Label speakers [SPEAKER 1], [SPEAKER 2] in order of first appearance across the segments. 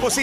[SPEAKER 1] Você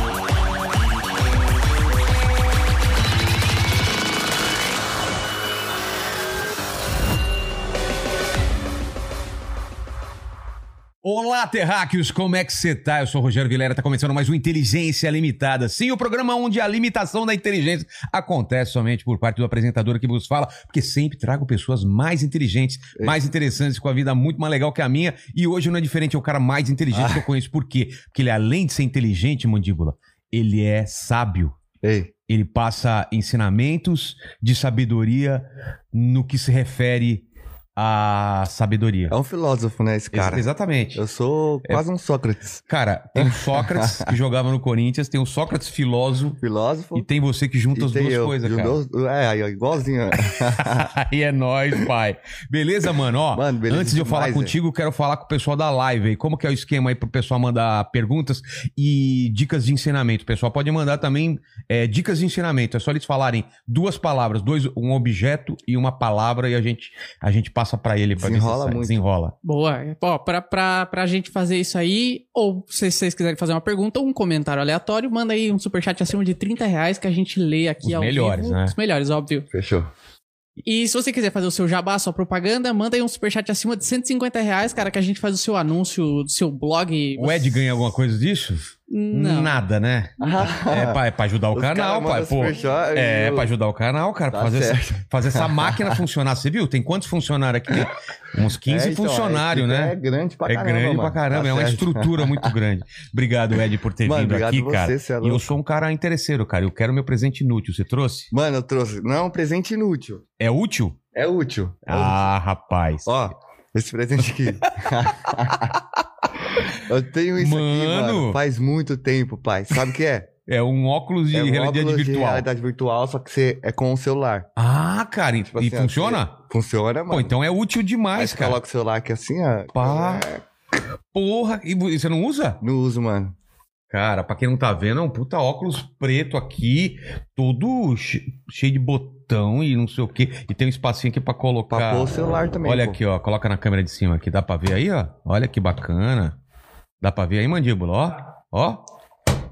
[SPEAKER 2] Olá, terráqueos, como é que você tá? Eu sou o Rogério Vilera, tá começando mais um Inteligência Limitada. Sim, o programa onde a limitação da inteligência acontece somente por parte do apresentador que vos fala, porque sempre trago pessoas mais inteligentes, mais interessantes, com a vida muito mais legal que a minha. E hoje não é diferente, é o cara mais inteligente que eu conheço. Por quê? Porque ele, além de ser inteligente, mandíbula, ele é sábio.
[SPEAKER 3] Ei,
[SPEAKER 2] Ele passa ensinamentos de sabedoria no que se refere à sabedoria.
[SPEAKER 3] é um filósofo, né, esse cara?
[SPEAKER 2] Exatamente. É
[SPEAKER 3] Eu sou quase um Sócrates.
[SPEAKER 2] Cara, tem o Sócrates que jogava no Corinthians, tem o Sócrates filósofo
[SPEAKER 3] Um Filósofo.
[SPEAKER 2] e tem você que junta as
[SPEAKER 3] tem
[SPEAKER 2] duas
[SPEAKER 3] eu.
[SPEAKER 2] coisas,
[SPEAKER 3] E o
[SPEAKER 2] cara.
[SPEAKER 3] dois- É, aí, ó, igualzinho.
[SPEAKER 2] Aí é nóis, pai. Beleza, mano? Ó,
[SPEAKER 3] Mano, beleza
[SPEAKER 2] antes de eu falar
[SPEAKER 3] demais,
[SPEAKER 2] contigo, eu quero falar com o pessoal da live aí. Como que é o esquema aí pro pessoal mandar perguntas e dicas de ensinamento? O pessoal pode mandar também é, dicas de ensinamento. É só eles falarem duas palavras, dois, um objeto e uma palavra e a gente, a gente passa pra ele. Pra ver se
[SPEAKER 3] Desenrola
[SPEAKER 2] sai.
[SPEAKER 3] muito.
[SPEAKER 2] Desenrola.
[SPEAKER 4] Boa. Ó, pra, pra, pra gente fazer isso aí, ou se vocês quiserem fazer uma pergunta ou um comentário aleatório, manda aí um superchat acima de 30 reais que a gente lê aqui
[SPEAKER 2] Os
[SPEAKER 4] ao
[SPEAKER 2] melhores,
[SPEAKER 4] vivo.
[SPEAKER 2] né?
[SPEAKER 4] Os melhores, óbvio.
[SPEAKER 3] Fechou.
[SPEAKER 4] E se você quiser fazer o seu jabá, sua propaganda, manda aí um superchat acima de 150 reais, cara, que a gente faz o seu anúncio, do seu blog.
[SPEAKER 2] O Ed ganha alguma coisa disso?
[SPEAKER 4] Não.
[SPEAKER 2] Nada, né? É pra, é pra ajudar o
[SPEAKER 3] Os cara
[SPEAKER 2] canal,
[SPEAKER 3] manda
[SPEAKER 2] pai. Pô,
[SPEAKER 3] superchat e
[SPEAKER 2] é,
[SPEAKER 3] eu-
[SPEAKER 2] pra ajudar o canal, cara. pra
[SPEAKER 3] Tá
[SPEAKER 2] fazer, essa,
[SPEAKER 3] certo.
[SPEAKER 2] fazer essa máquina funcionar. Você viu? Tem quantos funcionários aqui? Tem uns 15
[SPEAKER 3] É, então,
[SPEAKER 2] funcionários,
[SPEAKER 3] esse
[SPEAKER 2] né?
[SPEAKER 3] É grande pra
[SPEAKER 2] é
[SPEAKER 3] caramba.
[SPEAKER 2] grande pra
[SPEAKER 3] mano.
[SPEAKER 2] caramba,
[SPEAKER 3] Tá
[SPEAKER 2] é uma
[SPEAKER 3] certo.
[SPEAKER 2] estrutura muito grande. Obrigado, Ed, por ter
[SPEAKER 3] Mano,
[SPEAKER 2] vindo
[SPEAKER 3] obrigado
[SPEAKER 2] aqui,
[SPEAKER 3] você,
[SPEAKER 2] cara.
[SPEAKER 3] cê é
[SPEAKER 2] e eu
[SPEAKER 3] louco.
[SPEAKER 2] sou um cara interesseiro, cara. Eu quero meu presente inútil. Você trouxe?
[SPEAKER 3] Mano, eu trouxe. Não é um presente inútil.
[SPEAKER 2] É útil?
[SPEAKER 3] É útil. É
[SPEAKER 2] Ah, rapaz.
[SPEAKER 3] útil. Ó, esse presente aqui. eu tenho isso aqui,
[SPEAKER 2] Mano.
[SPEAKER 3] mano. Faz muito tempo, pai. Sabe o que é?
[SPEAKER 2] É um óculos de
[SPEAKER 3] é um
[SPEAKER 2] realidade
[SPEAKER 3] óculos de
[SPEAKER 2] virtual.
[SPEAKER 3] realidade virtual, só que você é com o celular.
[SPEAKER 2] Ah, cara. E,
[SPEAKER 3] Tipo
[SPEAKER 2] e
[SPEAKER 3] assim, ó,
[SPEAKER 2] funciona?
[SPEAKER 3] Funciona, mano.
[SPEAKER 2] Pô, então é útil
[SPEAKER 3] Aí
[SPEAKER 2] demais,
[SPEAKER 3] você
[SPEAKER 2] cara.
[SPEAKER 3] coloca o celular aqui assim, ó.
[SPEAKER 2] Pá. É. Porra, e você não usa?
[SPEAKER 3] Não uso, mano.
[SPEAKER 2] Cara, pra quem não tá vendo, é um puta óculos preto aqui, todo che- cheio de botão e não sei o quê. E tem um espacinho aqui pra colocar.
[SPEAKER 3] Pra pôr o celular também.
[SPEAKER 2] Olha
[SPEAKER 3] pô.
[SPEAKER 2] aqui, ó. Coloca na câmera de cima aqui. Dá pra ver aí, ó? Olha que bacana. Dá pra ver aí, mandíbula, ó. Ó.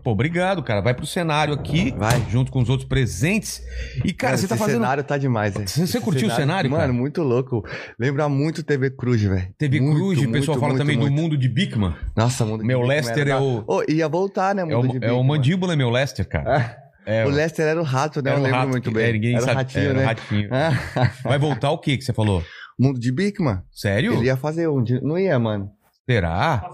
[SPEAKER 2] Pô, obrigado, cara. Vai pro cenário aqui,
[SPEAKER 3] Vai.
[SPEAKER 2] junto com os outros presentes. E, cara, você tá
[SPEAKER 3] esse
[SPEAKER 2] fazendo
[SPEAKER 3] cenário tá demais, velho.
[SPEAKER 2] Você- você
[SPEAKER 3] Esse
[SPEAKER 2] curtiu o cenário,
[SPEAKER 3] Mano,
[SPEAKER 2] cara?
[SPEAKER 3] muito louco. Lembra muito TV Cruz, velho.
[SPEAKER 2] TV
[SPEAKER 3] Muito,
[SPEAKER 2] Cruz, o
[SPEAKER 3] muito,
[SPEAKER 2] pessoal fala
[SPEAKER 3] muito,
[SPEAKER 2] também do
[SPEAKER 3] muito.
[SPEAKER 2] mundo de Bigman.
[SPEAKER 3] Nossa, mundo de
[SPEAKER 2] Meu
[SPEAKER 3] Bigman né?
[SPEAKER 2] Lester
[SPEAKER 3] era
[SPEAKER 2] é
[SPEAKER 3] da-
[SPEAKER 2] o-
[SPEAKER 3] Ô, ia voltar, né,
[SPEAKER 2] É o,
[SPEAKER 3] mundo de
[SPEAKER 2] é o
[SPEAKER 3] Bigman.
[SPEAKER 2] mandíbula, meu Lester, cara. É,
[SPEAKER 3] O Lester era o rato, né?
[SPEAKER 2] era
[SPEAKER 3] eu
[SPEAKER 2] um
[SPEAKER 3] lembro
[SPEAKER 2] rato
[SPEAKER 3] muito
[SPEAKER 2] que-
[SPEAKER 3] bem.
[SPEAKER 2] é, ninguém
[SPEAKER 3] era
[SPEAKER 2] sabe-
[SPEAKER 3] o ratinho,
[SPEAKER 2] era o
[SPEAKER 3] né?
[SPEAKER 2] ratinho.
[SPEAKER 3] Ah,
[SPEAKER 2] Vai voltar o que que você falou?
[SPEAKER 3] mundo de Bigman.
[SPEAKER 2] Sério?
[SPEAKER 3] Ele ia fazer um dia. Não ia, mano.
[SPEAKER 2] Será?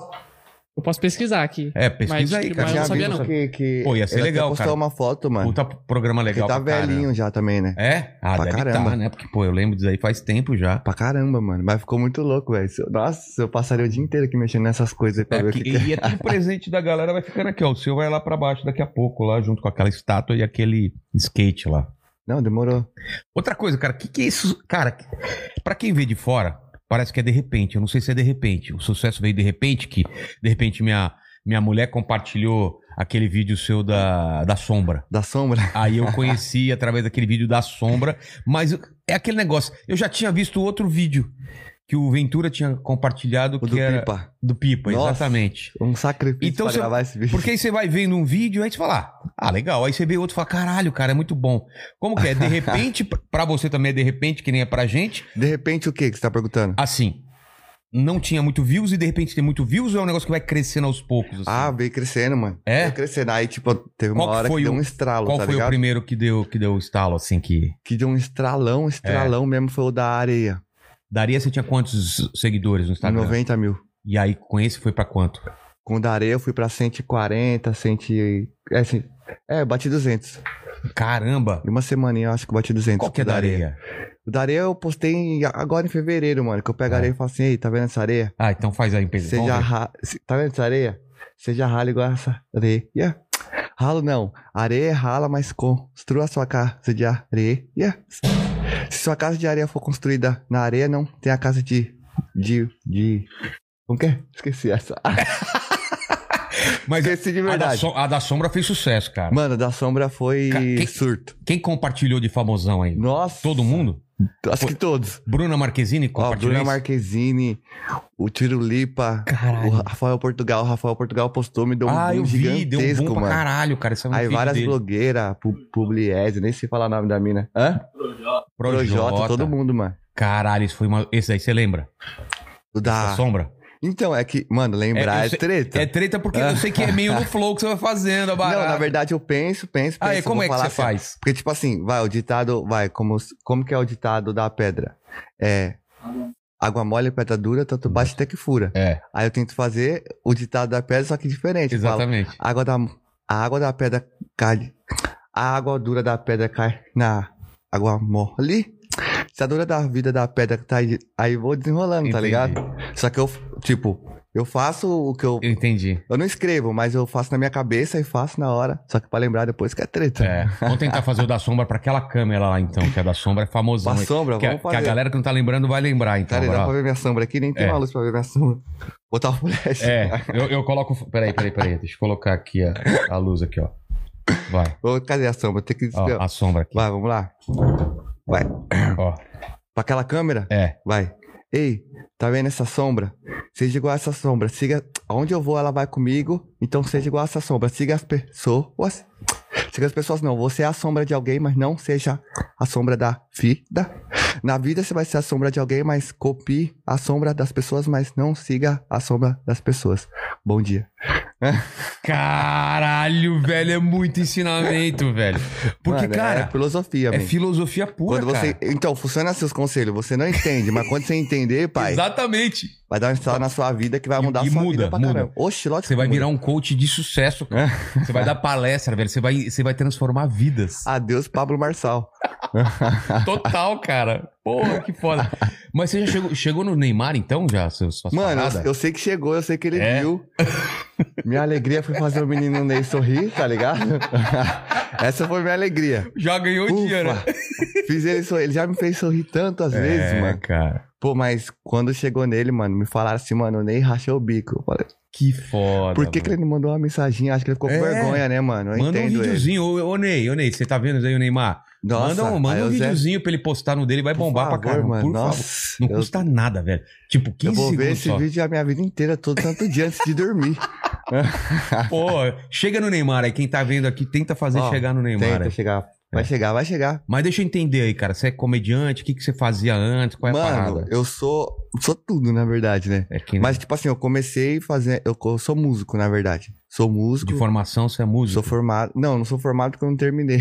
[SPEAKER 4] Eu posso pesquisar aqui.
[SPEAKER 2] É, pesquisa
[SPEAKER 4] Mas-
[SPEAKER 2] aí,
[SPEAKER 4] mas
[SPEAKER 2] cara.
[SPEAKER 4] eu não sabia,
[SPEAKER 3] visto
[SPEAKER 4] não.
[SPEAKER 3] Que, que
[SPEAKER 2] Pô, ia ser
[SPEAKER 3] ele até
[SPEAKER 2] legal,
[SPEAKER 3] postou
[SPEAKER 2] cara.
[SPEAKER 3] uma foto, mano.
[SPEAKER 2] Puta programa legal
[SPEAKER 3] Ele tá
[SPEAKER 2] pra caramba.
[SPEAKER 3] velhinho já também, né?
[SPEAKER 2] É? Ah,
[SPEAKER 3] Pra
[SPEAKER 2] deve
[SPEAKER 3] caramba.
[SPEAKER 2] tá, né? Porque, pô, eu lembro disso aí faz tempo já.
[SPEAKER 3] Pra caramba, mano. Mas ficou muito louco, velho. Se eu- Nossa, eu passaria o dia inteiro aqui mexendo nessas coisas aí pra
[SPEAKER 2] É,
[SPEAKER 3] ver o
[SPEAKER 2] porque-
[SPEAKER 3] que, que é.
[SPEAKER 2] e é tudo presente da galera vai ficando aqui, ó. O seu vai lá pra baixo daqui a pouco, lá junto com aquela estátua e aquele skate lá.
[SPEAKER 3] Não, demorou.
[SPEAKER 2] Outra coisa, cara, o que, que é isso? Cara, pra quem vê de fora, parece que é de repente. Eu não sei se é de repente. O sucesso veio de repente, que de repente minha, minha mulher compartilhou aquele vídeo seu da, da sombra.
[SPEAKER 3] Da sombra.
[SPEAKER 2] Aí eu conheci através daquele vídeo da sombra, mas eu- é aquele negócio. Eu já tinha visto outro vídeo que o Ventura tinha compartilhado
[SPEAKER 3] O
[SPEAKER 2] que
[SPEAKER 3] do
[SPEAKER 2] era
[SPEAKER 3] Pipa.
[SPEAKER 2] do Pipa,
[SPEAKER 3] Nossa.
[SPEAKER 2] exatamente.
[SPEAKER 3] Um sacrifício
[SPEAKER 2] Então,
[SPEAKER 3] pra
[SPEAKER 2] você-
[SPEAKER 3] gravar esse vídeo.
[SPEAKER 2] Porque aí você vai vendo um vídeo, aí você fala, ah, legal. Aí você vê outro e fala, caralho, cara, é muito bom. Como que é? De repente, pra- pra você também é de repente, que nem é pra gente,
[SPEAKER 3] De repente, o que que você tá perguntando?
[SPEAKER 2] assim, não tinha muito views e de repente tem muito views ou é um negócio que vai crescendo aos poucos? assim?
[SPEAKER 3] Ah, veio crescendo, mano.
[SPEAKER 2] É?
[SPEAKER 3] Veio crescendo. Aí, tipo, teve uma
[SPEAKER 2] Qual que
[SPEAKER 3] hora que
[SPEAKER 2] foi
[SPEAKER 3] deu
[SPEAKER 2] o-
[SPEAKER 3] um estralo,
[SPEAKER 2] Qual
[SPEAKER 3] tá
[SPEAKER 2] foi o
[SPEAKER 3] ligado?
[SPEAKER 2] primeiro que deu que deu o estalo, assim, que...
[SPEAKER 3] Que deu um estralão, estralão
[SPEAKER 2] É.
[SPEAKER 3] mesmo, foi o da areia.
[SPEAKER 2] Daria, você tinha quantos seguidores no Instagram?
[SPEAKER 3] 90 mil.
[SPEAKER 2] E aí, com esse foi pra quanto?
[SPEAKER 3] Com o da areia eu fui pra 140, 100... e- É, cem- é, eu bati 200.
[SPEAKER 2] Caramba!
[SPEAKER 3] Em uma semaninha eu acho que eu bati 200.
[SPEAKER 2] Qual que é
[SPEAKER 3] com o
[SPEAKER 2] da areia?
[SPEAKER 3] O da areia eu postei em- agora em fevereiro, mano. Que eu pego a
[SPEAKER 2] Ah.
[SPEAKER 3] areia e falo assim, ei, tá vendo essa areia?
[SPEAKER 2] Ah, então faz a empresa.
[SPEAKER 3] Você já ra... cê- Tá vendo essa areia? Você já rala igual essa areia. Yeah. Ralo não. Areia é rala, mas construa sua casa de areia. Yeah. Se sua casa de areia for construída na areia, não tem a casa de. de. de. Como que é? Esqueci essa.
[SPEAKER 2] Mas
[SPEAKER 3] Esqueci de
[SPEAKER 2] a da,
[SPEAKER 3] é verdade.
[SPEAKER 2] som- a da sombra fez sucesso, cara.
[SPEAKER 3] Mano, da sombra foi
[SPEAKER 2] Ca- quem-
[SPEAKER 3] surto.
[SPEAKER 2] Quem compartilhou de famosão aí?
[SPEAKER 3] Nossa.
[SPEAKER 2] Todo mundo?
[SPEAKER 3] Acho que todos.
[SPEAKER 2] Bruna Marquezine
[SPEAKER 3] Ó,
[SPEAKER 2] compartilhou
[SPEAKER 3] Bruna
[SPEAKER 2] isso?
[SPEAKER 3] Marquezine, o Tiro Lipa,
[SPEAKER 2] Caralho.
[SPEAKER 3] o Rafael Portugal. O Rafael Portugal postou, me deu um
[SPEAKER 2] Ah,
[SPEAKER 3] boom
[SPEAKER 2] eu vi, deu um
[SPEAKER 3] gigantesco,
[SPEAKER 2] bom pra
[SPEAKER 3] mano.
[SPEAKER 2] caralho, cara. Isso é um
[SPEAKER 3] Aí
[SPEAKER 2] vídeo
[SPEAKER 3] várias
[SPEAKER 2] dele.
[SPEAKER 3] blogueiras, pu- Publiese, nem sei falar o nome da mina. Hã? Projota, todo mundo, mano.
[SPEAKER 2] Caralho, isso foi uma... Esse aí você lembra?
[SPEAKER 3] O
[SPEAKER 2] A
[SPEAKER 3] da...
[SPEAKER 2] sombra?
[SPEAKER 3] Então, é que, mano,
[SPEAKER 2] É, eu
[SPEAKER 3] lembrar é,
[SPEAKER 2] sei-
[SPEAKER 3] treta.
[SPEAKER 2] Ah. É treta porque eu sei que é meio no flow que você vai fazendo, a
[SPEAKER 3] Não,
[SPEAKER 2] barata.
[SPEAKER 3] na verdade eu penso, penso, penso.
[SPEAKER 2] Ah, e
[SPEAKER 3] eu
[SPEAKER 2] como
[SPEAKER 3] vou
[SPEAKER 2] é que
[SPEAKER 3] falar
[SPEAKER 2] você
[SPEAKER 3] assim, ó.
[SPEAKER 2] faz?
[SPEAKER 3] Porque, tipo assim, vai, o ditado, vai, como, como que é o ditado da pedra? É. Água mole, é pedra dura, tanto bate até que fura.
[SPEAKER 2] É,
[SPEAKER 3] Aí eu tento fazer o ditado da pedra, só que diferente. Eu falo,
[SPEAKER 2] exatamente.
[SPEAKER 3] água da, a água da pedra cai. A água dura da pedra cai na água mole. Se a dura da vida da pedra tá aí, aí vou desenrolando, tá
[SPEAKER 2] Entendi.
[SPEAKER 3] ligado? Só que eu, tipo, eu faço o que eu.
[SPEAKER 2] Eu entendi.
[SPEAKER 3] Eu não escrevo, mas eu faço na minha cabeça e faço na hora. Só que pra lembrar depois que é treta.
[SPEAKER 2] É, vamos tentar fazer o da sombra pra aquela câmera lá, então, que a da sombra é famosão.
[SPEAKER 3] Pra
[SPEAKER 2] hein?
[SPEAKER 3] sombra,
[SPEAKER 2] que, a,
[SPEAKER 3] vamos
[SPEAKER 2] que a
[SPEAKER 3] fazer.
[SPEAKER 2] galera que não tá lembrando vai lembrar, então.
[SPEAKER 3] Cara, dá
[SPEAKER 2] bora
[SPEAKER 3] pra
[SPEAKER 2] lá.
[SPEAKER 3] ver minha sombra aqui, nem tem
[SPEAKER 2] É.
[SPEAKER 3] uma luz pra ver minha sombra. Botar um flash.
[SPEAKER 2] É, eu, eu coloco. Peraí, peraí, peraí. Deixa eu colocar aqui a, a luz aqui, ó. Vai.
[SPEAKER 3] Ô, Cadê a sombra? Tem que
[SPEAKER 2] Ó, a sombra aqui.
[SPEAKER 3] Vai, vamos lá. Vai.
[SPEAKER 2] Ó.
[SPEAKER 3] Pra aquela câmera?
[SPEAKER 2] É.
[SPEAKER 3] Vai. Ei, tá vendo essa sombra? Seja igual a essa sombra. Siga. Aonde eu vou, ela vai comigo. Então seja igual a essa sombra. Siga as pessoas. Siga as pessoas, não. Você é a sombra de alguém, mas não seja a sombra da vida. Na vida você vai ser a sombra de alguém, mas copie a sombra das pessoas, mas não siga a sombra das pessoas. Bom dia.
[SPEAKER 2] Caralho, velho, é muito ensinamento, velho. Porque,
[SPEAKER 3] Mano, É
[SPEAKER 2] cara,
[SPEAKER 3] filosofia,
[SPEAKER 2] é,
[SPEAKER 3] man.
[SPEAKER 2] filosofia pura,
[SPEAKER 3] Quando você...
[SPEAKER 2] cara.
[SPEAKER 3] Então, funciona seus conselhos. Você não entende, mas quando você entender, pai,
[SPEAKER 2] Exatamente.
[SPEAKER 3] vai dar um estalo na sua vida que vai
[SPEAKER 2] E-
[SPEAKER 3] mudar
[SPEAKER 2] e
[SPEAKER 3] a sua
[SPEAKER 2] muda,
[SPEAKER 3] vida pra
[SPEAKER 2] muda.
[SPEAKER 3] caramba. Oxe, lógico.
[SPEAKER 2] Você vai
[SPEAKER 3] que muda.
[SPEAKER 2] virar um coach de sucesso, cara.
[SPEAKER 3] É.
[SPEAKER 2] Você vai dar palestra, velho. Você vai, você vai transformar vidas.
[SPEAKER 3] Adeus, Pablo Marçal. Ah,
[SPEAKER 2] Total, cara. Porra, que foda. Mas você já chegou, chegou no Neymar, então, já? Suas, suas
[SPEAKER 3] Mano,
[SPEAKER 2] paradas?
[SPEAKER 3] eu, eu sei que chegou, eu sei que ele
[SPEAKER 2] É.
[SPEAKER 3] viu. Minha alegria foi fazer o menino Ney sorrir, tá ligado? Essa foi minha alegria.
[SPEAKER 2] Já ganhou dinheiro.
[SPEAKER 3] Ufa, fiz ele sorrir. Ele já me fez sorrir tanto às vezes, mano.
[SPEAKER 2] É, cara.
[SPEAKER 3] Pô, mas quando chegou nele, mano, me falaram assim, mano, o Ney rachou o bico. Eu falei,
[SPEAKER 2] Que foda.
[SPEAKER 3] por que, que ele não mandou uma mensagem? Acho que ele ficou com
[SPEAKER 2] É.
[SPEAKER 3] vergonha, né, mano? Eu
[SPEAKER 2] Manda um
[SPEAKER 3] entendo ele.
[SPEAKER 2] videozinho, ô, ô Ney, ô Ney, você tá vendo aí o Neymar?
[SPEAKER 3] Nossa,
[SPEAKER 2] manda um,
[SPEAKER 3] aí
[SPEAKER 2] manda um
[SPEAKER 3] o Zé-
[SPEAKER 2] videozinho pra ele postar no dele, vai
[SPEAKER 3] Por
[SPEAKER 2] bombar pra
[SPEAKER 3] favor,
[SPEAKER 2] caramba.
[SPEAKER 3] mano.
[SPEAKER 2] Por
[SPEAKER 3] Nossa,
[SPEAKER 2] favor. Não
[SPEAKER 3] eu-
[SPEAKER 2] custa nada, velho. Tipo, 15
[SPEAKER 3] Eu vou ver
[SPEAKER 2] segundos
[SPEAKER 3] esse
[SPEAKER 2] só.
[SPEAKER 3] vídeo a minha vida inteira, todo santo dia antes de dormir.
[SPEAKER 2] Pô, chega no Neymar aí, quem tá vendo aqui, tenta fazer
[SPEAKER 3] Ó,
[SPEAKER 2] chegar no Neymar.
[SPEAKER 3] Tenta
[SPEAKER 2] aí.
[SPEAKER 3] chegar. Vai
[SPEAKER 2] É.
[SPEAKER 3] chegar, vai chegar.
[SPEAKER 2] Mas deixa eu entender aí, cara, você é comediante, o que, que você fazia antes, qual é a
[SPEAKER 3] Mano,
[SPEAKER 2] parada?
[SPEAKER 3] eu sou. Sou tudo, na verdade, né?
[SPEAKER 2] É que
[SPEAKER 3] Mas, tipo assim, eu comecei fazendo. Eu co- sou músico, na verdade. Sou músico.
[SPEAKER 2] de formação você é músico.
[SPEAKER 3] Sou formado. Não, não sou formado porque eu não terminei.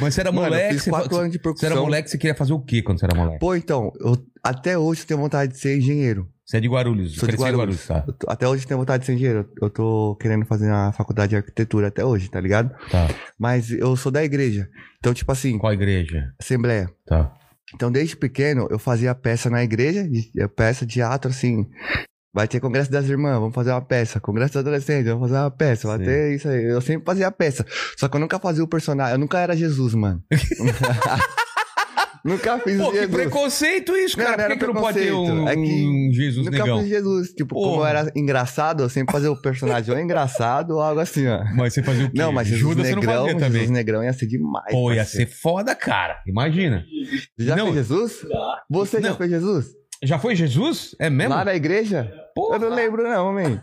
[SPEAKER 2] Mas você era
[SPEAKER 3] Mano, eu
[SPEAKER 2] moleque,
[SPEAKER 3] fiz
[SPEAKER 2] você,
[SPEAKER 3] quatro
[SPEAKER 2] você-
[SPEAKER 3] anos de
[SPEAKER 2] você
[SPEAKER 3] percussão.
[SPEAKER 2] era moleque, você queria fazer o quê quando você era moleque?
[SPEAKER 3] Pô, então, eu- até hoje eu tenho vontade de ser engenheiro.
[SPEAKER 2] Você é de Guarulhos,
[SPEAKER 3] Sou de
[SPEAKER 2] cresceu em Guarulhos,
[SPEAKER 3] Guarulhos.
[SPEAKER 2] tá.
[SPEAKER 3] Eu tô- até hoje eu tenho vontade de ser engenheiro. Eu tô querendo fazer a faculdade de arquitetura até hoje, tá ligado?
[SPEAKER 2] tá.
[SPEAKER 3] Mas eu sou da igreja. Então, tipo assim,
[SPEAKER 2] Tá. Qual igreja?
[SPEAKER 3] Assembleia.
[SPEAKER 2] Tá.
[SPEAKER 3] Então, desde pequeno, eu fazia peça na igreja, de- eh, peça, teatro, assim. Vai ter Congresso das Irmãs, vamos fazer uma peça. Congresso dos Adolescentes, vamos fazer uma peça. Vai
[SPEAKER 2] Sim.
[SPEAKER 3] ter isso aí. Eu sempre fazia peça. Só que eu nunca fazia o personagem. Eu nunca era Jesus, mano. nunca fiz
[SPEAKER 2] Pô,
[SPEAKER 3] o
[SPEAKER 2] que
[SPEAKER 3] Jesus.
[SPEAKER 2] preconceito isso,
[SPEAKER 3] Não,
[SPEAKER 2] cara. Por
[SPEAKER 3] não era
[SPEAKER 2] que, que não pode ter
[SPEAKER 3] preconceito.
[SPEAKER 2] um,
[SPEAKER 3] É que
[SPEAKER 2] um Jesus
[SPEAKER 3] Nunca
[SPEAKER 2] negão?
[SPEAKER 3] fiz Jesus. Tipo, como eu
[SPEAKER 2] Porra.
[SPEAKER 3] era engraçado, eu sempre fazia o personagem ou engraçado ou algo assim, ó.
[SPEAKER 2] Mas você fazia o quê?
[SPEAKER 3] Não, mas Jesus
[SPEAKER 2] Judas você não
[SPEAKER 3] Negrão,
[SPEAKER 2] fazia
[SPEAKER 3] Jesus
[SPEAKER 2] também.
[SPEAKER 3] Negrão ia ser demais.
[SPEAKER 2] Pô, ia ser
[SPEAKER 3] parceiro.
[SPEAKER 2] foda, cara. Imagina.
[SPEAKER 3] Já
[SPEAKER 2] Não.
[SPEAKER 3] fez Jesus? Você já
[SPEAKER 2] Não.
[SPEAKER 3] fez Jesus?
[SPEAKER 2] Já foi Jesus? É mesmo?
[SPEAKER 3] Lá na igreja?
[SPEAKER 2] Porra.
[SPEAKER 3] Eu não lembro, não, homem.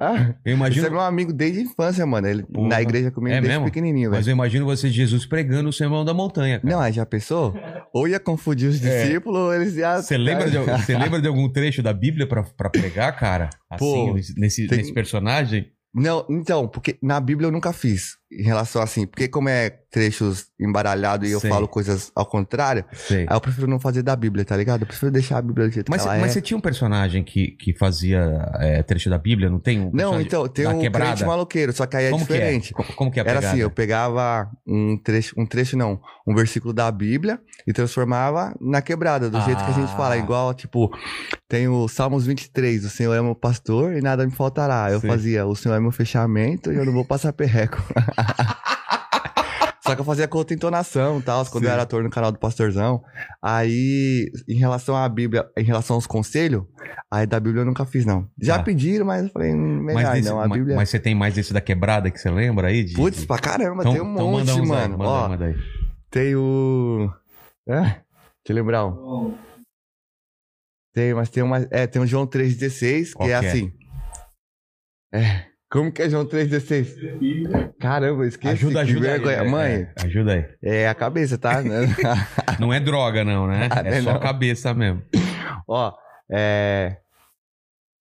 [SPEAKER 3] Ah,
[SPEAKER 2] Eu
[SPEAKER 3] Você é
[SPEAKER 2] imagino,
[SPEAKER 3] meu amigo desde a infância, mano. Ele
[SPEAKER 2] Porra.
[SPEAKER 3] na igreja comigo
[SPEAKER 2] É
[SPEAKER 3] desde
[SPEAKER 2] mesmo?
[SPEAKER 3] pequenininho, velho.
[SPEAKER 2] mas eu imagino você, Jesus, pregando o sermão da montanha, cara.
[SPEAKER 3] Não, aí já pensou? Ou ia confundir os
[SPEAKER 2] É.
[SPEAKER 3] discípulos, ou eles iam.
[SPEAKER 2] Você lembra, de, você lembra de algum trecho da Bíblia pra, pra pregar, cara? Assim,
[SPEAKER 3] Pô,
[SPEAKER 2] nesse,
[SPEAKER 3] tem-
[SPEAKER 2] nesse personagem?
[SPEAKER 3] Não, então, porque na Bíblia eu nunca fiz. Em relação assim, porque como é trechos embaralhados e eu
[SPEAKER 2] Sei.
[SPEAKER 3] falo coisas ao contrário,
[SPEAKER 2] Sei.
[SPEAKER 3] aí eu prefiro não fazer da Bíblia, tá ligado? Eu prefiro deixar a Bíblia do jeito
[SPEAKER 2] Ah, Mas,
[SPEAKER 3] que ela
[SPEAKER 2] mas
[SPEAKER 3] é.
[SPEAKER 2] você tinha um personagem que, que fazia é, trecho da Bíblia? Não tem um
[SPEAKER 3] Não,
[SPEAKER 2] personagem
[SPEAKER 3] então, tem
[SPEAKER 2] da
[SPEAKER 3] o
[SPEAKER 2] quebrada?
[SPEAKER 3] crente maloqueiro, só que aí é
[SPEAKER 2] Como
[SPEAKER 3] diferente.
[SPEAKER 2] que é? Co- Como que é a
[SPEAKER 3] Era
[SPEAKER 2] pegada?
[SPEAKER 3] assim, eu pegava um trecho, um trecho não, um versículo da Bíblia e transformava na quebrada, do jeito que a gente
[SPEAKER 2] Ah.
[SPEAKER 3] fala. Igual, tipo, tem o Salmos 23, o Senhor é meu pastor e nada me faltará. Eu
[SPEAKER 2] Sim.
[SPEAKER 3] fazia, o Senhor é meu fechamento e eu não vou passar perreco. Só que eu fazia com outra entonação e tal, quando eu
[SPEAKER 2] Sim.
[SPEAKER 3] era ator no canal do Pastorzão. Aí, em relação à Bíblia, em relação aos conselhos, aí da Bíblia eu nunca fiz, não. Já
[SPEAKER 2] Tá.
[SPEAKER 3] pediram, mas eu falei, "Hum, melhor
[SPEAKER 2] mas, desse-
[SPEAKER 3] não, a
[SPEAKER 2] ma-
[SPEAKER 3] Bíblia...
[SPEAKER 2] mas você tem mais desse da quebrada que você lembra aí? De,
[SPEAKER 3] Putz,
[SPEAKER 2] de-
[SPEAKER 3] pra caramba, tem um
[SPEAKER 2] manda
[SPEAKER 3] monte,
[SPEAKER 2] uns aí,
[SPEAKER 3] mano.
[SPEAKER 2] manda,
[SPEAKER 3] Ó,
[SPEAKER 2] manda aí.
[SPEAKER 3] Tem o. É? Deixa eu lembrar um. Tem, mas tem uma. É, tem o João 3,16, que
[SPEAKER 2] Qual
[SPEAKER 3] é
[SPEAKER 2] que é?
[SPEAKER 3] assim. É. Como que é João 3,16? Caramba, eu esqueci.
[SPEAKER 2] Ajuda,
[SPEAKER 3] que
[SPEAKER 2] ajuda
[SPEAKER 3] vergonha.
[SPEAKER 2] aí.
[SPEAKER 3] Mãe,
[SPEAKER 2] É, ajuda aí.
[SPEAKER 3] é a cabeça, tá?
[SPEAKER 2] Não é droga, não, né?
[SPEAKER 3] Ah,
[SPEAKER 2] É
[SPEAKER 3] não.
[SPEAKER 2] só cabeça mesmo.
[SPEAKER 3] Ó, é.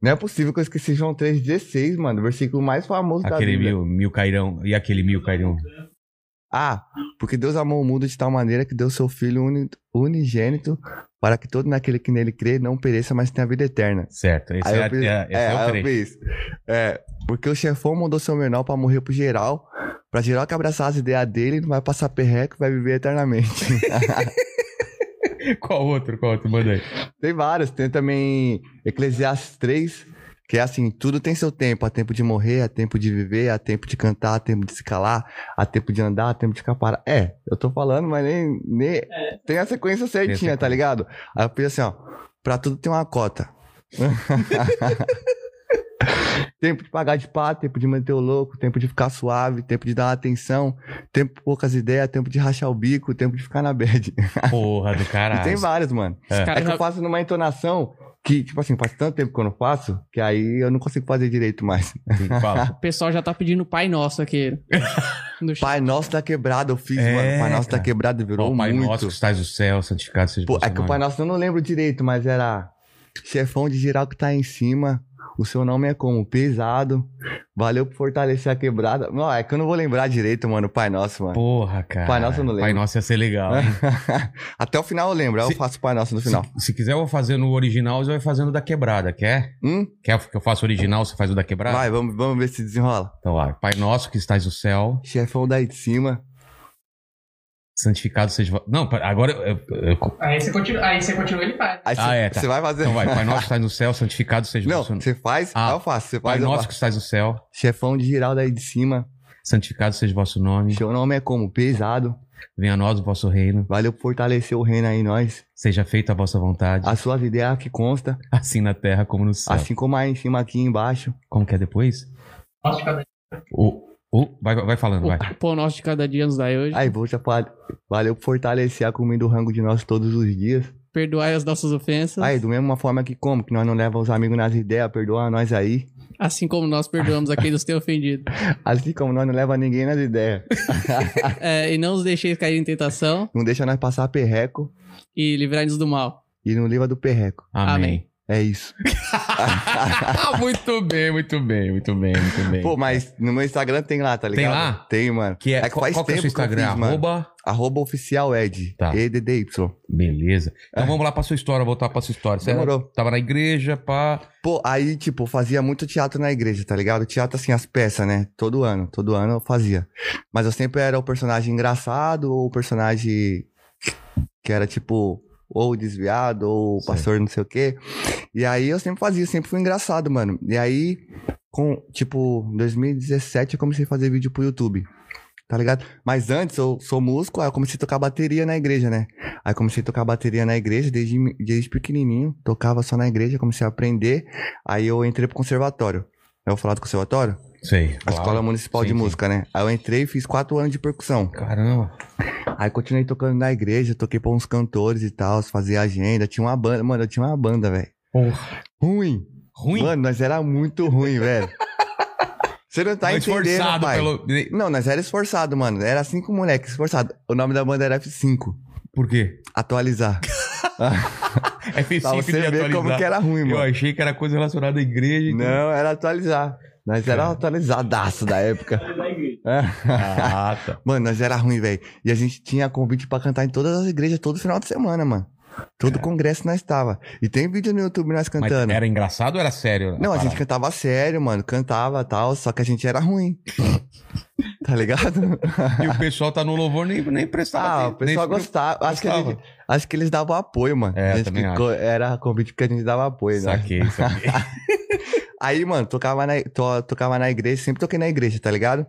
[SPEAKER 3] Não é possível que eu esqueci João 3,16, mano. O versículo mais famoso da
[SPEAKER 2] Aquele
[SPEAKER 3] Bíblia.
[SPEAKER 2] mil, mil cairão. E aquele mil cairão.
[SPEAKER 3] Ah, porque Deus amou o mundo de tal maneira que deu seu Filho uni- unigênito para que todo naquele que nele crê não pereça, mas tenha vida eterna.
[SPEAKER 2] Certo. Esse,
[SPEAKER 3] Aí
[SPEAKER 2] é,
[SPEAKER 3] eu fiz-
[SPEAKER 2] é- esse é
[SPEAKER 3] aí
[SPEAKER 2] o
[SPEAKER 3] eu
[SPEAKER 2] trecho.
[SPEAKER 3] fiz, é, porque o chefão mandou seu menor para morrer pro geral, pra geral que abraçar as ideias dele, não vai passar perreco, vai viver eternamente.
[SPEAKER 2] Qual outro? Qual outro? Manda aí.
[SPEAKER 3] Tem vários, tem também Eclesiastes 3, que é assim, tudo tem seu tempo, há tempo de morrer, há tempo de viver, há tempo de cantar, há tempo de se calar, há tempo de andar, há tempo de escapar. É, eu tô falando, mas nem, nem tem a sequência certinha,
[SPEAKER 2] sequência.
[SPEAKER 3] tá ligado? Aí eu fiz assim, ó, pra tudo tem uma cota. tempo de pagar de pá, tempo de manter o louco, tempo de ficar suave, tempo de dar atenção, tempo pra poucas ideias, tempo de rachar o bico, tempo de ficar na bad.
[SPEAKER 2] Porra do
[SPEAKER 3] E tem
[SPEAKER 2] caralho.
[SPEAKER 3] vários, mano.
[SPEAKER 4] Os
[SPEAKER 3] É
[SPEAKER 4] caras
[SPEAKER 3] que eu
[SPEAKER 4] já...
[SPEAKER 3] faço numa entonação que, tipo assim, faz tanto tempo que eu não faço, que aí eu não consigo fazer direito mais.
[SPEAKER 2] Fala.
[SPEAKER 4] O pessoal já tá pedindo Pai Nosso aqui. No chat.
[SPEAKER 3] Pai Nosso da Quebrada, eu fiz,
[SPEAKER 2] É,
[SPEAKER 3] mano. Pai Nosso
[SPEAKER 2] cara.
[SPEAKER 3] da Quebrada virou
[SPEAKER 2] Ó, Pai
[SPEAKER 3] muito.
[SPEAKER 2] nosso que estás no céu, santificado seja o
[SPEAKER 3] Pô,
[SPEAKER 2] vosso
[SPEAKER 3] é que o
[SPEAKER 2] nome.
[SPEAKER 3] Pai Nosso eu não lembro direito, mas era chefão de geral que tá aí em cima. O seu nome é como? Pesado. Valeu por fortalecer a quebrada. Não, é que eu não vou lembrar direito, mano, o Pai Nosso, mano.
[SPEAKER 2] Porra, cara.
[SPEAKER 3] Pai Nosso eu não lembro.
[SPEAKER 2] Pai Nosso ia ser legal. hein?
[SPEAKER 3] Até o final eu lembro, aí
[SPEAKER 2] Se-
[SPEAKER 3] eu faço o Pai Nosso no final.
[SPEAKER 2] Se, se quiser, eu vou fazer no original, você vai fazendo da quebrada. Quer?
[SPEAKER 3] Hum?
[SPEAKER 2] Quer que eu faça o original, você faz o da quebrada?
[SPEAKER 3] Vai, vamos, vamos ver se desenrola.
[SPEAKER 2] Então vai. Pai nosso que estás no céu,
[SPEAKER 3] Chefão daí de cima.
[SPEAKER 2] santificado seja. vo- Não, pa- agora. eu- eu- eu-
[SPEAKER 4] Aí você continua, aí você continua ele faz.
[SPEAKER 3] Aí você
[SPEAKER 2] Ah, é, tá.
[SPEAKER 3] vai fazer.
[SPEAKER 2] Então vai. Pai nosso que estás no céu, santificado seja o
[SPEAKER 3] Não,
[SPEAKER 2] vosso nome.
[SPEAKER 3] você faz,
[SPEAKER 2] Ah,
[SPEAKER 3] aí eu faço. Você
[SPEAKER 2] Pai
[SPEAKER 3] faz, eu
[SPEAKER 2] nosso
[SPEAKER 3] faço.
[SPEAKER 2] que estás no céu,
[SPEAKER 3] Chefão de Giralda aí de cima.
[SPEAKER 2] santificado seja o vosso nome.
[SPEAKER 3] Seu nome é como? Pesado.
[SPEAKER 2] Venha a nós o vosso reino.
[SPEAKER 3] Valeu por fortalecer o reino aí, nós.
[SPEAKER 2] Seja feita a vossa vontade,
[SPEAKER 3] A sua vida é a que consta.
[SPEAKER 2] assim na terra como no céu.
[SPEAKER 3] Assim como aí em cima, aqui embaixo.
[SPEAKER 2] Como que é depois? O, o, vai, vai falando, vai.
[SPEAKER 4] O pão nosso de cada dia nos dá hoje.
[SPEAKER 3] Aí, vou te falar. Valeu por fortalecer a comida do rango de nós todos os dias.
[SPEAKER 4] Perdoai as nossas ofensas.
[SPEAKER 3] Aí, do mesma forma que como? Que nós não levamos os amigos nas ideias, perdoa nós aí.
[SPEAKER 4] Assim como nós perdoamos aqueles que têm ofendido.
[SPEAKER 3] Assim como nós não leva ninguém nas ideias.
[SPEAKER 4] É, e não os deixeis cair em tentação
[SPEAKER 3] Não deixa nós passar perreco
[SPEAKER 4] e livrai-nos do mal.
[SPEAKER 3] e não livra do perreco.
[SPEAKER 2] Amém.
[SPEAKER 3] É isso.
[SPEAKER 2] Ah, muito bem, muito bem, muito bem, muito bem.
[SPEAKER 3] Pô, mas no meu Instagram tem lá, tá
[SPEAKER 2] Tem
[SPEAKER 3] ligado?
[SPEAKER 2] lá?
[SPEAKER 3] Tem, mano.
[SPEAKER 2] que é,
[SPEAKER 3] é que
[SPEAKER 2] qual,
[SPEAKER 3] faz
[SPEAKER 2] qual que é o seu
[SPEAKER 3] tempo que eu
[SPEAKER 2] Instagram?
[SPEAKER 3] fiz, mano.
[SPEAKER 2] Arroba.
[SPEAKER 3] Arroba oficial Ed.
[SPEAKER 2] Tá.
[SPEAKER 3] EDDY.
[SPEAKER 2] Beleza. Então vamos lá pra sua história, voltar pra sua história. Você
[SPEAKER 3] É. Demorou.
[SPEAKER 2] tava na igreja, pá.
[SPEAKER 3] Pô, aí, tipo, eu fazia muito teatro na igreja, tá ligado? Teatro, assim, as peças, né? Todo ano, todo ano eu fazia. Mas eu sempre era o personagem engraçado ou o personagem que era, tipo, ou desviado ou o
[SPEAKER 2] Sei.
[SPEAKER 3] pastor não sei o quê. E aí eu sempre fazia, sempre fui engraçado, mano. E aí, com, tipo, em 2017 eu comecei a fazer vídeo pro YouTube. Tá ligado? Mas antes eu sou músico, aí eu comecei a tocar bateria na igreja, né? Aí comecei a tocar bateria na igreja desde, desde pequenininho. Tocava só na igreja, comecei a aprender. Aí eu entrei pro conservatório. Eu vou falar do conservatório?
[SPEAKER 2] Sei.
[SPEAKER 3] A Escola Municipal
[SPEAKER 2] Sim,
[SPEAKER 3] de
[SPEAKER 2] sim.
[SPEAKER 3] Música, né? Aí eu entrei e fiz quatro anos de percussão.
[SPEAKER 2] Caramba.
[SPEAKER 3] Aí continuei tocando na igreja, toquei pra uns cantores e tal, fazia agenda. Tinha uma banda, mano, eu tinha uma banda, velho.
[SPEAKER 2] Porra.
[SPEAKER 3] Ruim.
[SPEAKER 2] Ruim.
[SPEAKER 3] Mano, nós era muito ruim, velho. Você não tá
[SPEAKER 2] Foi
[SPEAKER 3] entendendo,
[SPEAKER 2] esforçado
[SPEAKER 3] pai.
[SPEAKER 2] pelo.
[SPEAKER 3] Não, nós era esforçado, mano. Era cinco moleques, esforçado. O nome da banda era F5.
[SPEAKER 2] Por quê?
[SPEAKER 3] Atualizar.
[SPEAKER 2] É
[SPEAKER 3] pra
[SPEAKER 2] princípio de
[SPEAKER 3] você ver como
[SPEAKER 2] atualizar.
[SPEAKER 3] que era ruim,
[SPEAKER 2] Eu
[SPEAKER 3] mano.
[SPEAKER 2] achei que era coisa relacionada à igreja. então-
[SPEAKER 3] Não, era atualizar. Nós era atualizadaço da época.
[SPEAKER 2] Ah, tá.
[SPEAKER 3] mano, nós era ruim, velho. E a gente tinha convite pra cantar em todas as igrejas todo final de semana, mano. Todo congresso nós tava. E tem vídeo no YouTube nós
[SPEAKER 2] É. Mas
[SPEAKER 3] cantando.
[SPEAKER 2] era engraçado ou era sério?
[SPEAKER 3] Não, a gente
[SPEAKER 2] parada?
[SPEAKER 3] cantava sério, mano. Cantava tal, só que a gente era ruim. tá ligado?
[SPEAKER 2] E o pessoal tá no louvor nem, nem prestava.
[SPEAKER 3] Ah, o
[SPEAKER 2] atenção,
[SPEAKER 3] pessoal
[SPEAKER 2] nem-
[SPEAKER 3] gostava. Acho que,
[SPEAKER 2] gostava.
[SPEAKER 3] eles, acho que eles davam apoio, mano.
[SPEAKER 2] É,
[SPEAKER 3] a gente
[SPEAKER 2] também
[SPEAKER 3] ficou- Era convite porque a gente dava apoio, né?
[SPEAKER 2] Saquei, saquei.
[SPEAKER 3] Aí, mano, tocava na, to- tocava na igreja, sempre toquei na igreja, tá ligado?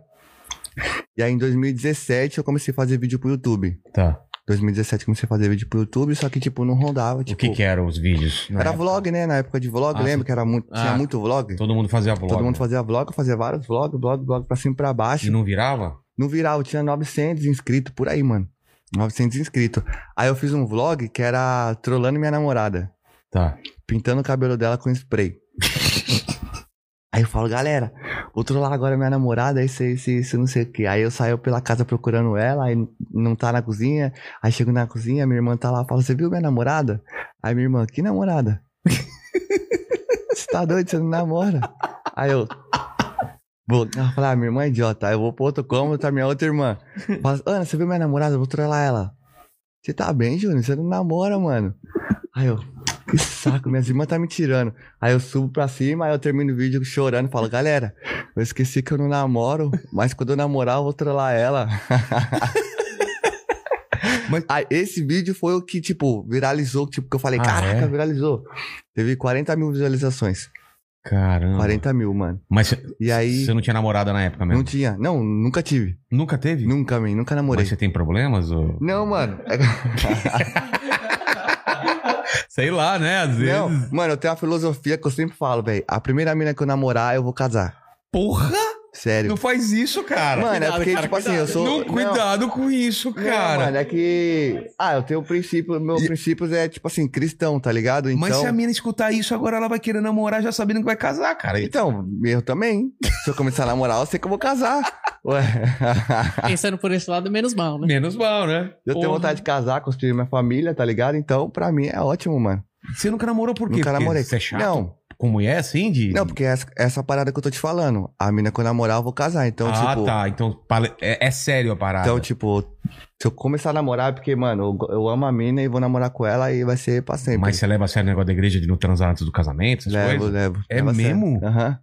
[SPEAKER 3] E aí em 2017 eu comecei a fazer vídeo pro YouTube.
[SPEAKER 2] tá.
[SPEAKER 3] 2017 comecei a fazer vídeo pro YouTube, só que tipo, não rodava.
[SPEAKER 2] O
[SPEAKER 3] Tipo,
[SPEAKER 2] que que eram os vídeos? na
[SPEAKER 3] Era
[SPEAKER 2] época?
[SPEAKER 3] vlog, né? Na época de vlog,
[SPEAKER 2] Ah,
[SPEAKER 3] lembra
[SPEAKER 2] sim.
[SPEAKER 3] que era muito,
[SPEAKER 2] Ah,
[SPEAKER 3] tinha muito vlog?
[SPEAKER 2] Todo mundo fazia vlog. né?
[SPEAKER 3] Todo mundo fazia vlog, eu fazia vários vlogs, blog, blog pra cima e pra baixo.
[SPEAKER 2] E não virava?
[SPEAKER 3] No viral, eu tinha 900 inscritos por aí, mano. 900 inscritos. Aí eu fiz um vlog que era trollando minha namorada,
[SPEAKER 2] Tá.
[SPEAKER 3] pintando o cabelo dela com spray. Aí eu falo, galera, vou trollar agora é minha namorada, isso, isso, isso, não sei o quê. Aí eu saio pela casa procurando ela, aí não tá na cozinha. Aí chego na cozinha, minha irmã tá lá, fala, você viu minha namorada? Aí minha irmã, que namorada? Você tá doido, você não namora? Aí eu... Vou, ela fala, ah, minha irmã é idiota. Aí eu vou pro outro cômodo, tá minha outra irmã. Fala, Ana, você viu minha namorada? Eu vou trollar ela. Você tá bem, Júnior? Você não namora, mano. Aí eu... Que saco, minhas irmãs tá me tirando. Aí eu subo pra cima, aí eu termino o vídeo chorando e falo, galera, eu esqueci que eu não namoro, mas quando eu namorar eu vou trollar ela.
[SPEAKER 2] Mas-
[SPEAKER 3] Aí, esse vídeo foi o que, tipo, viralizou, tipo, que eu falei,
[SPEAKER 2] Ah,
[SPEAKER 3] caraca,
[SPEAKER 2] é?
[SPEAKER 3] viralizou. Teve 40 mil visualizações.
[SPEAKER 2] Caramba.
[SPEAKER 3] 40 mil, mano.
[SPEAKER 2] Mas
[SPEAKER 3] E aí,
[SPEAKER 2] você não tinha namorada na época
[SPEAKER 3] não
[SPEAKER 2] mesmo?
[SPEAKER 3] tinha. Não, nunca tive.
[SPEAKER 2] Nunca teve?
[SPEAKER 3] Nunca, man, nunca namorei.
[SPEAKER 2] Mas você tem problemas? Ou...
[SPEAKER 3] Não, mano. é
[SPEAKER 2] Sei lá, né? Às vezes.
[SPEAKER 3] Não, mano, eu tenho uma filosofia que eu sempre falo, velho. A primeira mina que eu namorar, eu vou casar.
[SPEAKER 2] Porra!
[SPEAKER 3] Sério.
[SPEAKER 2] Não faz isso, cara.
[SPEAKER 3] Mano, é
[SPEAKER 4] Cuidado,
[SPEAKER 3] porque,
[SPEAKER 4] cara,
[SPEAKER 3] tipo assim, eu
[SPEAKER 4] cuidado.
[SPEAKER 3] sou.
[SPEAKER 2] não, cuidado com isso,
[SPEAKER 3] não,
[SPEAKER 2] cara.
[SPEAKER 3] mano, é que. Ah, eu tenho um princípio. Meus princípios é, tipo assim, cristão, tá ligado? Então.
[SPEAKER 2] Mas se a mina escutar isso, agora ela vai querer namorar já sabendo que vai casar, cara.
[SPEAKER 3] Então, eu também. Se eu começar a namorar, eu sei que eu vou casar. Ué.
[SPEAKER 4] Pensando por esse lado, menos mal, né?
[SPEAKER 2] Menos mal, né?
[SPEAKER 3] Eu tenho
[SPEAKER 2] Porra.
[SPEAKER 3] vontade de casar, construir minha família, tá ligado? Então, pra mim é ótimo, mano.
[SPEAKER 2] Você nunca namorou por quê?
[SPEAKER 3] Nunca
[SPEAKER 2] Porque
[SPEAKER 3] namorei.
[SPEAKER 2] Você é chato?
[SPEAKER 3] Não,
[SPEAKER 2] Com mulher, assim? De...
[SPEAKER 3] não, porque essa, essa parada que eu tô te falando. A mina que eu namorar, eu vou casar. Então,
[SPEAKER 2] ah,
[SPEAKER 3] tipo.
[SPEAKER 2] tá. Então pale- é, é sério a parada.
[SPEAKER 3] Então, tipo, se eu começar a namorar, é porque, mano, eu, eu amo a mina e vou namorar com ela e vai ser pra sempre.
[SPEAKER 2] Mas você leva a sério o negócio da igreja de não transar antes do casamento? Essas
[SPEAKER 3] levo,
[SPEAKER 2] coisas?
[SPEAKER 3] levo.
[SPEAKER 2] É
[SPEAKER 3] Leva a sério.
[SPEAKER 2] mesmo?
[SPEAKER 3] Aham.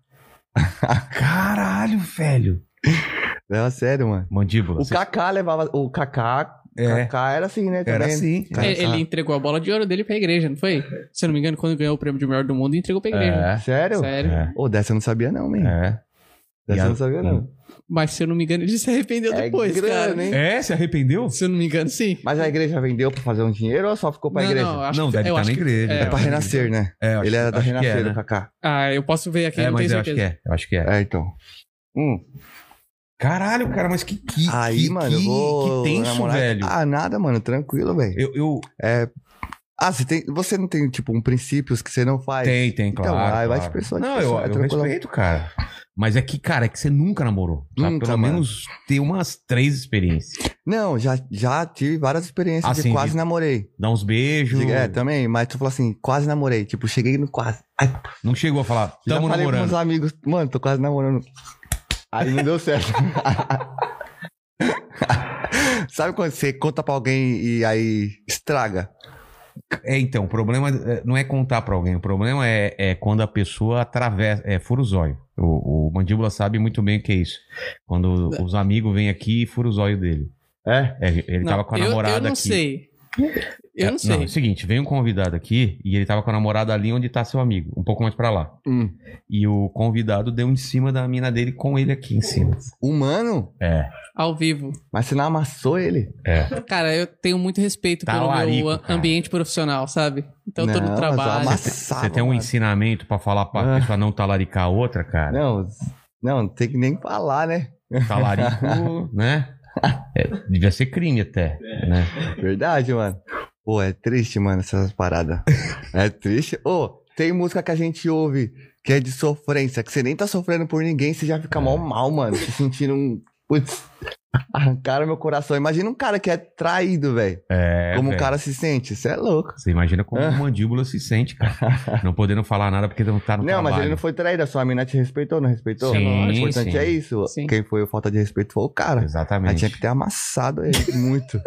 [SPEAKER 2] Caralho, velho.
[SPEAKER 3] Leva a sério, mano.
[SPEAKER 2] Mandíbula.
[SPEAKER 3] O
[SPEAKER 2] você-
[SPEAKER 3] Kaká levava. O Kaká.
[SPEAKER 2] É.
[SPEAKER 3] Kaká era assim, né?
[SPEAKER 2] Era
[SPEAKER 3] também.
[SPEAKER 2] assim.
[SPEAKER 3] Cara,
[SPEAKER 4] ele, ele entregou a bola de ouro dele pra igreja, não foi? Se eu não me engano, quando ganhou o prêmio de melhor do mundo, entregou pra igreja.
[SPEAKER 2] É.
[SPEAKER 3] Sério? Ô,
[SPEAKER 4] Sério.
[SPEAKER 3] dessa eu não sabia, não, man.
[SPEAKER 2] É. E
[SPEAKER 3] Dessa eu
[SPEAKER 2] a- Hum.
[SPEAKER 3] não sabia, não.
[SPEAKER 4] Mas se eu não me engano, ele se arrependeu
[SPEAKER 3] É
[SPEAKER 4] depois,
[SPEAKER 3] grana,
[SPEAKER 4] cara.
[SPEAKER 3] hein?
[SPEAKER 2] É, se arrependeu?
[SPEAKER 4] Se eu não me engano, sim.
[SPEAKER 3] Mas a igreja vendeu pra fazer um dinheiro ou só ficou pra
[SPEAKER 4] não,
[SPEAKER 3] igreja?
[SPEAKER 4] não, acho
[SPEAKER 2] não,
[SPEAKER 4] que-
[SPEAKER 2] deve
[SPEAKER 4] eu
[SPEAKER 2] estar
[SPEAKER 4] acho
[SPEAKER 2] na
[SPEAKER 4] que-
[SPEAKER 2] igreja.
[SPEAKER 4] é,
[SPEAKER 3] É pra renascer, né?
[SPEAKER 2] É, eu acho-
[SPEAKER 3] Ele era da
[SPEAKER 2] acho que é,
[SPEAKER 3] renascer,
[SPEAKER 2] né?
[SPEAKER 3] o Kaká.
[SPEAKER 4] Ah, eu posso ver aqui,
[SPEAKER 2] É,
[SPEAKER 4] eu não
[SPEAKER 2] mas
[SPEAKER 4] tenho
[SPEAKER 2] eu acho que
[SPEAKER 4] certeza.
[SPEAKER 2] é. Eu acho que é.
[SPEAKER 3] É, então. Hum.
[SPEAKER 2] Caralho, cara, mas que que
[SPEAKER 3] Aí,
[SPEAKER 2] que,
[SPEAKER 3] mano, eu
[SPEAKER 2] que-
[SPEAKER 3] vou.
[SPEAKER 2] que tenso,
[SPEAKER 3] namorar-
[SPEAKER 2] velho.
[SPEAKER 3] Ah, nada, mano. Tranquilo, velho.
[SPEAKER 2] Eu, eu
[SPEAKER 3] É. Ah, você, tem, você não tem, tipo, um princípios que você não faz?
[SPEAKER 2] tem, tem,
[SPEAKER 3] Então,
[SPEAKER 2] claro.
[SPEAKER 3] aí vai de
[SPEAKER 2] claro.
[SPEAKER 3] pessoa, de
[SPEAKER 2] Não,
[SPEAKER 3] pessoa,
[SPEAKER 2] eu,
[SPEAKER 3] é
[SPEAKER 2] eu
[SPEAKER 3] tranquilo.
[SPEAKER 2] respeito, cara. Mas é que, cara, é que você nunca namorou. sabe?
[SPEAKER 3] Nunca,
[SPEAKER 2] Pelo
[SPEAKER 3] mano.
[SPEAKER 2] menos ter umas três experiências.
[SPEAKER 3] Não, já, já tive várias experiências
[SPEAKER 2] Assim,
[SPEAKER 3] de quase
[SPEAKER 2] de-
[SPEAKER 3] namorei.
[SPEAKER 2] Dá uns beijos.
[SPEAKER 3] É, também, mas tu falou assim, quase namorei. Tipo, cheguei no quase. Ai,
[SPEAKER 2] Não chegou a falar,
[SPEAKER 3] já
[SPEAKER 2] tamo
[SPEAKER 3] falei pros meus
[SPEAKER 2] namorando.
[SPEAKER 3] amigos, mano, tô quase namorando. Aí não deu certo. Sabe quando você conta pra alguém e aí estraga?
[SPEAKER 2] É, então, o problema é, não é contar pra alguém. O problema é, é quando a pessoa atravessa, é fura o zóio. O, o Mandíbula sabe muito bem o que é isso. Quando os amigos vêm aqui e fura o zóio dele.
[SPEAKER 3] É?
[SPEAKER 2] É, ele
[SPEAKER 4] Não,
[SPEAKER 2] tava com a
[SPEAKER 4] eu-
[SPEAKER 2] namorada
[SPEAKER 4] Eu não
[SPEAKER 2] aqui.
[SPEAKER 4] sei. Eu
[SPEAKER 2] É,
[SPEAKER 4] não sei.
[SPEAKER 2] é o seguinte, veio um convidado aqui e ele tava com a namorada ali onde tá seu amigo, um pouco mais pra lá.
[SPEAKER 3] Hum.
[SPEAKER 2] E o convidado deu um em cima da mina dele com ele aqui em cima.
[SPEAKER 3] Humano?
[SPEAKER 2] É,
[SPEAKER 4] Ao vivo.
[SPEAKER 3] Mas você não amassou ele?
[SPEAKER 2] é.
[SPEAKER 4] Cara, eu tenho muito respeito
[SPEAKER 2] Tá
[SPEAKER 4] pelo
[SPEAKER 2] larico,
[SPEAKER 4] meu a-
[SPEAKER 2] cara.
[SPEAKER 4] ambiente profissional, sabe? Então eu tô
[SPEAKER 3] Não,
[SPEAKER 4] no
[SPEAKER 3] mas é
[SPEAKER 4] trabalho.
[SPEAKER 3] amassa-
[SPEAKER 4] Ah,
[SPEAKER 2] Você tem um
[SPEAKER 3] mano.
[SPEAKER 2] ensinamento pra falar pra
[SPEAKER 3] Ah.
[SPEAKER 2] pessoa não talaricar a outra, cara?
[SPEAKER 3] Não, não, não tem que nem falar, né?
[SPEAKER 2] Talarico, né? É, devia ser crime até, né?
[SPEAKER 3] Verdade, mano. Pô, é triste, mano, essas paradas. É triste. Ô, tem música que a gente ouve que é de sofrência, que você nem tá sofrendo por ninguém, você já fica
[SPEAKER 2] É.
[SPEAKER 3] mal mal, mano. Se sentindo um. Putz, arrancaram meu coração. Imagina um cara que é traído, velho.
[SPEAKER 2] É,
[SPEAKER 3] Como o
[SPEAKER 2] velho.
[SPEAKER 3] cara se sente. Isso é louco.
[SPEAKER 2] Você imagina como
[SPEAKER 3] Ah.
[SPEAKER 2] o mandíbula se sente, cara. Não podendo falar nada porque não tá no
[SPEAKER 3] Não,
[SPEAKER 2] trabalho.
[SPEAKER 3] mas ele não foi traído, a sua mina te respeitou, não respeitou?
[SPEAKER 2] Sim,
[SPEAKER 3] o importante
[SPEAKER 2] sim.
[SPEAKER 3] é isso.
[SPEAKER 4] Sim.
[SPEAKER 3] Quem foi o falta de respeito foi o cara. Aí
[SPEAKER 2] Exatamente.
[SPEAKER 3] tinha que ter amassado ele muito.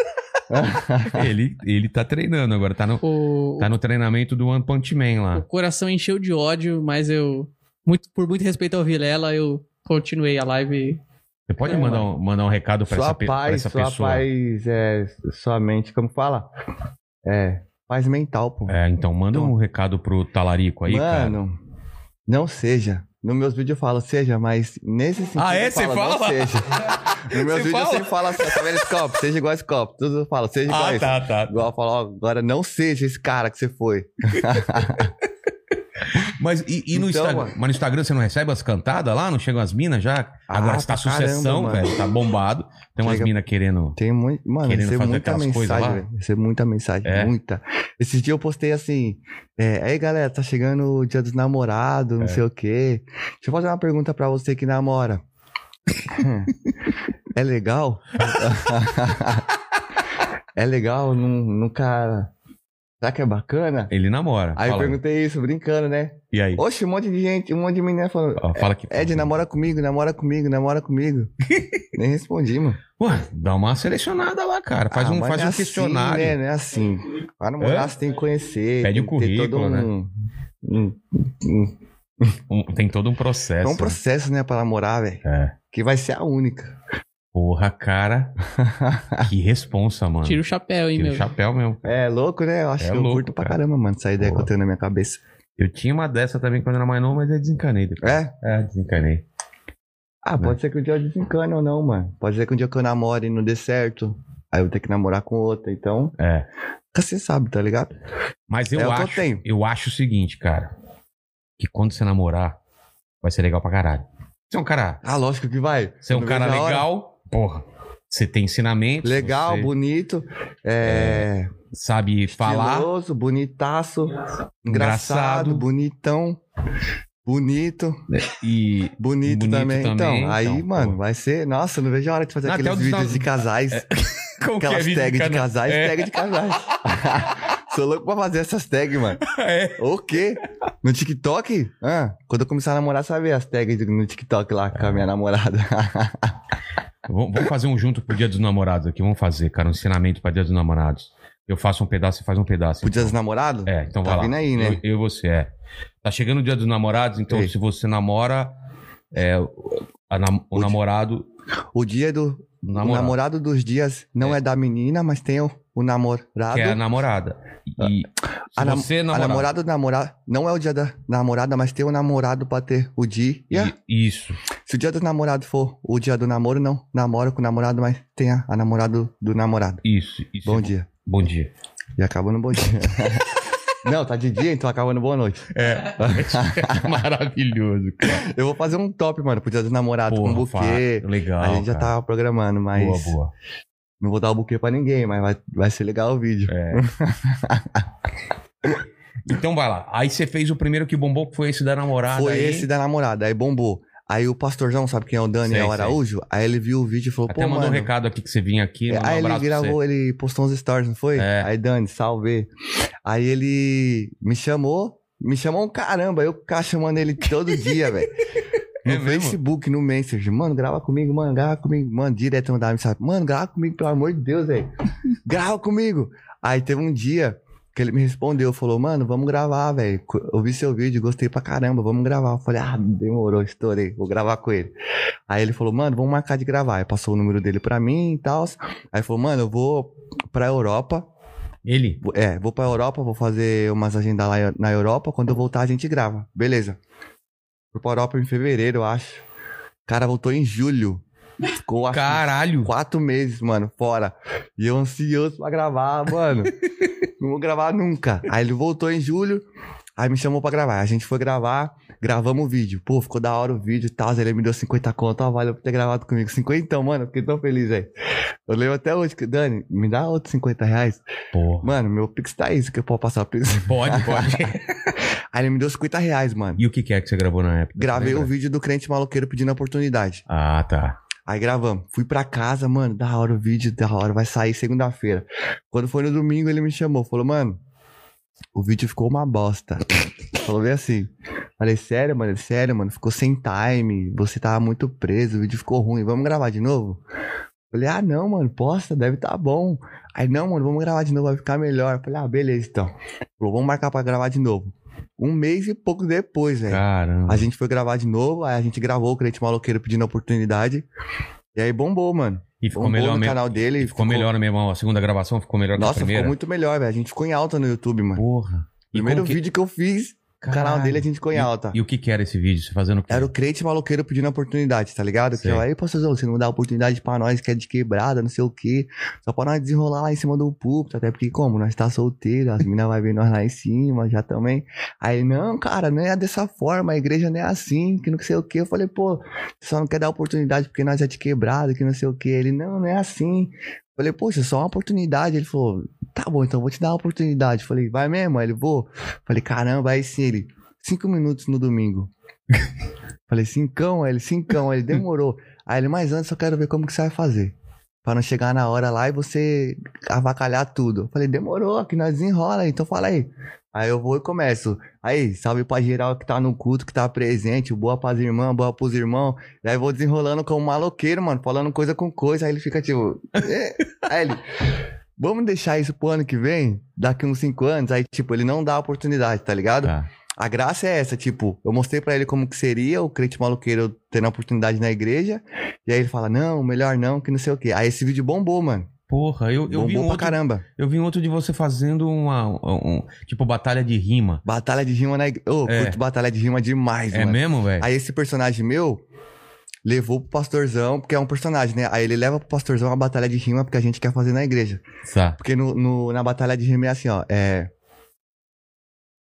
[SPEAKER 2] ele, ele tá treinando agora, tá no,
[SPEAKER 4] O,
[SPEAKER 2] tá no treinamento do One Punch Man lá.
[SPEAKER 4] o coração encheu de ódio, mas eu. muito- por muito respeito ao Vilela, eu continuei a live.
[SPEAKER 2] Você pode
[SPEAKER 3] É,
[SPEAKER 2] mandar, um, mandar um recado pra
[SPEAKER 3] sua
[SPEAKER 2] essa, pe- pra
[SPEAKER 3] paz,
[SPEAKER 2] essa
[SPEAKER 3] sua
[SPEAKER 2] pessoa?
[SPEAKER 3] paz, é, sua mente, como fala? É, paz mental, pô.
[SPEAKER 2] É, então manda um recado pro Talarico aí, cara.
[SPEAKER 3] Mano, não seja. Nos meus vídeos eu falo seja, mas nesse sentido.
[SPEAKER 2] Ah, é?
[SPEAKER 3] eu
[SPEAKER 2] Você
[SPEAKER 3] falo, Não
[SPEAKER 2] fala?
[SPEAKER 3] seja. Nos meus
[SPEAKER 2] Você
[SPEAKER 3] vídeos
[SPEAKER 2] fala?
[SPEAKER 3] eu sempre falo assim, tá vendo esse copo? Seja igual esse copo. Tudo eu falo, seja igual
[SPEAKER 2] Ah,
[SPEAKER 3] esse.
[SPEAKER 2] tá, tá.
[SPEAKER 3] Igual eu falo, ó, agora não seja esse cara que você foi.
[SPEAKER 2] Mas e, e no
[SPEAKER 3] Então,
[SPEAKER 2] Instagram?
[SPEAKER 3] ó.
[SPEAKER 2] Mas no Instagram você não recebe as cantadas lá? Não chegam as minas já?
[SPEAKER 3] Ah,
[SPEAKER 2] Agora está
[SPEAKER 3] pra caramba,
[SPEAKER 2] sucessão,
[SPEAKER 3] mano.
[SPEAKER 2] velho. Tá bombado. Tem umas
[SPEAKER 3] Chega-
[SPEAKER 2] minas querendo.
[SPEAKER 3] Tem muito. Mano,
[SPEAKER 2] Querendo
[SPEAKER 3] recebo
[SPEAKER 2] fazer
[SPEAKER 3] muita
[SPEAKER 2] aquelas coisas
[SPEAKER 3] mensagem,
[SPEAKER 2] lá?
[SPEAKER 3] velho. Recebo muita mensagem,
[SPEAKER 2] É.
[SPEAKER 3] muita. Esse dia eu postei assim. É, aí, galera, tá chegando o dia dos namorados, não
[SPEAKER 2] É.
[SPEAKER 3] sei o quê. Deixa eu fazer uma pergunta pra você que namora. é legal? é legal? Nun- Nunca. Será que é bacana?
[SPEAKER 2] Ele namora.
[SPEAKER 3] Aí eu
[SPEAKER 2] fala.
[SPEAKER 3] perguntei isso, brincando, né?
[SPEAKER 2] E aí?
[SPEAKER 3] Oxe, um monte de gente, um monte de menina falando.
[SPEAKER 2] Ó, fala que.
[SPEAKER 3] Ed, namora comigo, namora comigo, namora comigo. Nem respondi, mano.
[SPEAKER 2] Ué, dá uma selecionada lá, cara. Faz
[SPEAKER 3] Ah,
[SPEAKER 2] um,
[SPEAKER 3] mas
[SPEAKER 2] faz
[SPEAKER 3] não
[SPEAKER 2] um
[SPEAKER 3] é assim,
[SPEAKER 2] questionário.
[SPEAKER 3] né? Não é assim. Para
[SPEAKER 2] Hã?
[SPEAKER 3] namorar, você tem que conhecer.
[SPEAKER 2] Pede
[SPEAKER 3] tem
[SPEAKER 2] um
[SPEAKER 3] que ter todo
[SPEAKER 2] currículo, né?
[SPEAKER 3] um- um- um-
[SPEAKER 2] Um- tem todo um
[SPEAKER 3] É
[SPEAKER 2] processo.
[SPEAKER 3] um processo, né, pra namorar, velho.
[SPEAKER 2] É.
[SPEAKER 3] Que vai ser a única.
[SPEAKER 2] Porra, cara. que responsa, mano.
[SPEAKER 4] Tira o chapéu, hein,
[SPEAKER 2] Tira o
[SPEAKER 4] meu.
[SPEAKER 2] chapéu mesmo.
[SPEAKER 3] É louco, né? Eu acho
[SPEAKER 2] É
[SPEAKER 3] que eu
[SPEAKER 2] louco,
[SPEAKER 3] curto pra
[SPEAKER 2] cara.
[SPEAKER 3] caramba, mano, essa ideia
[SPEAKER 2] Boa.
[SPEAKER 3] que eu tenho na minha cabeça.
[SPEAKER 2] Eu tinha uma dessa também quando eu era mais novo, mas eu desencanei depois.
[SPEAKER 3] É?
[SPEAKER 2] É, desencanei.
[SPEAKER 3] Ah,
[SPEAKER 2] É.
[SPEAKER 3] pode ser que um dia eu desencane ou não, mano. Pode ser que um dia que eu namore e não dê certo. Aí eu vou ter que namorar com outra, então.
[SPEAKER 2] É.
[SPEAKER 3] Nunca se sabe, tá ligado?
[SPEAKER 2] Mas eu
[SPEAKER 3] É o que eu
[SPEAKER 2] acho, eu,
[SPEAKER 3] tenho.
[SPEAKER 2] acho o seguinte, cara, que quando você namorar, vai ser legal pra caralho. Você é um cara,
[SPEAKER 3] Ah, lógico que vai.
[SPEAKER 2] você é um
[SPEAKER 3] Quando
[SPEAKER 2] cara
[SPEAKER 3] vem na hora,
[SPEAKER 2] legal, porra. Você tem ensinamento,
[SPEAKER 3] Legal,
[SPEAKER 2] você
[SPEAKER 3] bonito. É.
[SPEAKER 2] sabe falar,
[SPEAKER 3] Estiloso, bonitaço, engraçado,
[SPEAKER 2] Engraçado.
[SPEAKER 3] bonitão, bonito,
[SPEAKER 2] e
[SPEAKER 3] bonito,
[SPEAKER 2] Bonito
[SPEAKER 3] também. Então,
[SPEAKER 2] também, então,
[SPEAKER 3] aí, mano,
[SPEAKER 2] pô.
[SPEAKER 3] vai ser. Nossa, não vejo a hora de fazer
[SPEAKER 2] Não,
[SPEAKER 3] aqueles
[SPEAKER 2] até o é
[SPEAKER 3] vídeos
[SPEAKER 2] desna-
[SPEAKER 3] de casais, aquelas tags é de casais,
[SPEAKER 2] É.
[SPEAKER 3] tag de casais. Sou louco pra fazer essas tags, mano.
[SPEAKER 2] É.
[SPEAKER 3] O quê? No TikTok? Ah, quando eu começar a namorar, você vai ver as tags do- no TikTok lá com a minha namorada.
[SPEAKER 2] Vamos vamos fazer um junto pro Dia dos Namorados aqui, vamos fazer, cara, um ensinamento pra Dia dos Namorados. Eu faço um pedaço, você faz um pedaço.
[SPEAKER 3] Pro dia dos namorados?
[SPEAKER 2] É, então
[SPEAKER 3] Tá
[SPEAKER 2] vai lá.
[SPEAKER 3] vindo aí, né?
[SPEAKER 2] Eu- Eu e você, é. Tá chegando o dia dos namorados, então
[SPEAKER 3] Ei.
[SPEAKER 2] se você namora, é, a nam- o
[SPEAKER 3] O di-
[SPEAKER 2] namorado...
[SPEAKER 3] O dia do. O
[SPEAKER 2] namorado,
[SPEAKER 3] namorado dos dias não é, da menina, mas tem o, o namorado. Ah,
[SPEAKER 2] que é a namorada. E
[SPEAKER 3] A
[SPEAKER 2] se
[SPEAKER 3] nam-
[SPEAKER 2] você
[SPEAKER 3] A
[SPEAKER 2] namorado...
[SPEAKER 3] namorada do namorado. Não é o dia da namorada, mas tem o namorado pra ter o dia.
[SPEAKER 2] E- Isso.
[SPEAKER 3] Se o dia do namorado for o dia do namoro, não. Namoro com o namorado, mas tem a, a namorado do namorado.
[SPEAKER 2] Isso, isso.
[SPEAKER 3] Bom dia.
[SPEAKER 2] Bom dia.
[SPEAKER 3] E acaba no bom dia. não, tá de dia, então acaba no boa noite.
[SPEAKER 2] É. Maravilhoso.
[SPEAKER 3] Eu vou fazer um top, mano, pro dia do namorado Tá com
[SPEAKER 2] Porra,
[SPEAKER 3] buquê.
[SPEAKER 2] Fá, Legal.
[SPEAKER 3] a gente já tá
[SPEAKER 2] cara.
[SPEAKER 3] tava programando, mas.
[SPEAKER 2] Boa, boa.
[SPEAKER 3] Não vou dar o buquê pra ninguém, mas vai, vai ser legal o vídeo.
[SPEAKER 2] É. então vai lá. Aí você fez o primeiro que bombou, que foi esse da namorada.
[SPEAKER 3] Foi
[SPEAKER 2] aí.
[SPEAKER 3] esse da namorada, aí bombou. Aí o pastorzão, sabe quem é o Daniel
[SPEAKER 2] Sei, sei.
[SPEAKER 3] Araújo? Aí ele viu o vídeo e falou,
[SPEAKER 2] Até
[SPEAKER 3] pô,
[SPEAKER 2] mandou
[SPEAKER 3] mano,
[SPEAKER 2] um recado aqui que você vinha aqui. mandou um
[SPEAKER 3] É, aí ele
[SPEAKER 2] abraço pra
[SPEAKER 3] gravou, ele postou uns stories, não foi?
[SPEAKER 2] É.
[SPEAKER 3] Aí, Dani, salve. Aí ele me chamou, me chamou um caramba, eu ficava chamando ele todo dia, velho. No
[SPEAKER 2] É mesmo?
[SPEAKER 3] Facebook, no Messenger. Mano, grava comigo, mano, grava comigo. Mano, direto mandava mensagem. Mano, grava comigo, pelo amor de Deus, velho. grava comigo. Aí teve um dia que ele me respondeu, falou, mano, vamos gravar, velho. Co- Eu vi seu vídeo, gostei pra caramba, vamos gravar. Eu falei, ah, demorou, estourei, vou gravar com ele. Aí ele falou, mano, vamos marcar de gravar. Aí passou o número dele pra mim e tal. Aí falou, mano, eu vou pra Europa.
[SPEAKER 2] Ele?
[SPEAKER 3] Vou- É, vou pra Europa, vou fazer umas agendas lá na Europa. Quando eu voltar, a gente grava. Beleza. Fui pra Europa em fevereiro, eu acho. O cara voltou em julho. Ficou, acho,
[SPEAKER 2] Caralho.
[SPEAKER 3] quatro meses, mano, fora. E eu ansioso pra gravar, mano. Não vou gravar nunca. Aí ele voltou em julho, aí me chamou pra gravar. A gente foi gravar, gravamos o vídeo. Pô, ficou da hora o vídeo e tal. Ele me deu 50 conto, ó, valeu por ter gravado comigo. 50, mano, eu fiquei tão feliz, velho. Eu lembro até hoje que, Dani, me dá outros 50 reais.
[SPEAKER 2] Porra.
[SPEAKER 3] Mano, meu Pix tá isso que eu posso passar o Pix.
[SPEAKER 2] Pode, pode.
[SPEAKER 3] Aí ele me deu 50 reais, mano.
[SPEAKER 2] e o que que é que você gravou na época?
[SPEAKER 3] Gravei
[SPEAKER 2] Lembra?
[SPEAKER 3] o vídeo do crente maloqueiro pedindo a oportunidade.
[SPEAKER 2] Ah, tá.
[SPEAKER 3] Aí gravamos. Fui pra casa, mano, da hora o vídeo, da hora, vai sair segunda-feira. Quando foi no domingo, ele me chamou, falou, mano, o vídeo ficou uma bosta. falou bem assim. Falei, sério, mano, sério, mano, ficou sem time, você tava muito preso, o vídeo ficou ruim, vamos gravar de novo? Falei, ah, não, mano, posta, deve tá bom. Aí, não, mano, vamos gravar de novo, vai ficar melhor. Falei, ah, beleza, então. Falou, vamos marcar pra gravar de novo. Um mês e pouco depois, velho.
[SPEAKER 2] Caramba.
[SPEAKER 3] A gente foi gravar de novo, aí a gente gravou o Crente Maloqueiro pedindo oportunidade. E aí bombou, mano.
[SPEAKER 2] E ficou
[SPEAKER 3] bombou
[SPEAKER 2] melhor
[SPEAKER 3] no
[SPEAKER 2] mesmo.
[SPEAKER 3] um canal dele.
[SPEAKER 2] Ficou melhor mesmo. A segunda gravação ficou melhor que a
[SPEAKER 3] Nossa,
[SPEAKER 2] primeira.
[SPEAKER 3] ficou muito melhor, velho. A gente ficou em alta no YouTube, mano.
[SPEAKER 2] Porra. E
[SPEAKER 3] Primeiro
[SPEAKER 2] como que-
[SPEAKER 3] vídeo que eu fiz O canal dele a gente ficou em alta.
[SPEAKER 2] E o que que era esse vídeo? Você fazendo o quê?
[SPEAKER 3] Era o crente maloqueiro pedindo oportunidade, tá ligado? Que
[SPEAKER 2] Sei.
[SPEAKER 3] eu, aí, pastorzão, você não dá oportunidade pra nós, que é de quebrada, não sei o quê. Só pra nós desenrolar lá em cima do púlpito. Até porque, como? Nós tá solteiro, as meninas vai ver nós lá em cima, já também. Aí, não, cara, não é dessa forma, a igreja não é assim, que não sei o quê. Eu falei, pô, você só não quer dar oportunidade porque nós é de quebrada, que não sei o quê. Ele, não, não é assim. Eu Falei, poxa, só uma oportunidade. Ele falou, tá bom, então eu vou te dar uma oportunidade. Eu Falei, vai mesmo? Aí ele, vou. Eu Falei, caramba, aí sim, ele, cinco minutos no domingo. Falei, cincão, aí ele, cincão, aí ele demorou. Aí ele, mas antes eu quero ver como que você vai fazer. Pra não chegar na hora lá e você avacalhar tudo. Eu Falei, demorou, que nós desenrola, então fala aí. Aí eu vou e começo. Aí, salve pra geral que tá no culto, que tá presente, boa pras irmãs, boa pros irmãos. Aí eu vou desenrolando como maloqueiro, mano, falando coisa com coisa. Aí ele fica tipo. "É." Aí ele. Vamos deixar isso pro ano que vem? Daqui uns cinco anos? Aí, tipo, ele não dá a oportunidade, tá ligado?
[SPEAKER 2] Tá.
[SPEAKER 3] A graça é essa, tipo, eu mostrei pra ele como que seria o crente maloqueiro tendo a oportunidade na igreja, e aí ele fala, não, melhor não, que não sei o quê. Aí esse vídeo bombou, mano.
[SPEAKER 2] Porra, eu, eu,
[SPEAKER 3] Bombou
[SPEAKER 2] vi um
[SPEAKER 3] pra
[SPEAKER 2] outro,
[SPEAKER 3] caramba.
[SPEAKER 2] eu vi um outro de você fazendo uma. um- um- tipo, batalha de rima.
[SPEAKER 3] Batalha de rima na igreja. Ô,
[SPEAKER 2] É.
[SPEAKER 3] curto batalha de rima demais,
[SPEAKER 2] É
[SPEAKER 3] mano.
[SPEAKER 2] mesmo, velho?
[SPEAKER 3] Aí esse personagem meu levou pro pastorzão, porque é um personagem, né? Aí ele leva pro pastorzão a batalha de rima, porque a gente quer fazer na igreja.
[SPEAKER 2] Tá.
[SPEAKER 3] Porque no, no- na batalha de rima é assim, ó, é...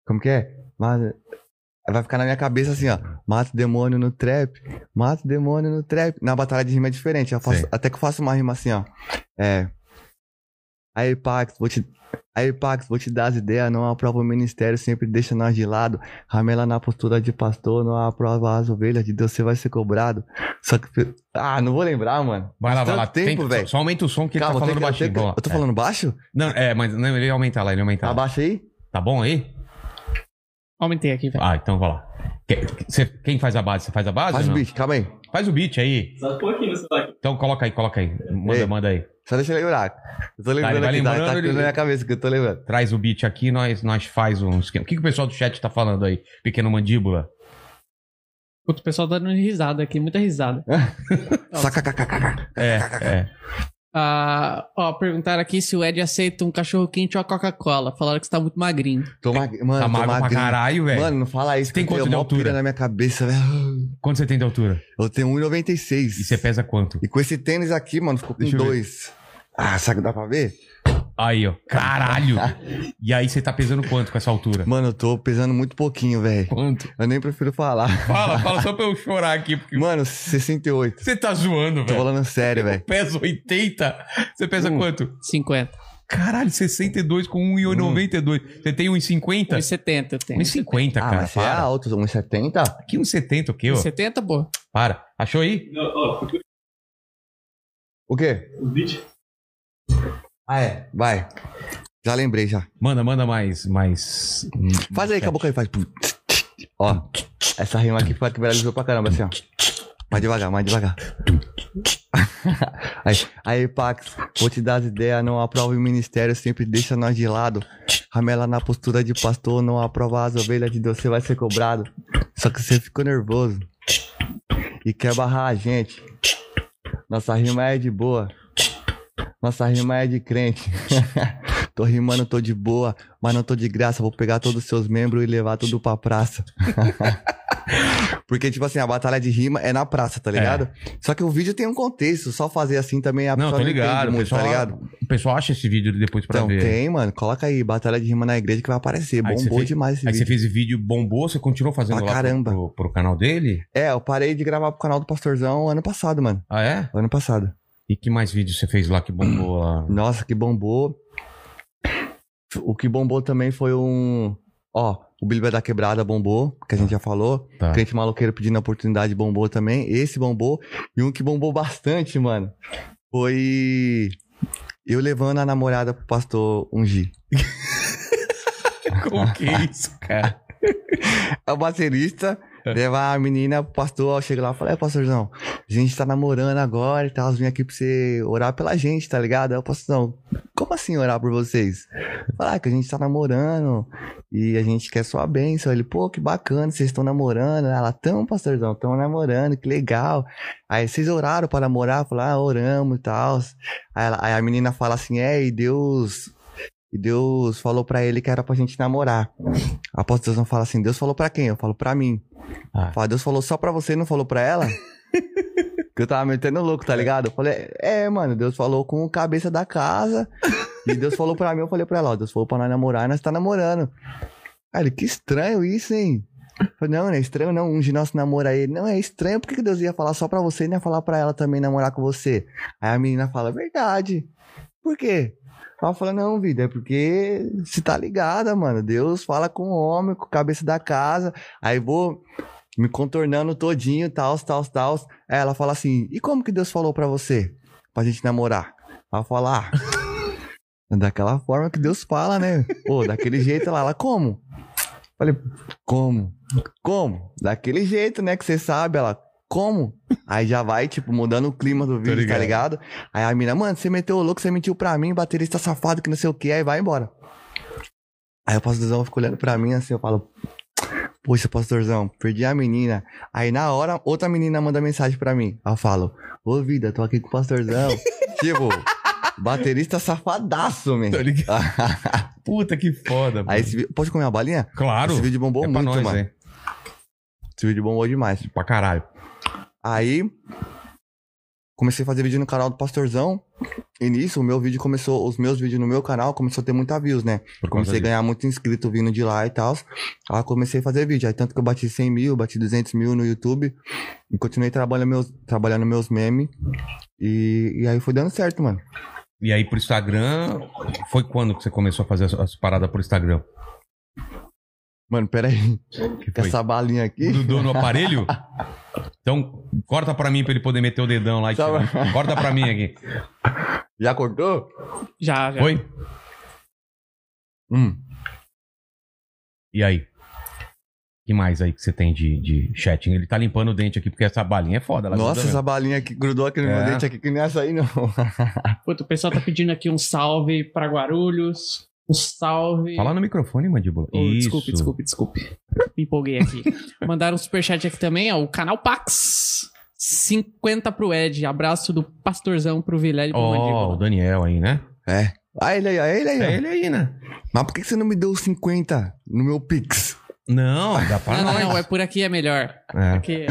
[SPEAKER 3] Como que é? Mas... Vai ficar na minha cabeça assim, ó. Mata o demônio no trap. Mata o demônio no trap. Na batalha de rima é diferente. eu faço-
[SPEAKER 2] Sei.
[SPEAKER 3] até que eu faço uma rima assim, ó. É. Aí, Pax, vou te. Aí, Pax, vou te dar as ideias. Não aprova o ministério, sempre deixa nós de lado. Ramela na postura de pastor, não aprova as ovelhas de Deus, você vai ser cobrado. Só que. Ah, não vou lembrar, mano.
[SPEAKER 2] Vai lá,
[SPEAKER 3] Faz
[SPEAKER 2] vai lá.
[SPEAKER 3] tanto tempo,
[SPEAKER 2] Tem-
[SPEAKER 3] velho.
[SPEAKER 2] só aumenta o som que
[SPEAKER 3] Calma,
[SPEAKER 2] ele tá
[SPEAKER 3] tem
[SPEAKER 2] falando
[SPEAKER 3] que- tem
[SPEAKER 2] baixinho.
[SPEAKER 3] que-
[SPEAKER 2] Vamos lá.
[SPEAKER 3] Eu tô falando baixo?
[SPEAKER 2] Não, é, mas não, ele aumenta lá, ele aumenta lá.
[SPEAKER 3] Abaixa aí?
[SPEAKER 2] Tá bom aí?
[SPEAKER 4] Aumentei aqui, velho.
[SPEAKER 2] Ah, então vai lá. Que- que- cê- quem faz a base? Você faz a base?
[SPEAKER 3] Tá. Faz
[SPEAKER 2] ou
[SPEAKER 3] o
[SPEAKER 2] não?
[SPEAKER 3] beat, calma aí.
[SPEAKER 2] Faz o beat aí.
[SPEAKER 5] Só um pouquinho no sotaque.
[SPEAKER 2] Então coloca aí, coloca aí. Manda,
[SPEAKER 3] Ei.
[SPEAKER 2] manda aí.
[SPEAKER 3] Só deixa eu lembrar. Eu tô lembrando
[SPEAKER 2] vai
[SPEAKER 3] aqui, tá,
[SPEAKER 2] lembrando,
[SPEAKER 3] tá
[SPEAKER 2] ele-
[SPEAKER 3] na minha cabeça que eu tô lembrando.
[SPEAKER 2] Traz o beat aqui, nós, nós faz um esquema. O que, que o pessoal do chat tá falando aí? Pequeno mandíbula.
[SPEAKER 4] O pessoal tá dando risada aqui, muita risada. Nossa.
[SPEAKER 3] Saca, caca, caca.
[SPEAKER 2] É, é.
[SPEAKER 4] Ah, ó, perguntaram aqui se o Ed aceita um cachorro quente ou a Coca-Cola. Falaram que você tá muito magrinho.
[SPEAKER 3] Tô mag... Mano,
[SPEAKER 2] tá
[SPEAKER 3] tô
[SPEAKER 2] magro pra
[SPEAKER 3] magrinho.
[SPEAKER 2] caralho, velho.
[SPEAKER 3] Mano, não fala isso.
[SPEAKER 2] Você tem
[SPEAKER 3] que eu
[SPEAKER 2] quanto
[SPEAKER 3] tenho
[SPEAKER 2] de
[SPEAKER 3] mó
[SPEAKER 2] altura?
[SPEAKER 3] pira na minha cabeça, velho.
[SPEAKER 2] Quanto você tem de altura?
[SPEAKER 3] Eu tenho 1,96.
[SPEAKER 2] E você pesa quanto?
[SPEAKER 3] E com esse tênis aqui, mano, ficou com
[SPEAKER 2] Deixa eu ver.
[SPEAKER 3] dois. Ah, sabe que dá pra ver?
[SPEAKER 2] Aí, ó. Caralho! E aí você tá pesando quanto com essa altura?
[SPEAKER 3] Mano, eu tô pesando muito pouquinho, velho.
[SPEAKER 2] Quanto?
[SPEAKER 3] Eu nem prefiro falar.
[SPEAKER 2] Fala, fala só pra eu chorar aqui, porque
[SPEAKER 3] Mano, 68.
[SPEAKER 2] você tá zoando,
[SPEAKER 3] Tô
[SPEAKER 2] velho.
[SPEAKER 3] falando sério, velho.
[SPEAKER 2] Pesa 80? Você pesa
[SPEAKER 3] Hum.
[SPEAKER 2] quanto?
[SPEAKER 4] 50.
[SPEAKER 2] Caralho, 62 com 1,92. Você tem 1,50?
[SPEAKER 4] 1,70 eu tenho.
[SPEAKER 2] 1,50,
[SPEAKER 3] Ah,
[SPEAKER 2] cara.
[SPEAKER 3] mas você é
[SPEAKER 2] Para.
[SPEAKER 3] alto, 1,70?
[SPEAKER 2] Aqui 1,70 o quê, ó?
[SPEAKER 4] 1,70, pô.
[SPEAKER 2] Para. Achou aí?
[SPEAKER 5] Não, ó, procura
[SPEAKER 3] O quê?
[SPEAKER 5] o beat.
[SPEAKER 3] Ah, é. Vai. Já lembrei, já.
[SPEAKER 2] Manda, manda mais, mais.
[SPEAKER 3] Faz aí, com a boca aí, faz. Ó, essa rima aqui foi a que viralizou pra caramba, assim, ó. Mais devagar, mais devagar. Aí, aí, Pax, vou te dar as ideias, não aprova o ministério, sempre deixa nós de lado. Ramela na postura de pastor, não aprova as ovelhas de Deus, você vai ser cobrado. Só que você ficou nervoso e quer barrar a gente. Nossa rima é de boa. Nossa rima é de crente. tô rimando, tô de boa, mas não tô de graça. Vou pegar todos os seus membros e levar tudo pra praça. Porque, tipo assim, a batalha de rima é na praça, tá ligado? Só que o vídeo tem um contexto, só fazer assim também a
[SPEAKER 2] Não,
[SPEAKER 3] pessoa
[SPEAKER 2] tô
[SPEAKER 3] entende
[SPEAKER 2] ligado. o
[SPEAKER 3] muito,
[SPEAKER 2] pessoal,
[SPEAKER 3] tá ligado?
[SPEAKER 2] O pessoal acha esse vídeo depois pra
[SPEAKER 3] Então,
[SPEAKER 2] ver.
[SPEAKER 3] tem, mano. Coloca aí, batalha de rima na igreja que vai aparecer.
[SPEAKER 2] Aí você
[SPEAKER 3] Bombou
[SPEAKER 2] fez-
[SPEAKER 3] demais esse
[SPEAKER 2] Aí você
[SPEAKER 3] vídeo.
[SPEAKER 2] fez o vídeo, bombou, você continuou fazendo
[SPEAKER 3] Pra
[SPEAKER 2] lá pro-
[SPEAKER 3] caramba.
[SPEAKER 2] Pro, pro canal dele?
[SPEAKER 3] É, eu parei de gravar pro canal do Pastorzão ano passado, mano.
[SPEAKER 2] Ah, é?
[SPEAKER 3] Ano passado.
[SPEAKER 2] E que mais vídeo você fez lá que bombou lá?
[SPEAKER 3] Nossa, que bombou. O que bombou também foi um. Ó, o Bíblia da Quebrada bombou, que a gente já falou.
[SPEAKER 2] Tá.
[SPEAKER 3] Crente Maloqueiro pedindo oportunidade bombou também. Esse bombou. E um que bombou bastante, mano, foi. Eu levando a namorada pro pastor Ungi.
[SPEAKER 2] Como que é isso, cara?
[SPEAKER 3] É o baterista. Leva a menina pro pastor, chega lá e fala, é, pastorzão, a gente tá namorando agora e tal, vim aqui pra você orar pela gente, tá ligado? Aí o pastorzão, como assim orar por vocês? Falar que a gente tá namorando e a gente quer sua bênção. Ele, pô, que bacana, vocês estão namorando. Ela, tão, pastorzão, tão namorando, que legal. Aí vocês oraram pra namorar? Falar, ah, oramos e tal. Aí, ela- aí a menina fala assim, é, e Deus... E Deus falou pra ele que era pra gente namorar. Após Deus não fala assim, Deus falou pra quem? Eu falo pra mim.
[SPEAKER 2] Ah.
[SPEAKER 3] Fala, Deus falou só pra você e não falou pra ela? que eu tava metendo louco, tá ligado? Eu falei, é, mano, Deus falou com o cabeça da casa. e Deus falou pra mim, eu falei pra ela, ó, Deus falou pra nós namorar e nós tá namorando. Aí ele, que estranho isso, hein? Eu Falei, não, não é estranho não, um de nós namora ele. Não, é estranho, por que que Deus ia falar só pra você e não ia falar pra ela também namorar com você? Aí a menina fala, verdade. Por quê? Ela fala, não, vida, é porque se tá ligada, mano. Deus fala com o homem, com a cabeça da casa. Aí vou me contornando todinho, tal, tal, tal. Aí ela fala assim, e como que Deus falou pra você? Pra gente namorar? Ela fala, ah, daquela forma que Deus fala, né? Pô, daquele jeito lá. Ela, como? Falei, como? Como? Daquele jeito, né, que você sabe. Ela, como? Aí já vai, tipo, mudando o clima do vídeo, tá
[SPEAKER 2] ligado.
[SPEAKER 3] ligado? Aí a mina, mano, você meteu o louco, você mentiu pra mim, baterista safado, que não sei o que, aí vai embora. Aí o pastorzão fica olhando pra mim assim, eu falo, poxa, pastorzão, perdi a menina. Aí na hora, outra menina manda mensagem pra mim. Aí eu falo, ô vida, tô aqui com o pastorzão. tipo, baterista safadaço, man.
[SPEAKER 2] Tô ligado. Puta que foda,
[SPEAKER 3] Aí
[SPEAKER 2] mano.
[SPEAKER 3] esse vídeo. Pode comer uma balinha?
[SPEAKER 2] Claro.
[SPEAKER 3] Esse vídeo bombou
[SPEAKER 2] é pra
[SPEAKER 3] muito,
[SPEAKER 2] nós,
[SPEAKER 3] mano.
[SPEAKER 2] hein?
[SPEAKER 3] Esse vídeo bombou demais.
[SPEAKER 2] Pra caralho.
[SPEAKER 3] Aí comecei a fazer vídeo no canal do Pastorzão. E nisso, o meu vídeo começou, os meus vídeos no meu canal começou a ter muita views, né?
[SPEAKER 2] Por conta
[SPEAKER 3] Comecei a
[SPEAKER 2] disso.
[SPEAKER 3] ganhar muito inscrito vindo de lá e tal. Aí eu comecei a fazer vídeo. Aí tanto que eu bati 100 mil, bati 200 mil no YouTube. E continuei trabalhando meus, trabalhando meus memes. E, e aí foi dando certo, mano.
[SPEAKER 2] E aí pro Instagram, foi quando que você começou a fazer as, as paradas pro Instagram?
[SPEAKER 3] Mano, pera aí.
[SPEAKER 2] Que foi?
[SPEAKER 3] Essa balinha aqui.
[SPEAKER 2] Dudu no aparelho? Então, corta pra mim pra ele poder meter o dedão lá e
[SPEAKER 3] Tá
[SPEAKER 2] tirar. Corta pra mim aqui.
[SPEAKER 3] Já cortou?
[SPEAKER 4] Já,
[SPEAKER 3] É.
[SPEAKER 4] já.
[SPEAKER 2] Foi?
[SPEAKER 3] Hum.
[SPEAKER 2] E aí? que mais aí que você tem de, de chat? Ele tá limpando o dente aqui porque essa balinha é foda. ela
[SPEAKER 3] Nossa,
[SPEAKER 2] gruda mesmo.
[SPEAKER 3] essa balinha aqui grudou aqui no
[SPEAKER 2] É.
[SPEAKER 3] meu dente aqui, que nem essa aí, não.
[SPEAKER 4] Puta, o pessoal tá pedindo aqui um salve pra Guarulhos. Um salve.
[SPEAKER 2] Fala no microfone, mandíbula.
[SPEAKER 4] Oh, Desculpe, desculpe, desculpe. Me empolguei aqui. Mandaram um superchat aqui também, ó. O canal Pax. 50 pro Ed. Abraço do pastorzão pro Vilela e pro
[SPEAKER 2] Ó, o
[SPEAKER 4] Mandíbula.
[SPEAKER 2] Daniel aí, né?
[SPEAKER 3] É. Ah, ele aí, ó, ele aí. ó.
[SPEAKER 2] É ele aí, né?
[SPEAKER 3] Mas por que que você não me deu os 50 no meu Pix?
[SPEAKER 2] Não, dá pra
[SPEAKER 4] Não, não,
[SPEAKER 2] nós.
[SPEAKER 4] não, é por aqui é melhor.
[SPEAKER 2] É.
[SPEAKER 4] Porque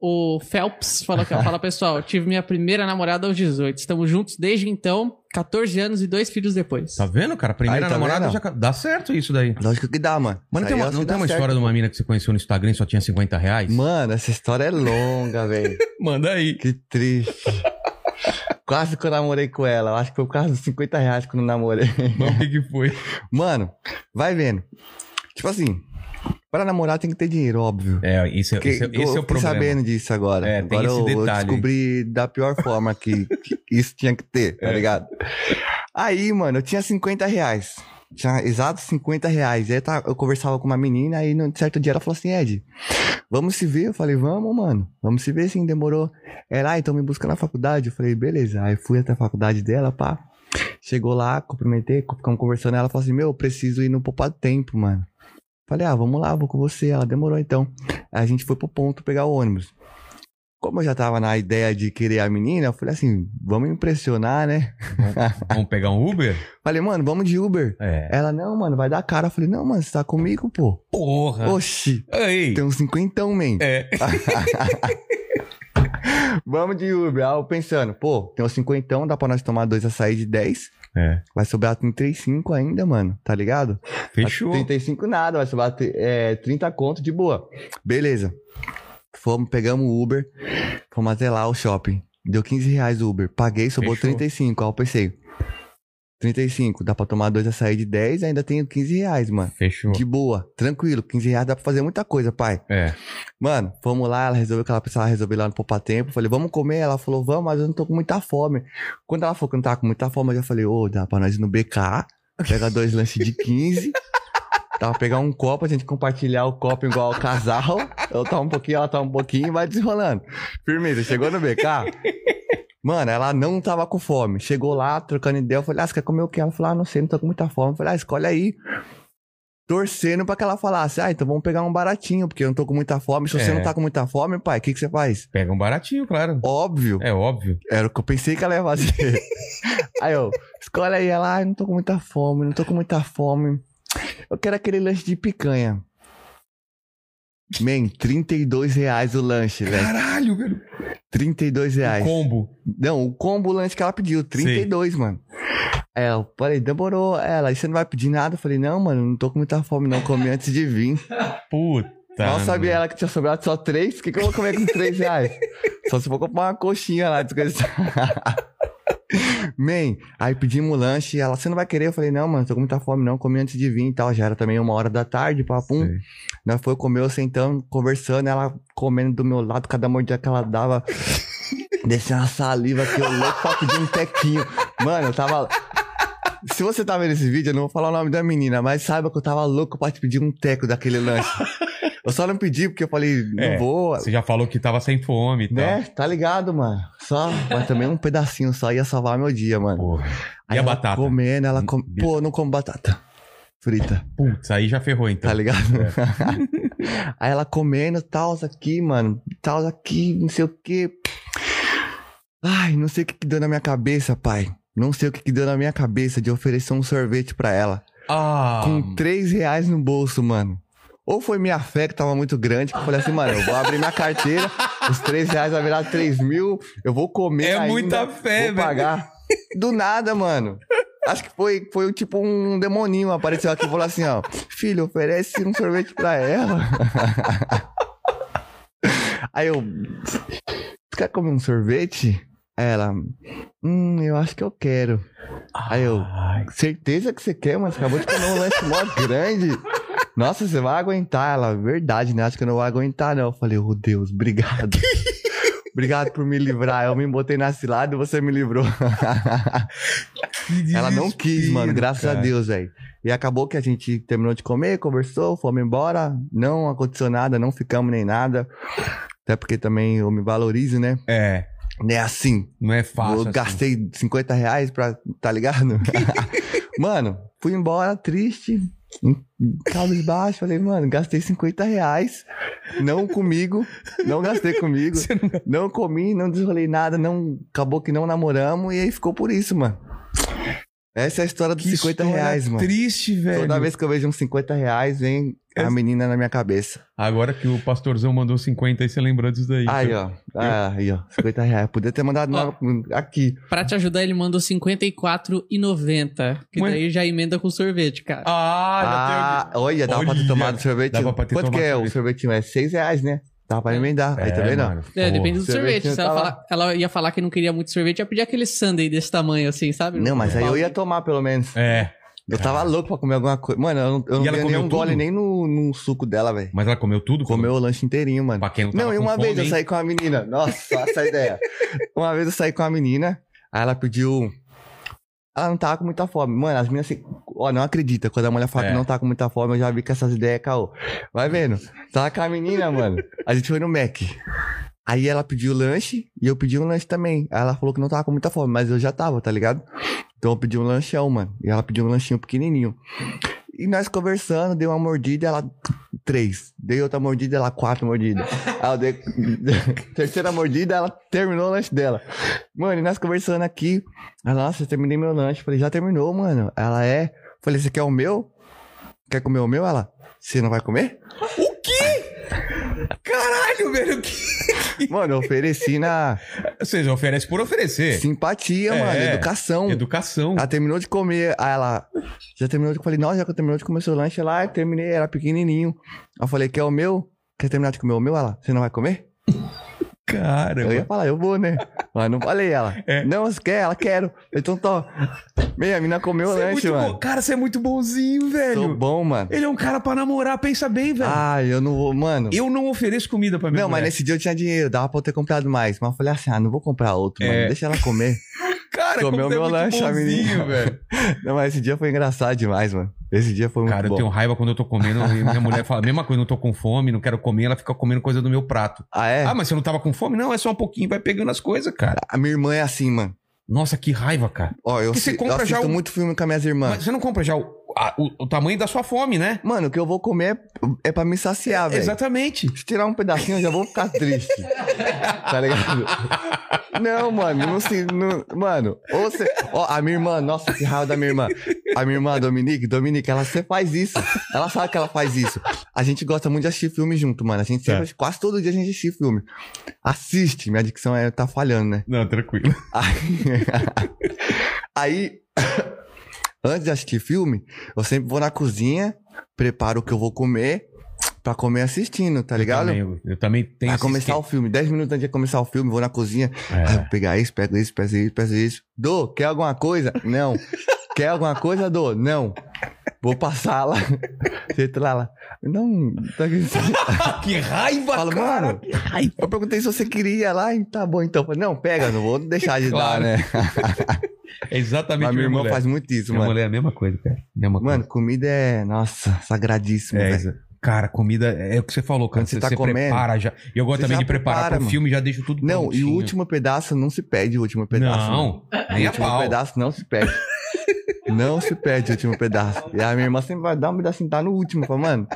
[SPEAKER 4] o Phelps falou que fala, pessoal, tive minha primeira namorada aos 18. Estamos juntos desde então, 14 anos e dois filhos depois.
[SPEAKER 2] Tá vendo, cara? Primeira
[SPEAKER 3] Aí, tá
[SPEAKER 2] namorada
[SPEAKER 3] vendo?
[SPEAKER 2] já... ca- Dá certo isso daí.
[SPEAKER 3] Lógico que dá, mano.
[SPEAKER 2] Mano, tem
[SPEAKER 3] Isso aí
[SPEAKER 2] uma-
[SPEAKER 3] é o
[SPEAKER 2] não tem
[SPEAKER 3] que dá
[SPEAKER 2] uma
[SPEAKER 3] certo.
[SPEAKER 2] história de uma mina que você conheceu no Instagram e só tinha 50 reais?
[SPEAKER 3] Mano, essa história é longa, velho.
[SPEAKER 2] Manda aí.
[SPEAKER 3] Que triste. Quase que eu namorei com ela. Eu Acho que foi por causa dos 50 reais que eu não namorei.
[SPEAKER 2] Mas o que que foi?
[SPEAKER 3] Mano, vai vendo. Tipo assim, pra namorar tem que ter dinheiro, óbvio.
[SPEAKER 2] É, esse, é-
[SPEAKER 3] Porque
[SPEAKER 2] esse é-
[SPEAKER 3] eu
[SPEAKER 2] esse é o
[SPEAKER 3] fiquei
[SPEAKER 2] problema.
[SPEAKER 3] sabendo disso agora.
[SPEAKER 2] É, tem
[SPEAKER 3] agora
[SPEAKER 2] esse
[SPEAKER 3] eu, eu
[SPEAKER 2] detalhe.
[SPEAKER 3] descobri da pior forma que, que isso tinha que ter,
[SPEAKER 2] É.
[SPEAKER 3] tá ligado? Aí, mano, eu tinha 50 reais. Tinha exatos 50 reais. Aí eu tava- eu conversava com uma menina, aí num certo dia ela falou assim, Ed, vamos se ver? Eu falei, vamos, mano. Vamos se ver sim, demorou. Ela, ah, então me busca na faculdade. Eu falei, beleza. Aí fui até a faculdade dela, pá. Chegou lá, cumprimentei, ficamos conversando. Ela falou assim, meu, eu preciso ir no poupar tempo, mano. Falei, ah, vamos lá, vou com você. Ela demorou então. Aí a gente foi pro ponto pegar o ônibus. Como eu já tava na ideia de querer a menina, eu falei assim, vamos impressionar, né?
[SPEAKER 2] Vamos pegar um Uber?
[SPEAKER 3] Falei, mano, vamos de Uber.
[SPEAKER 2] É.
[SPEAKER 3] Ela, não, mano, vai dar cara. Eu falei, não, mano, você tá comigo, pô.
[SPEAKER 2] Porra.
[SPEAKER 3] Oxi,
[SPEAKER 2] Ei.
[SPEAKER 3] tem uns cinquentão, man.
[SPEAKER 2] Ah. É.
[SPEAKER 3] Vamos de Uber. Aí eu pensando, pô, tem uns cinquentão, dá pra nós tomar dois açaí de 10.
[SPEAKER 2] É.
[SPEAKER 3] Vai sobrar 35 ainda, mano, tá ligado?
[SPEAKER 2] Fechou.
[SPEAKER 3] 35 nada, vai sobrar tri- é, 30 conto de boa. Beleza. Fomos, pegamos o Uber, fomos até lá o shopping. Deu 15 reais o Uber. Paguei, sobrou
[SPEAKER 2] Fechou.
[SPEAKER 3] 35. Aí eu pensei, 35, dá pra tomar dois açaí de 10, ainda tenho 15 reais, mano.
[SPEAKER 2] Fechou.
[SPEAKER 3] De boa, tranquilo, 15 reais dá pra fazer muita coisa, pai.
[SPEAKER 2] É.
[SPEAKER 3] Mano, fomos lá, ela resolveu que ela precisava resolver lá no Poupa Tempo. Falei, vamos comer? Ela falou, vamos, mas eu não tô com muita fome. Quando ela falou que não tava com muita fome, eu já falei, ô, dá pra nós ir no BK, pegar dois lanches de 15. Tava pegar um copo, a gente compartilhar o copo igual o casal. Eu tava um pouquinho, ela tava um pouquinho e vai desenrolando. Firmeza, chegou no BK. Mano, ela não tava com fome. Chegou lá, trocando ideia. Eu falei, ah, você quer comer o quê? Ela falou, ah, não sei, não tô com muita fome. Eu falei, ah, escolhe aí torcendo pra que ela falasse, ah, então vamos pegar um baratinho, porque eu não tô com muita fome. Se você
[SPEAKER 2] É.
[SPEAKER 3] não tá com muita fome, pai, o que, que você faz?
[SPEAKER 2] Pega um baratinho, claro.
[SPEAKER 3] Óbvio,
[SPEAKER 2] É óbvio.
[SPEAKER 3] era o que eu pensei que ela ia fazer. Aí eu, escolhe aí ela, ai, não tô com muita fome, não tô com muita fome. Eu quero aquele lanche de picanha. Man, 32 reais o lanche, velho.
[SPEAKER 2] Caralho, velho.
[SPEAKER 3] 32 reais.
[SPEAKER 2] Um Combo.
[SPEAKER 3] Não, o combo lanche que ela pediu, 32, mano. Aí eu falei, demorou. Ela, e você não vai pedir nada? Eu falei, não, mano, não tô com muita fome, não. Comi antes de vir.
[SPEAKER 2] Puta.
[SPEAKER 3] Mal sabia ela que tinha sobrado só três. O que, que eu vou comer com três reais? só se for comprar uma coxinha lá, desgraçada. Man, aí pedimos lanche. Ela, você não vai querer? Eu falei, não, mano, tô com muita fome, não. Comi antes de vir e tal. Já era também uma hora da tarde, papum.
[SPEAKER 2] Sei.
[SPEAKER 3] Nós foi comer, eu sentando, conversando, ela comendo do meu lado, cada mordida que ela dava. Descia uma saliva que eu louco pra pedir um tequinho. Mano, eu tava. Se você tá vendo esse vídeo, eu não vou falar o nome da menina, mas saiba que eu tava louco pra te pedir um teco daquele lanche. Eu só não pedi porque eu falei, não
[SPEAKER 2] É, Então.
[SPEAKER 3] vou.
[SPEAKER 2] Você já falou que tava sem fome e tal.
[SPEAKER 3] Né? Tá ligado, mano? Só, mas também um pedacinho só ia salvar meu dia, mano.
[SPEAKER 2] Porra. E
[SPEAKER 3] Aí
[SPEAKER 2] a
[SPEAKER 3] ela
[SPEAKER 2] batata? Hum,
[SPEAKER 3] Comendo, ela com... Pô, eu não como batata. Frita.
[SPEAKER 2] Putz, aí já ferrou então.
[SPEAKER 3] Tá ligado? Aí ela comendo, tal, isso aqui, mano, tal, isso aqui, não sei o que. Ai, não sei o que, que deu na minha cabeça, pai. Não sei o que, que deu na minha cabeça de oferecer um sorvete pra ela.
[SPEAKER 2] Ah,
[SPEAKER 3] Com três reais no bolso, mano. Ou foi minha fé que tava muito grande, que eu falei assim, mano, eu vou abrir minha carteira, os três reais vai virar três mil, eu vou comer
[SPEAKER 2] É
[SPEAKER 3] ainda,
[SPEAKER 2] muita fé,
[SPEAKER 3] vou
[SPEAKER 2] velho.
[SPEAKER 3] pagar. Do nada, mano. Acho que foi, foi tipo um demoninho apareceu aqui e falou assim, ó, filho, oferece um sorvete pra ela. Aí eu, tu quer comer um sorvete? Aí ela, hum, eu acho que eu quero. Aí eu, certeza que você quer, mano? Você acabou de comer um lanche mó grande. Nossa, você vai aguentar ela. Verdade, né? Acho que eu não vou aguentar, não. Eu falei, oh Deus, obrigado. obrigado por me livrar. Eu me botei na cilada e você me livrou.
[SPEAKER 2] que
[SPEAKER 3] ela não quis,
[SPEAKER 2] desespero,
[SPEAKER 3] mano. Graças
[SPEAKER 2] cara.
[SPEAKER 3] a Deus, velho. E acabou que a gente terminou de comer, conversou, fomos embora. Não aconteceu nada, não ficamos nem nada. Até porque também eu me valorizo, né?
[SPEAKER 2] É,
[SPEAKER 3] Não é assim.
[SPEAKER 2] não é
[SPEAKER 3] Eu
[SPEAKER 2] fácil. assim.
[SPEAKER 3] gastei 50 reais pra. tá ligado? mano, fui embora triste, um cabisbaixo. Falei, mano, gastei 50 reais. Não comigo, não gastei comigo.
[SPEAKER 2] Você não-
[SPEAKER 3] Não comi, não desrolei nada, não. Acabou que não namoramos e aí ficou por isso, mano. Essa é a história dos
[SPEAKER 2] Que
[SPEAKER 3] 50
[SPEAKER 2] história
[SPEAKER 3] reais, mano.
[SPEAKER 2] Triste, velho.
[SPEAKER 3] Toda vez que eu vejo uns 50 reais, vem a
[SPEAKER 2] Essa-
[SPEAKER 3] menina na minha cabeça.
[SPEAKER 2] Agora que o pastorzão mandou 50 aí, você lembrou disso daí.
[SPEAKER 3] Aí, ó. Ah, Aí, ó. 50 reais. Podia ter mandado na- aqui.
[SPEAKER 4] Pra te ajudar, ele mandou 54,90. Que
[SPEAKER 2] Ué?
[SPEAKER 4] daí já emenda com sorvete, cara.
[SPEAKER 2] Ah, já
[SPEAKER 3] Ah, olha, dava pra
[SPEAKER 2] Olha,
[SPEAKER 3] ter tomado sorvete.
[SPEAKER 2] dava pra ter
[SPEAKER 3] Quanto que
[SPEAKER 2] tomado
[SPEAKER 3] é
[SPEAKER 2] sorvete.
[SPEAKER 3] o sorvetinho? É seis reais, né? Dava pra emendar.
[SPEAKER 2] tem.
[SPEAKER 3] Aí tá também não.
[SPEAKER 2] mano,
[SPEAKER 4] É, depende do sorvete.
[SPEAKER 3] sorvetinho
[SPEAKER 4] Se ela,
[SPEAKER 3] tá lá.
[SPEAKER 4] falar- ela ia falar que não queria muito sorvete, ia pedir aquele sundae desse tamanho, assim, sabe?
[SPEAKER 3] Não, mas aí eu ia tomar, pelo menos.
[SPEAKER 2] É,
[SPEAKER 3] Eu tava louco pra comer alguma coisa. Mano, eu não, eu não
[SPEAKER 2] E ela
[SPEAKER 3] dei
[SPEAKER 2] comeu
[SPEAKER 3] nem um gole
[SPEAKER 2] tudo?
[SPEAKER 3] nem no, no suco dela, velho.
[SPEAKER 2] mas ela comeu tudo?
[SPEAKER 3] Comeu o lanche inteirinho, mano.
[SPEAKER 2] Pra quem não tava
[SPEAKER 3] Não, e
[SPEAKER 2] com
[SPEAKER 3] uma
[SPEAKER 2] fome,
[SPEAKER 3] vez eu
[SPEAKER 2] hein?
[SPEAKER 3] saí com a menina. Nossa, essa é ideia. Uma vez eu saí com a menina, aí ela pediu. um Ela não tava com muita fome. Mano, as meninas se. Ó, não acredita. Quando a mulher fala
[SPEAKER 2] É.
[SPEAKER 3] que não tá com muita fome, eu já vi que essas ideias é caô. Vai vendo. Tava com a menina, mano. A gente foi no Mac. Aí ela pediu lanche e eu pedi um lanche também. Aí Ela falou que não tava com muita fome, mas eu já tava, tá ligado? Então eu pedi um lanchão, mano. E ela pediu um lanchinho pequenininho. E nós conversando, dei uma mordida, ela três. Dei outra mordida, ela quatro mordidas. Aí eu dei terceira mordida, ela terminou o lanche dela. Mano, e nós conversando aqui. Ela, Ah, nossa, eu terminei meu lanche. Falei, já terminou, mano. Ela é. Falei, você quer o meu? Quer comer o meu? Ela, você não vai comer?
[SPEAKER 2] O quê? Caralho, velho. Que...
[SPEAKER 3] Mano, eu ofereci na
[SPEAKER 2] Ou seja, oferece por oferecer.
[SPEAKER 3] simpatia,
[SPEAKER 2] É.
[SPEAKER 3] mano, educação.
[SPEAKER 2] Educação.
[SPEAKER 3] Ela terminou de comer, aí ela já terminou de. eu Falei, nossa, já que eu terminou de comer seu lanche lá, eu terminei, era pequenininho. Aí eu falei, quer o meu? Quer terminar de comer o meu? Ela, você não vai comer?
[SPEAKER 2] Cara,
[SPEAKER 3] Eu ia
[SPEAKER 2] mano.
[SPEAKER 3] falar, eu vou, né? Mas não falei ela.
[SPEAKER 2] É.
[SPEAKER 3] Não, você quer? Ela quero. Então tô. Meia, a mina comeu o
[SPEAKER 2] Você é
[SPEAKER 3] lanche,
[SPEAKER 2] muito bom.
[SPEAKER 3] mano.
[SPEAKER 2] Cara, você é muito bonzinho, velho.
[SPEAKER 3] Tô bom, mano.
[SPEAKER 2] Ele é um cara pra namorar, pensa bem, velho.
[SPEAKER 3] Ai, eu não vou, mano.
[SPEAKER 2] Eu não ofereço comida pra minha
[SPEAKER 3] Ah. Não, mas
[SPEAKER 2] mulher.
[SPEAKER 3] nesse dia eu tinha dinheiro, dava pra eu ter comprado mais. Mas eu falei assim, ah, não vou comprar outro,
[SPEAKER 2] É.
[SPEAKER 3] mano. Deixa ela comer.
[SPEAKER 2] Cara,
[SPEAKER 3] Comeu
[SPEAKER 2] como você é
[SPEAKER 3] meu
[SPEAKER 2] muito
[SPEAKER 3] lanche, a
[SPEAKER 2] bonzinho,
[SPEAKER 3] menina.
[SPEAKER 2] velho.
[SPEAKER 3] não, mas esse dia foi engraçado demais, mano. Esse dia foi muito
[SPEAKER 2] Cara, eu
[SPEAKER 3] bom.
[SPEAKER 2] tenho raiva quando eu tô comendo e minha mulher fala a mesma coisa, não tô com fome, não quero comer, ela fica comendo coisa do meu prato.
[SPEAKER 3] Ah, é?
[SPEAKER 2] Ah, mas você não tava com fome? Não, é só um pouquinho, vai pegando as coisas, cara.
[SPEAKER 3] A minha irmã é assim, mano.
[SPEAKER 2] Nossa, que raiva, cara.
[SPEAKER 3] Ó, eu,
[SPEAKER 2] Porque você
[SPEAKER 3] se- eu
[SPEAKER 2] compra já
[SPEAKER 3] assisto
[SPEAKER 2] o-
[SPEAKER 3] muito filme com as minhas irmãs.
[SPEAKER 2] Mas você não compra já o- a- o, o tamanho da sua fome, né?
[SPEAKER 3] Mano, o que eu vou comer é pra me saciar, velho.
[SPEAKER 2] Exatamente.
[SPEAKER 3] Se tirar um pedacinho, eu já vou ficar triste. tá ligado? Não, mano, não se. não- mano, ou você. Ó, a minha irmã, nossa, que raiva da minha irmã. A minha irmã, Dominique, Dominique, ela sempre faz isso. Ela sabe que ela faz isso. A gente gosta muito de assistir filme junto, mano. A gente sempre, quase todo dia a gente assiste filme. Assiste, minha dicção é, tá falhando, né?
[SPEAKER 2] Não, tranquilo.
[SPEAKER 3] Aí, aí, antes de assistir filme, eu sempre vou na cozinha, preparo o que eu vou comer pra comer assistindo, tá ligado?
[SPEAKER 2] Também, eu, eu também tenho
[SPEAKER 3] Vai
[SPEAKER 2] esse
[SPEAKER 3] começar o filme, 10 minutos antes de começar o filme, vou na cozinha,
[SPEAKER 2] esquema.
[SPEAKER 3] aí eu
[SPEAKER 2] É.
[SPEAKER 3] vou pegar isso, pego isso, pego isso, pego isso. Dô, quer alguma coisa? Não. quer alguma coisa, Dô? Não. Vou passar lá. Você entra lá, lá. Não, tá aqui.
[SPEAKER 2] É. que raiva,
[SPEAKER 3] Fala,
[SPEAKER 2] cara!
[SPEAKER 3] mano, eu perguntei se você queria lá, e tá bom então. Eu falei, Não, pega, não vou deixar de
[SPEAKER 2] Claro.
[SPEAKER 3] dar, né?
[SPEAKER 2] É exatamente
[SPEAKER 3] Mas minha irmã
[SPEAKER 2] mulher.
[SPEAKER 3] faz muito isso,
[SPEAKER 2] Minha
[SPEAKER 3] mano.
[SPEAKER 2] mulher é a mesma coisa, cara. Mesma
[SPEAKER 3] Mano, comida é, nossa, sagradíssimo,
[SPEAKER 2] coisa. É,
[SPEAKER 3] velho.
[SPEAKER 2] exa- Cara, comida é o que você falou, cara.
[SPEAKER 3] Quando você tá comendo,
[SPEAKER 2] prepara já. E eu gosto
[SPEAKER 3] você
[SPEAKER 2] também
[SPEAKER 3] já
[SPEAKER 2] de preparar
[SPEAKER 3] prepara,
[SPEAKER 2] pro
[SPEAKER 3] mano.
[SPEAKER 2] filme, já deixo tudo
[SPEAKER 3] Não, e
[SPEAKER 2] prontinho.
[SPEAKER 3] o último pedaço não se perde, o último pedaço. mano.
[SPEAKER 2] Não, nem
[SPEAKER 3] o
[SPEAKER 2] a
[SPEAKER 3] último
[SPEAKER 2] pau.
[SPEAKER 3] pedaço não se perde. não se perde o último pedaço. E a minha irmã sempre vai dar um pedacinho, tá no último. Fala, mano,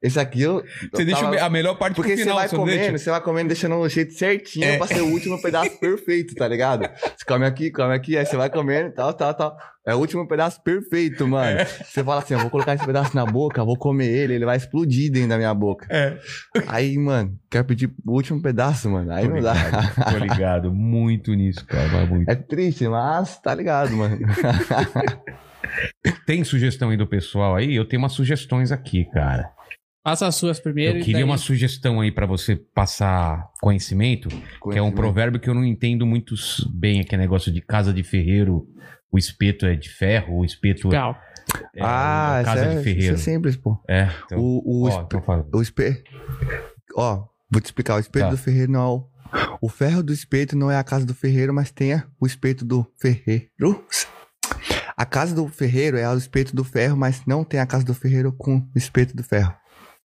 [SPEAKER 3] esse aqui eu.
[SPEAKER 2] Você
[SPEAKER 3] eu
[SPEAKER 2] deixa
[SPEAKER 3] tava-
[SPEAKER 2] a melhor parte
[SPEAKER 3] Porque
[SPEAKER 2] pro
[SPEAKER 3] você
[SPEAKER 2] final. né?
[SPEAKER 3] vai
[SPEAKER 2] você não
[SPEAKER 3] comendo,
[SPEAKER 2] deixa?
[SPEAKER 3] você vai comendo, deixando o jeito certinho
[SPEAKER 2] É.
[SPEAKER 3] pra ser o último pedaço perfeito, tá ligado? Você come aqui, come aqui, aí você vai comendo, tal, tal, tal. É o último pedaço perfeito,
[SPEAKER 2] É.
[SPEAKER 3] mano. Você fala assim, eu vou colocar esse pedaço na boca, vou comer ele, ele vai explodir dentro da minha boca.
[SPEAKER 2] É.
[SPEAKER 3] Aí, mano, quer pedir o último pedaço, mano. Aí
[SPEAKER 2] Tô
[SPEAKER 3] não dá.
[SPEAKER 2] ligado, Tô ligado, muito nisso, cara. Vai muito.
[SPEAKER 3] É triste, mas tá ligado, mano.
[SPEAKER 2] Tem sugestão aí do pessoal aí? Eu tenho umas sugestões aqui, cara.
[SPEAKER 4] Faça as suas primeiro.
[SPEAKER 2] Eu
[SPEAKER 4] e
[SPEAKER 2] queria
[SPEAKER 4] daí-
[SPEAKER 2] uma sugestão aí pra você passar conhecimento, que é um provérbio que eu não entendo muito s- bem, aquele negócio de casa de ferreiro, o espeto é de ferro, o espeto é,
[SPEAKER 4] Legal.
[SPEAKER 2] é
[SPEAKER 3] Ah,
[SPEAKER 2] casa
[SPEAKER 3] isso é,
[SPEAKER 2] de ferreiro.
[SPEAKER 3] isso é simples, pô.
[SPEAKER 2] É, então,
[SPEAKER 3] O, o,
[SPEAKER 2] ó,
[SPEAKER 3] espe-
[SPEAKER 2] então fala.
[SPEAKER 3] o espe- Ó, vou te explicar. O espeto
[SPEAKER 2] Tá.
[SPEAKER 3] do ferreiro não é o... O ferro do espeto não é a casa do ferreiro, mas tem a- o espeto do ferreiro. A casa do ferreiro é o espeto do ferro, mas não tem a casa do ferreiro com o espeto do ferro.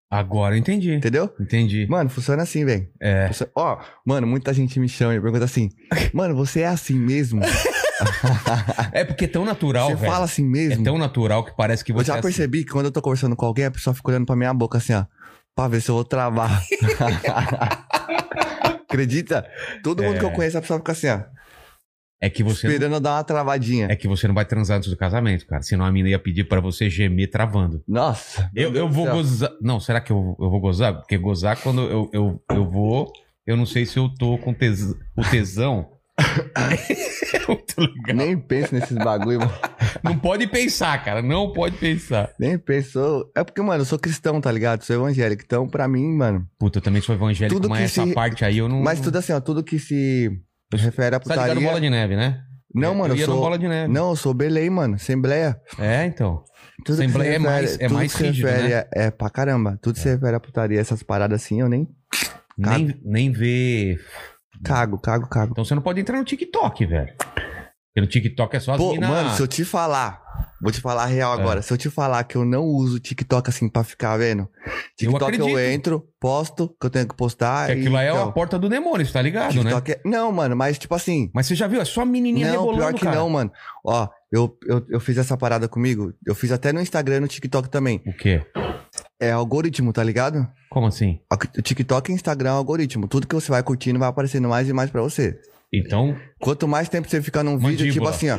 [SPEAKER 2] Agora eu entendi.
[SPEAKER 3] Entendeu?
[SPEAKER 2] Entendi.
[SPEAKER 3] Mano, funciona assim, velho.
[SPEAKER 2] É.
[SPEAKER 3] Funciona- Ó, mano, muita gente me chama e pergunta assim: Mano, você é assim mesmo?
[SPEAKER 2] É porque é tão natural,
[SPEAKER 3] você
[SPEAKER 2] velho.
[SPEAKER 3] fala assim
[SPEAKER 2] É
[SPEAKER 3] mesmo?
[SPEAKER 2] tão natural que parece que
[SPEAKER 3] Eu
[SPEAKER 2] você é
[SPEAKER 3] já
[SPEAKER 2] assim.
[SPEAKER 3] percebi que quando eu tô conversando com alguém, a pessoa fica olhando pra minha boca assim, ó. Pra ver se eu vou travar. Acredita? Todo mundo que eu conheço, a pessoa fica assim, ó.
[SPEAKER 2] É que você não-
[SPEAKER 3] esperando eu dar uma travadinha.
[SPEAKER 2] é que você não vai transar antes do casamento, cara. Senão a mina ia pedir pra você gemer travando.
[SPEAKER 3] Nossa. meu
[SPEAKER 2] Eu,
[SPEAKER 3] Deus
[SPEAKER 2] eu
[SPEAKER 3] do
[SPEAKER 2] vou
[SPEAKER 3] céu.
[SPEAKER 2] gozar. Não, será que eu, eu vou gozar? Porque gozar quando eu, eu, eu vou. Eu não sei se eu tô com tes- o tesão. Muito legal.
[SPEAKER 3] Nem penso nesses bagulho, mano.
[SPEAKER 2] Não pode pensar, cara. Não pode pensar.
[SPEAKER 3] Nem penso. Eu- É porque, mano, eu sou cristão, tá ligado? Sou evangélico. Então, pra mim, mano.
[SPEAKER 2] Puta, eu também sou evangélico,
[SPEAKER 3] Tudo que
[SPEAKER 2] mas essa
[SPEAKER 3] se-
[SPEAKER 2] parte aí eu não.
[SPEAKER 3] Mas tudo assim, ó. Tudo que se refere à
[SPEAKER 2] Tá ligado bola
[SPEAKER 3] putaria.
[SPEAKER 2] de neve, né?
[SPEAKER 3] Não,
[SPEAKER 2] Eu
[SPEAKER 3] mano, eu
[SPEAKER 2] ia no
[SPEAKER 3] sou.
[SPEAKER 2] bola de neve.
[SPEAKER 3] Não, eu sou Belém, mano. Assembleia.
[SPEAKER 2] É, então.
[SPEAKER 3] Tudo que se
[SPEAKER 2] Assembleia é
[SPEAKER 3] refere-
[SPEAKER 2] mais- é
[SPEAKER 3] tudo
[SPEAKER 2] mais
[SPEAKER 3] que se
[SPEAKER 2] rígido,
[SPEAKER 3] refere
[SPEAKER 2] né?
[SPEAKER 3] a- É, pra caramba. Tudo que se refere à putaria, essas paradas assim, eu nem Cago.
[SPEAKER 2] Nem, nem vê.
[SPEAKER 3] Cago, cago, cago.
[SPEAKER 2] Então você não pode entrar no TikTok, velho. Porque no TikTok é só as
[SPEAKER 3] Pô,
[SPEAKER 2] mina-
[SPEAKER 3] mano, se eu te falar, vou te falar a real
[SPEAKER 2] É.
[SPEAKER 3] agora. Se eu te falar que eu não uso TikTok assim pra ficar vendo, TikTok eu,
[SPEAKER 2] acredito.
[SPEAKER 3] entro, posto, que eu tenho que postar.
[SPEAKER 2] Que aquilo
[SPEAKER 3] e,
[SPEAKER 2] aí é
[SPEAKER 3] então,
[SPEAKER 2] a porta do demônio, você tá ligado, né?
[SPEAKER 3] TikTok é- Não, mano, mas tipo assim.
[SPEAKER 2] Mas você já viu? É só a menininha
[SPEAKER 3] Não,
[SPEAKER 2] rebolando,
[SPEAKER 3] pior que
[SPEAKER 2] cara.
[SPEAKER 3] não, mano. Ó, eu, eu, eu fiz essa parada comigo. Eu fiz até no Instagram e no TikTok também.
[SPEAKER 2] O quê?
[SPEAKER 3] É algoritmo, tá ligado?
[SPEAKER 2] Como assim?
[SPEAKER 3] O TikTok e Instagram é algoritmo. Tudo que você vai curtindo vai aparecendo mais e mais pra você.
[SPEAKER 2] Então,
[SPEAKER 3] Quanto mais tempo você fica num vídeo, tipo
[SPEAKER 2] Mandíbula.
[SPEAKER 3] assim, ó.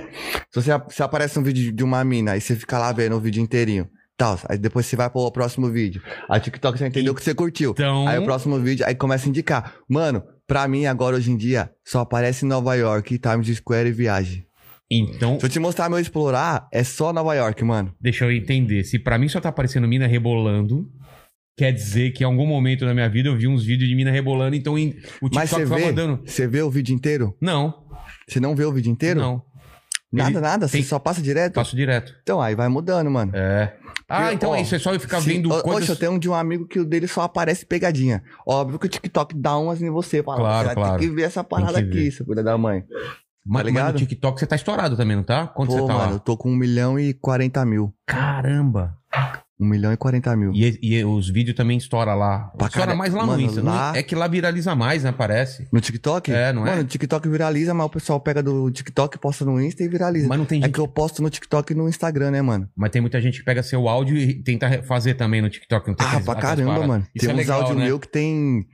[SPEAKER 3] Se você se aparece um vídeo de uma mina, aí você fica lá vendo o vídeo inteirinho. Tal, aí depois você vai pro próximo vídeo. A TikTok já entendeu que você curtiu.
[SPEAKER 2] então...
[SPEAKER 3] Aí o próximo vídeo, aí começa a indicar. Mano, pra mim agora hoje em dia, só aparece Nova York, Times Square e viagem.
[SPEAKER 2] Então,
[SPEAKER 3] Se eu te mostrar meu explorar, é só Nova York, mano.
[SPEAKER 2] deixa eu entender. Se pra mim só tá aparecendo mina rebolando, quer dizer que em algum momento da minha vida eu vi uns vídeos de mina rebolando, então em- o TikTok
[SPEAKER 3] Mas você
[SPEAKER 2] vai
[SPEAKER 3] vê,
[SPEAKER 2] mandando.
[SPEAKER 3] você vê o vídeo inteiro?
[SPEAKER 2] Não,
[SPEAKER 3] Você não vê o vídeo inteiro?
[SPEAKER 2] não.
[SPEAKER 3] Nada,
[SPEAKER 2] Ele-
[SPEAKER 3] nada,
[SPEAKER 2] tem- Tá.
[SPEAKER 3] você só passa direto?
[SPEAKER 2] Passo direto.
[SPEAKER 3] Então aí vai mudando, mano.
[SPEAKER 2] É. Ah,
[SPEAKER 3] Eu-
[SPEAKER 2] então
[SPEAKER 3] ó,
[SPEAKER 2] é isso. É só eu ficar
[SPEAKER 3] Sim,
[SPEAKER 2] vendo
[SPEAKER 3] o-
[SPEAKER 2] coisas...
[SPEAKER 3] Oxe, eu tenho um de um amigo que o dele só aparece pegadinha. Óbvio que o TikTok dá umas em você. Fala,
[SPEAKER 2] Claro,
[SPEAKER 3] você vai
[SPEAKER 2] claro.
[SPEAKER 3] ter que ver essa parada
[SPEAKER 2] Tem que ver.
[SPEAKER 3] aqui, seu filho da mãe.
[SPEAKER 2] Mas, mas
[SPEAKER 3] ligado?
[SPEAKER 2] no TikTok tá? você tá estourado também, não tá? Quanto
[SPEAKER 3] Pô,
[SPEAKER 2] você tá
[SPEAKER 3] mano,
[SPEAKER 2] lá?
[SPEAKER 3] eu tô com 1 milhão e 40 mil.
[SPEAKER 2] Caramba.
[SPEAKER 3] 1 milhão e 40 mil.
[SPEAKER 2] E, e os vídeos também estoura lá.
[SPEAKER 3] Pra
[SPEAKER 2] estoura
[SPEAKER 3] cara-
[SPEAKER 2] mais lá
[SPEAKER 3] Mano,
[SPEAKER 2] no Insta.
[SPEAKER 3] lá-
[SPEAKER 2] É que lá viraliza mais, né? Parece.
[SPEAKER 3] No TikTok?
[SPEAKER 2] É, não é?
[SPEAKER 3] Mano, o TikTok viraliza, mas o pessoal pega do TikTok, posta no Insta e viraliza.
[SPEAKER 2] Mas não tem
[SPEAKER 3] é
[SPEAKER 2] gente.
[SPEAKER 3] que eu posto no TikTok e no Instagram, né, mano?
[SPEAKER 2] Mas tem muita gente que pega seu áudio e tenta re- fazer também no TikTok. Não tem
[SPEAKER 3] Ah,
[SPEAKER 2] aqueles-
[SPEAKER 3] pra
[SPEAKER 2] aquelas
[SPEAKER 3] caramba,
[SPEAKER 2] paradas.
[SPEAKER 3] mano.
[SPEAKER 2] Isso
[SPEAKER 3] tem
[SPEAKER 2] é
[SPEAKER 3] uns
[SPEAKER 2] legal,
[SPEAKER 3] áudios
[SPEAKER 2] né?
[SPEAKER 3] meu que tem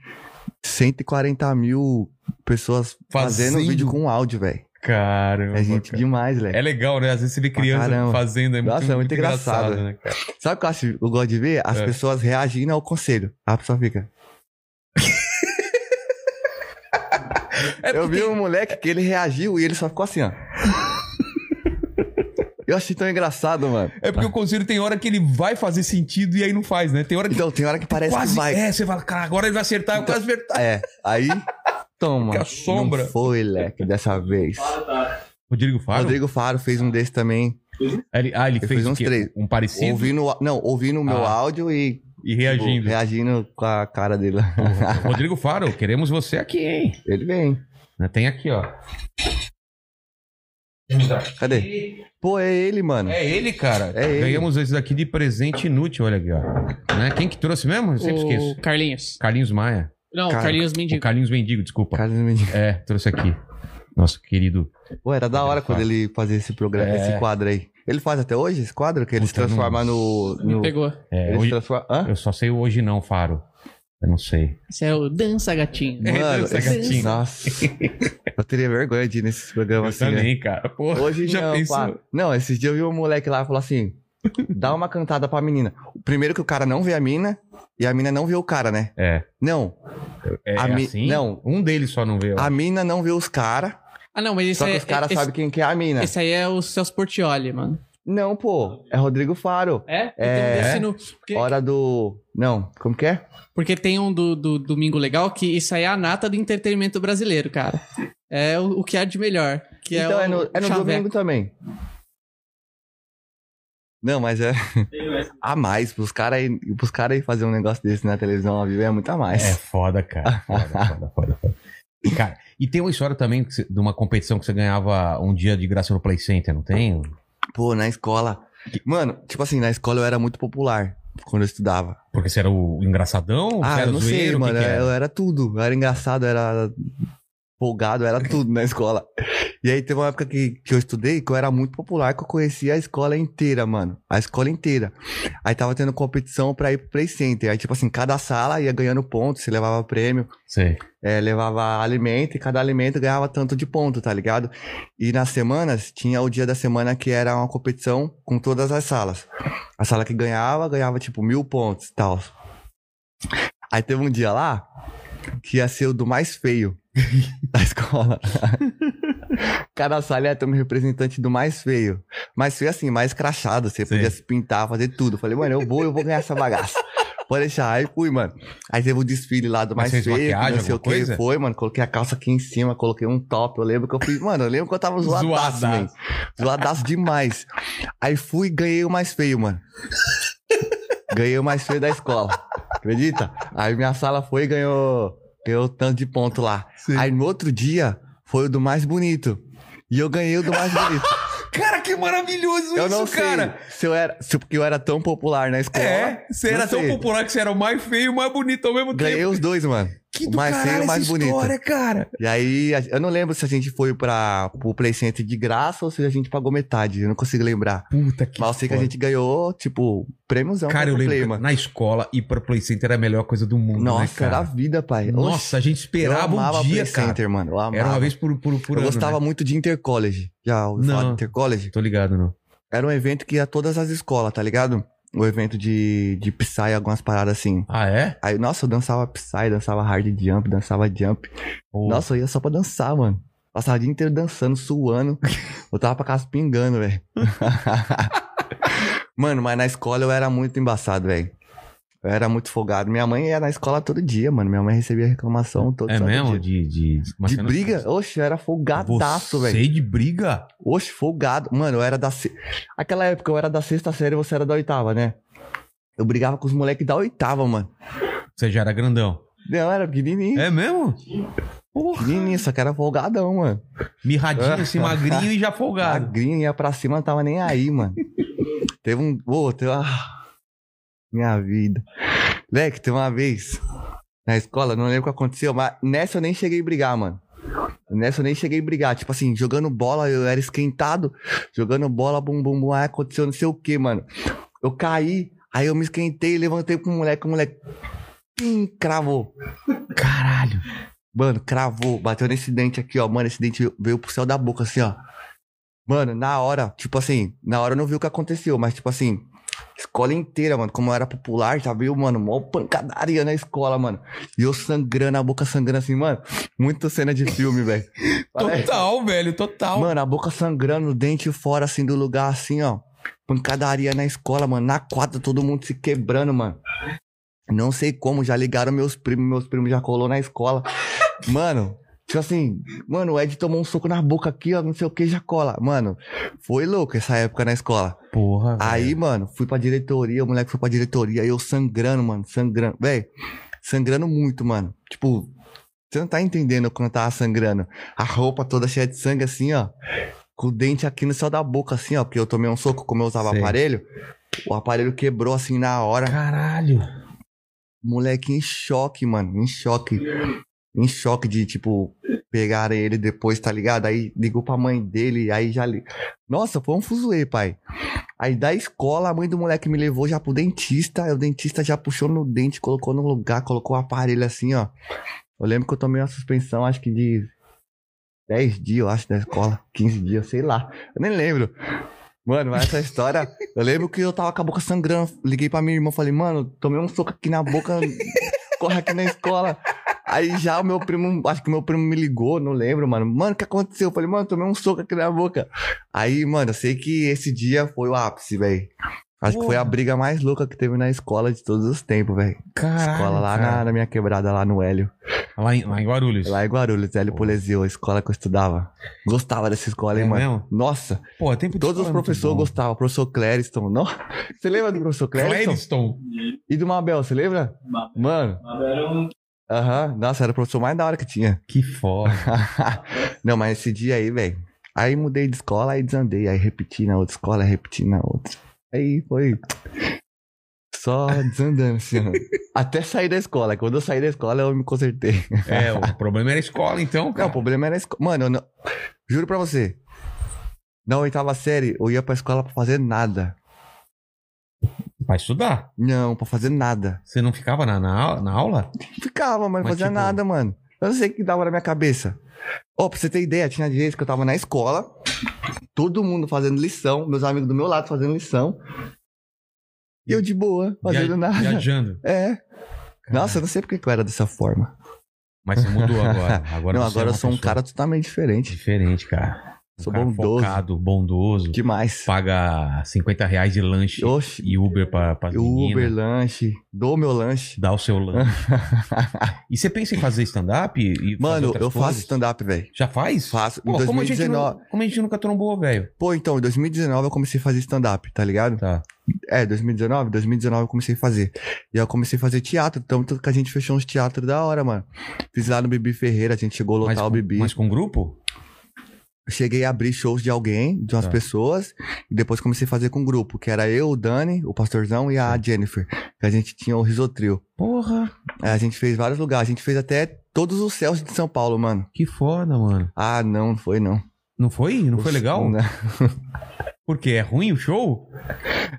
[SPEAKER 3] 140 mil pessoas fazendo,
[SPEAKER 2] Fazendo.
[SPEAKER 3] vídeo com áudio, velho.
[SPEAKER 2] Caramba.
[SPEAKER 3] É gente
[SPEAKER 2] cara.
[SPEAKER 3] demais, velho.
[SPEAKER 2] É legal, né? Às vezes você vê criança
[SPEAKER 3] caramba.
[SPEAKER 2] fazendo. É muito,
[SPEAKER 3] Nossa, é muito engraçado.
[SPEAKER 2] né, cara?
[SPEAKER 3] Sabe o que eu, acho, eu gosto de ver? As
[SPEAKER 2] É.
[SPEAKER 3] pessoas reagindo ao conselho. A pessoa fica.
[SPEAKER 2] É
[SPEAKER 3] eu vi um moleque que ele reagiu e ele só ficou assim, ó. eu achei tão engraçado, mano.
[SPEAKER 2] É porque o conselho tem hora que ele vai fazer sentido e aí não faz, né? Tem hora que
[SPEAKER 3] Então, tem hora que parece
[SPEAKER 2] quase.
[SPEAKER 3] que vai.
[SPEAKER 2] É, você fala, cara, agora ele vai acertar, eu
[SPEAKER 3] Então-
[SPEAKER 2] quase acertar.
[SPEAKER 3] É, aí. Toma.
[SPEAKER 2] Que a sombra.
[SPEAKER 3] Não foi, leque, dessa vez.
[SPEAKER 2] Rodrigo Faro?
[SPEAKER 3] Rodrigo Faro fez um desse também.
[SPEAKER 2] Ele- ah, ele fez,
[SPEAKER 3] fiz
[SPEAKER 2] o
[SPEAKER 3] uns
[SPEAKER 2] quê?
[SPEAKER 3] três.
[SPEAKER 2] Um parecido
[SPEAKER 3] Ouvindo, o- não, ouvindo o meu
[SPEAKER 2] Ah.
[SPEAKER 3] áudio e tipo,
[SPEAKER 2] e reagindo. Uhum.
[SPEAKER 3] reagindo com a cara dele.
[SPEAKER 2] Rodrigo Faro, queremos você aqui, hein?
[SPEAKER 3] Ele vem.
[SPEAKER 2] Né, Tem aqui, ó.
[SPEAKER 3] Cadê? Pô, é ele, mano.
[SPEAKER 2] É ele, cara.
[SPEAKER 3] É ele.
[SPEAKER 2] Ganhamos esse daqui de presente inútil, olha aqui, ó. Né? Quem que trouxe mesmo? Eu sempre
[SPEAKER 4] O
[SPEAKER 2] esqueço.
[SPEAKER 4] Carlinhos.
[SPEAKER 2] Carlinhos Maia.
[SPEAKER 4] Não,
[SPEAKER 3] Cara,
[SPEAKER 4] Carlinhos
[SPEAKER 2] O
[SPEAKER 4] Mendigo.
[SPEAKER 2] Carlinhos Mendigo, desculpa.
[SPEAKER 3] Cara, não me diga.
[SPEAKER 2] É, trouxe aqui. Nosso querido.
[SPEAKER 3] Pô, era da hora
[SPEAKER 2] Rodrigo
[SPEAKER 3] quando ele fazia esse programa,
[SPEAKER 2] É.
[SPEAKER 3] esse quadro aí. Ele faz até hoje esse quadro que ele se
[SPEAKER 2] Puta,
[SPEAKER 3] transforma no. no-
[SPEAKER 4] Pegou.
[SPEAKER 2] É,
[SPEAKER 3] Ele se
[SPEAKER 2] hoje-
[SPEAKER 3] transforma. Hã?
[SPEAKER 2] eu só sei o hoje não, Faro. Eu não sei.
[SPEAKER 4] Esse é o Dança Gatinho.
[SPEAKER 2] É,
[SPEAKER 3] Mano,
[SPEAKER 2] dança,
[SPEAKER 3] esse-
[SPEAKER 2] gatinho.
[SPEAKER 3] nossa. eu teria vergonha de ir nesses programas assim. né?
[SPEAKER 2] também, cara. Porra,
[SPEAKER 3] Hoje já não, pá. Não, esses dias eu vi um moleque lá e falou assim: dá uma cantada pra menina. O Primeiro que o cara não vê a mina e a mina não vê o cara, né?
[SPEAKER 2] É.
[SPEAKER 3] Não,
[SPEAKER 2] É
[SPEAKER 3] A mi-
[SPEAKER 2] assim?
[SPEAKER 3] não.
[SPEAKER 2] Um deles só não veio.
[SPEAKER 3] a mina não vê os caras,
[SPEAKER 4] Ah, não, mas esse
[SPEAKER 3] só que
[SPEAKER 4] é.
[SPEAKER 3] os caras
[SPEAKER 4] esse,
[SPEAKER 3] sabem quem que é a mina.
[SPEAKER 4] esse aí é o Celso Portioli, mano.
[SPEAKER 3] Não, pô, é Rodrigo Faro.
[SPEAKER 4] É? Porque
[SPEAKER 3] É.
[SPEAKER 4] tem um desse no- porque,
[SPEAKER 3] Hora do. Não, como que é?
[SPEAKER 4] porque tem um do, do Domingo Legal que isso aí é a nata do entretenimento brasileiro, cara. É o, o que há de melhor. Que
[SPEAKER 3] então
[SPEAKER 4] é,
[SPEAKER 3] é no,
[SPEAKER 4] o
[SPEAKER 3] é no
[SPEAKER 4] Xaveco.
[SPEAKER 3] domingo também. Não, mas é. a mais, pros caras aí, pros cara aí fazer um negócio desse na televisão ao vivo é muito a mais.
[SPEAKER 2] É foda, cara. Foda, foda, foda, foda. E, cara, e tem uma história também que você- de uma competição que você ganhava um dia de graça no Play Center, não tem?
[SPEAKER 3] Pô, na escola. Mano, tipo assim, na escola eu era muito popular quando eu estudava.
[SPEAKER 2] Porque você era o engraçadão? você
[SPEAKER 3] ah,
[SPEAKER 2] era
[SPEAKER 3] eu não sei,
[SPEAKER 2] zoeiro, o que
[SPEAKER 3] mano.
[SPEAKER 2] que era?
[SPEAKER 3] eu era tudo. Eu era engraçado, eu era folgado, eu era tudo na escola. E aí teve uma época que, que eu estudei que eu era muito popular, que eu conhecia a escola inteira, mano. A escola inteira. Aí tava tendo competição pra ir pro Play Center. Aí, tipo assim, cada sala ia ganhando pontos, você levava prêmio,
[SPEAKER 2] Sei.
[SPEAKER 3] eh, levava alimento, e cada alimento ganhava tanto de ponto, tá ligado? E nas semanas, tinha o dia da semana que era uma competição com todas as salas. A sala que ganhava, ganhava tipo mil pontos e tal. Aí teve um dia lá que ia ser o do mais feio da escola. Cada sala ia ter um representante do mais feio. Mais feio assim, mais crachado. Você
[SPEAKER 2] Sim.
[SPEAKER 3] podia se pintar, fazer tudo. Falei, mano, eu vou, eu vou ganhar essa bagaça. Pode deixar. Aí fui, mano. Aí teve o desfile lá do
[SPEAKER 2] Mas
[SPEAKER 3] mais
[SPEAKER 2] fez
[SPEAKER 3] feio, que
[SPEAKER 2] maquiagem,
[SPEAKER 3] não sei o
[SPEAKER 2] alguma
[SPEAKER 3] que.
[SPEAKER 2] coisa?
[SPEAKER 3] Foi, mano. Coloquei a calça aqui em cima, coloquei um top. Eu lembro que eu fui. Mano, eu lembro que eu tava zoadaço,
[SPEAKER 2] Zoadaço.
[SPEAKER 3] velho. Zoadaço demais. Aí fui e ganhei o mais feio, mano. Ganhei o mais feio da escola. Acredita? Aí minha sala foi e ganhou, ganhou tanto de ponto lá. Aí no outro dia foi o do mais bonito. E eu ganhei o do mais bonito.
[SPEAKER 2] Cara, que maravilhoso
[SPEAKER 3] eu
[SPEAKER 2] isso,
[SPEAKER 3] não
[SPEAKER 2] cara!
[SPEAKER 3] sei se eu era, se porque eu era tão popular na escola.
[SPEAKER 2] É, você
[SPEAKER 3] Não
[SPEAKER 2] era tão
[SPEAKER 3] sei.
[SPEAKER 2] popular que você era o mais feio e o mais bonito ao mesmo
[SPEAKER 3] Ganhei
[SPEAKER 2] tempo.
[SPEAKER 3] os dois, mano.
[SPEAKER 2] Que
[SPEAKER 3] o
[SPEAKER 2] do
[SPEAKER 3] mais feio e
[SPEAKER 2] caralho
[SPEAKER 3] o mais
[SPEAKER 2] essa
[SPEAKER 3] bonito.
[SPEAKER 2] história, cara.
[SPEAKER 3] E aí, a- eu não lembro se a gente foi pra, pro Play Center de graça ou se a gente pagou metade. Eu não consigo lembrar.
[SPEAKER 2] Puta que
[SPEAKER 3] Mas eu sei que a
[SPEAKER 2] foda.
[SPEAKER 3] gente ganhou, tipo, prêmiozão.
[SPEAKER 2] Cara, eu
[SPEAKER 3] pro
[SPEAKER 2] lembro
[SPEAKER 3] Play,
[SPEAKER 2] que
[SPEAKER 3] mano.
[SPEAKER 2] na escola ir pra Play Center era a melhor coisa do mundo, né,
[SPEAKER 3] Nossa, era a
[SPEAKER 2] cara?
[SPEAKER 3] vida, pai. Oxe.
[SPEAKER 2] Nossa, a gente
[SPEAKER 3] eu
[SPEAKER 2] esperava
[SPEAKER 3] amava
[SPEAKER 2] um dia,
[SPEAKER 3] Play
[SPEAKER 2] cara.
[SPEAKER 3] Center, mano. Eu amava.
[SPEAKER 2] Era uma vez por, por, por
[SPEAKER 3] eu
[SPEAKER 2] ano,
[SPEAKER 3] gostava
[SPEAKER 2] né?
[SPEAKER 3] muito de Intercollege. Já ouviu falar
[SPEAKER 2] Não.
[SPEAKER 3] de Intercollege?
[SPEAKER 2] Tô ligado, não.
[SPEAKER 3] Era um evento que ia a todas as escolas, tá ligado? O evento de, de Psy, algumas paradas assim.
[SPEAKER 2] Ah, é?
[SPEAKER 3] Aí, nossa, eu dançava Psy, dançava Hard Jump, dançava Jump.
[SPEAKER 2] Ou-
[SPEAKER 3] Nossa, eu ia só pra dançar, mano. Passava o dia inteiro dançando, suando. Eu tava pra casa pingando, velho. mano, mas na escola eu era muito embaçado, velho. Eu era muito folgado. Minha mãe ia na escola todo dia, mano. Minha mãe recebia reclamação todo
[SPEAKER 2] É
[SPEAKER 3] santo
[SPEAKER 2] mesmo?
[SPEAKER 3] dia.
[SPEAKER 2] De, de, mas
[SPEAKER 3] De
[SPEAKER 2] você não-
[SPEAKER 3] briga? Oxe, eu era folgadaço,
[SPEAKER 2] Você
[SPEAKER 3] velho.
[SPEAKER 2] de briga?
[SPEAKER 3] Oxe, folgado. Mano, eu era da. Se... Aquela época eu era da sexta série e você era da oitava, né? Eu brigava com os moleques da oitava, mano.
[SPEAKER 2] Você já era grandão.
[SPEAKER 3] Não, eu era pequenininho.
[SPEAKER 2] É mesmo?
[SPEAKER 3] Pequenininho, só que era folgadão, mano.
[SPEAKER 2] Mirradinho, assim, magrinho e já folgado.
[SPEAKER 3] Magrinho ia pra cima, não tava nem aí, mano. Teve um. Pô, teve uma... Minha vida. Leque, tem uma vez na escola, não lembro o que aconteceu, mas nessa eu nem cheguei a brigar, mano. Nessa eu nem cheguei a brigar. Tipo assim, jogando bola, eu era esquentado. Jogando bola, bum, bum, bum. Aí aconteceu não sei o que, mano. Eu caí, aí eu me esquentei, levantei pro moleque, o moleque. Pim, cravou.
[SPEAKER 2] Caralho.
[SPEAKER 3] Mano, cravou. Bateu nesse dente aqui, ó. Mano, esse dente veio pro céu da boca, assim, ó. Mano, na hora, tipo assim, na hora eu não vi o que aconteceu, mas tipo assim, escola inteira, mano, como eu era popular, já viu, mano, mó pancadaria na escola, mano. E eu sangrando, a boca sangrando assim, mano. Muita cena de filme, velho. Parece-
[SPEAKER 2] Total, velho, total.
[SPEAKER 3] Mano, a boca sangrando, o dente fora, assim, do lugar, assim, ó. Pancadaria na escola, mano. Na quadra, todo mundo se quebrando, mano. Não sei como, já ligaram meus primos, meus primos já colou na escola. Mano, tipo assim, mano, o Ed tomou um soco na boca aqui, ó, não sei o que, já cola. Mano, foi louco essa época na escola.
[SPEAKER 2] Porra,
[SPEAKER 3] Aí, mano, fui pra diretoria, o moleque foi pra diretoria, eu sangrando, mano, sangrando. Véi, sangrando muito, mano. Tipo, você não tá entendendo quando eu tava sangrando. A roupa toda cheia de sangue, assim, ó. Com o dente aqui no céu da boca, assim, ó. Porque eu tomei um soco, como eu usava
[SPEAKER 2] Sei.
[SPEAKER 3] aparelho. O aparelho quebrou, assim, na hora.
[SPEAKER 2] Caralho.
[SPEAKER 3] Moleque em choque, mano. Em choque. Em choque de, tipo, pegarem ele depois, tá ligado? Aí ligou pra mãe dele, aí já. Li... Nossa, foi um fuzuê, pai. Aí da escola, a mãe do moleque me levou já pro dentista. Aí o dentista já puxou no dente, colocou no lugar, colocou o aparelho assim, ó. Eu lembro que eu tomei uma suspensão, acho que de 10 dias, eu acho, da escola. 15 dias, sei lá. Eu nem lembro. Mano, mas essa história. Eu lembro que eu tava com a boca sangrando. Liguei pra minha irmã falei, mano, tomei um soco aqui na boca, corre aqui na escola. Aí já o meu primo, acho que meu primo me ligou, não lembro, mano. Mano, o que aconteceu? Eu falei, mano, tomei um soco aqui na boca. Aí, mano, eu sei que esse dia foi o ápice, velho. Acho que foi a briga mais louca que teve na escola de todos os tempos, velho.
[SPEAKER 2] Caralho.
[SPEAKER 3] Escola lá na,
[SPEAKER 2] cara.
[SPEAKER 3] na minha quebrada, lá no Hélio.
[SPEAKER 2] Lá em, lá em Guarulhos.
[SPEAKER 3] Lá em Guarulhos, Hélio Polesio, a escola que eu estudava. Gostava dessa escola, hein,
[SPEAKER 2] É
[SPEAKER 3] mano?
[SPEAKER 2] mesmo?
[SPEAKER 3] Nossa,
[SPEAKER 2] Pô, tempo de
[SPEAKER 3] todos os
[SPEAKER 2] escola é muito
[SPEAKER 3] professores
[SPEAKER 2] bom.
[SPEAKER 3] gostavam. Professor Clériston, não? Você lembra do professor Clériston?
[SPEAKER 2] Clériston.
[SPEAKER 3] E do Mabel, você lembra? Mano. Aham, nossa, era o professor mais da hora que tinha.
[SPEAKER 2] Que foda.
[SPEAKER 3] não, mas esse dia aí, velho. Aí mudei de escola, aí desandei. Aí repeti na outra escola, aí repeti na outra. Aí foi. Só desandando, assim, ó. Até sair da escola. Quando eu saí da escola, eu me consertei.
[SPEAKER 2] É, o problema era a escola, então,
[SPEAKER 3] Não,
[SPEAKER 2] cara.
[SPEAKER 3] o problema era a escola. Mano, eu não... juro pra você. Na oitava série, eu ia pra escola pra fazer nada.
[SPEAKER 2] Pra estudar.
[SPEAKER 3] Não, pra fazer nada.
[SPEAKER 2] Você não ficava na, na, au- na aula?
[SPEAKER 3] Ficava, mano, não
[SPEAKER 2] Mas,
[SPEAKER 3] fazia
[SPEAKER 2] tipo-
[SPEAKER 3] nada, mano. Eu não sei o que dava na minha cabeça. Ó, pra você ter ideia, tinha dias que eu tava na escola, todo mundo fazendo lição, meus amigos do meu lado fazendo lição. E eu de boa, fazendo
[SPEAKER 2] Via-
[SPEAKER 3] nada.
[SPEAKER 2] Viajando.
[SPEAKER 3] É.
[SPEAKER 2] Cara,
[SPEAKER 3] Nossa, eu não sei porque que eu era dessa forma.
[SPEAKER 2] Mas você mudou agora. agora
[SPEAKER 3] não,
[SPEAKER 2] você é
[SPEAKER 3] agora eu
[SPEAKER 2] uma
[SPEAKER 3] sou um
[SPEAKER 2] pessoa
[SPEAKER 3] cara totalmente diferente.
[SPEAKER 2] Diferente, cara. Um
[SPEAKER 3] Sou
[SPEAKER 2] cara
[SPEAKER 3] bondoso.
[SPEAKER 2] Focado, bondoso.
[SPEAKER 3] Demais.
[SPEAKER 2] Paga 50 reais de lanche
[SPEAKER 3] Oxi,
[SPEAKER 2] e Uber pra, pra
[SPEAKER 3] Uber, lanche, dou meu lanche.
[SPEAKER 2] Dá o seu lanche. e você pensa em fazer stand-up? e- e fazer
[SPEAKER 3] Mano,
[SPEAKER 2] outras
[SPEAKER 3] eu faço
[SPEAKER 2] coisas?
[SPEAKER 3] stand-up, velho.
[SPEAKER 2] Já faz?
[SPEAKER 3] Faço. Em
[SPEAKER 2] Pô, como a, gente
[SPEAKER 3] 2019.
[SPEAKER 2] não- como a gente nunca trombou, velho.
[SPEAKER 3] Pô, então, em 2019 eu comecei a fazer stand-up, tá ligado?
[SPEAKER 2] Tá.
[SPEAKER 3] É, 2019, 2019 eu comecei a fazer. E aí eu comecei a fazer teatro, tanto que a gente fechou uns teatros da hora, mano. Fiz lá no Bibi Ferreira, a gente chegou a lotar
[SPEAKER 2] Mas,
[SPEAKER 3] o
[SPEAKER 2] com-
[SPEAKER 3] Bibi.
[SPEAKER 2] mas com grupo?
[SPEAKER 3] Cheguei a abrir shows de alguém, de umas
[SPEAKER 2] Tá.
[SPEAKER 3] pessoas, e depois comecei a fazer com um grupo, que era eu, o Dani, o Pastorzão e
[SPEAKER 2] Tá.
[SPEAKER 3] a Jennifer. Que a gente tinha o Risotril.
[SPEAKER 2] Porra,
[SPEAKER 3] Aí a gente fez vários lugares, a gente fez até todos os céus de São Paulo, mano.
[SPEAKER 2] que foda, mano.
[SPEAKER 3] Ah, não, não foi não.
[SPEAKER 2] Não foi? Não foi legal?
[SPEAKER 3] Não.
[SPEAKER 2] Por quê? É ruim o show?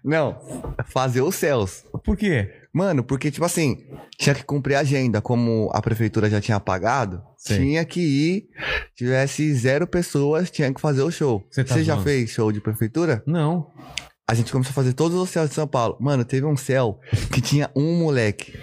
[SPEAKER 3] Não, fazer os céus.
[SPEAKER 2] Por quê?
[SPEAKER 3] Mano, porque, tipo assim, tinha que cumprir a agenda. Como a prefeitura já tinha pagado,
[SPEAKER 2] Sim.
[SPEAKER 3] tinha que ir. Tivesse zero pessoas, tinha que fazer o show.
[SPEAKER 2] Cê tá
[SPEAKER 3] Você já
[SPEAKER 2] zoando.
[SPEAKER 3] fez show de prefeitura?
[SPEAKER 2] Não.
[SPEAKER 3] A gente começou a fazer todos os céus de São Paulo. Mano, teve um céu que tinha um moleque.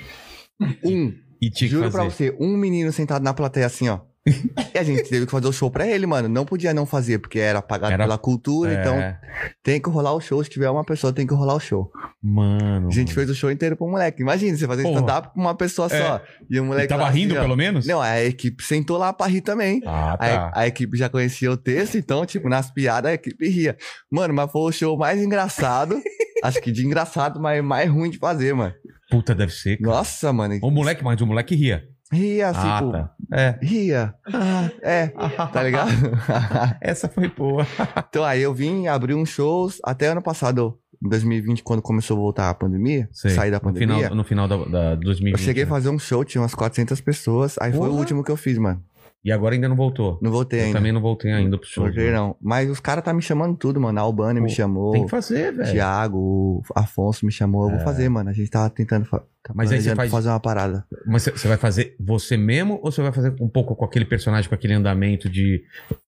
[SPEAKER 3] Um.
[SPEAKER 2] E tinha
[SPEAKER 3] Juro
[SPEAKER 2] que
[SPEAKER 3] pra
[SPEAKER 2] fazer.
[SPEAKER 3] você, um menino sentado na plateia assim, ó. e a gente teve que fazer o show pra ele, mano. Não podia não fazer, porque era pagado
[SPEAKER 2] Era-
[SPEAKER 3] pela cultura, então
[SPEAKER 2] É,
[SPEAKER 3] tem que rolar o show. Se tiver uma pessoa, tem que rolar o show.
[SPEAKER 2] Mano.
[SPEAKER 3] A gente fez o show inteiro pro moleque. Imagina, você fazer
[SPEAKER 2] Uhum. Porra.
[SPEAKER 3] stand-up com uma pessoa só. E o moleque.
[SPEAKER 2] Ele tava
[SPEAKER 3] lá, assim,
[SPEAKER 2] rindo,
[SPEAKER 3] ó.
[SPEAKER 2] pelo menos?
[SPEAKER 3] Não, a equipe sentou lá pra rir também.
[SPEAKER 2] Ah,
[SPEAKER 3] A-
[SPEAKER 2] tá.
[SPEAKER 3] A, equipe já conhecia o texto, então, tipo, nas piadas a equipe ria. Mano, mas foi o show mais engraçado. acho que de engraçado, mas mais ruim de fazer, mano.
[SPEAKER 2] Puta, deve ser. cara.
[SPEAKER 3] Nossa, mano.
[SPEAKER 2] O moleque, mas o moleque ria.
[SPEAKER 3] Ria, assim,
[SPEAKER 2] Ah,
[SPEAKER 3] pô.
[SPEAKER 2] tá. É.
[SPEAKER 3] Ria. Ah, é, tá ligado?
[SPEAKER 2] Essa foi boa.
[SPEAKER 3] então aí eu vim, abri uns shows. Até ano passado em 2020, quando começou a voltar a pandemia,
[SPEAKER 2] Sei.
[SPEAKER 3] sair da
[SPEAKER 2] no
[SPEAKER 3] pandemia,
[SPEAKER 2] Final, no final da, da 2020.
[SPEAKER 3] eu cheguei a
[SPEAKER 2] né?
[SPEAKER 3] fazer um show, tinha umas 400 pessoas, aí foi o
[SPEAKER 2] Porra.
[SPEAKER 3] último que eu fiz, mano.
[SPEAKER 2] E agora ainda não voltou.
[SPEAKER 3] Não voltei
[SPEAKER 2] eu
[SPEAKER 3] ainda.
[SPEAKER 2] também não voltei ainda pro show.
[SPEAKER 3] Voltei não. Mas os caras tá me chamando tudo, mano. A Albani me
[SPEAKER 2] Pô,
[SPEAKER 3] chamou,
[SPEAKER 2] Tem que fazer,
[SPEAKER 3] o
[SPEAKER 2] velho. É.
[SPEAKER 3] Thiago, o Afonso me chamou, eu vou fazer, mano. A gente tava tentando fa tá
[SPEAKER 2] Mas aí você
[SPEAKER 3] planejando
[SPEAKER 2] faz-
[SPEAKER 3] fazer uma parada.
[SPEAKER 2] Mas você vai fazer você mesmo ou você vai fazer um pouco com aquele personagem, com aquele andamento de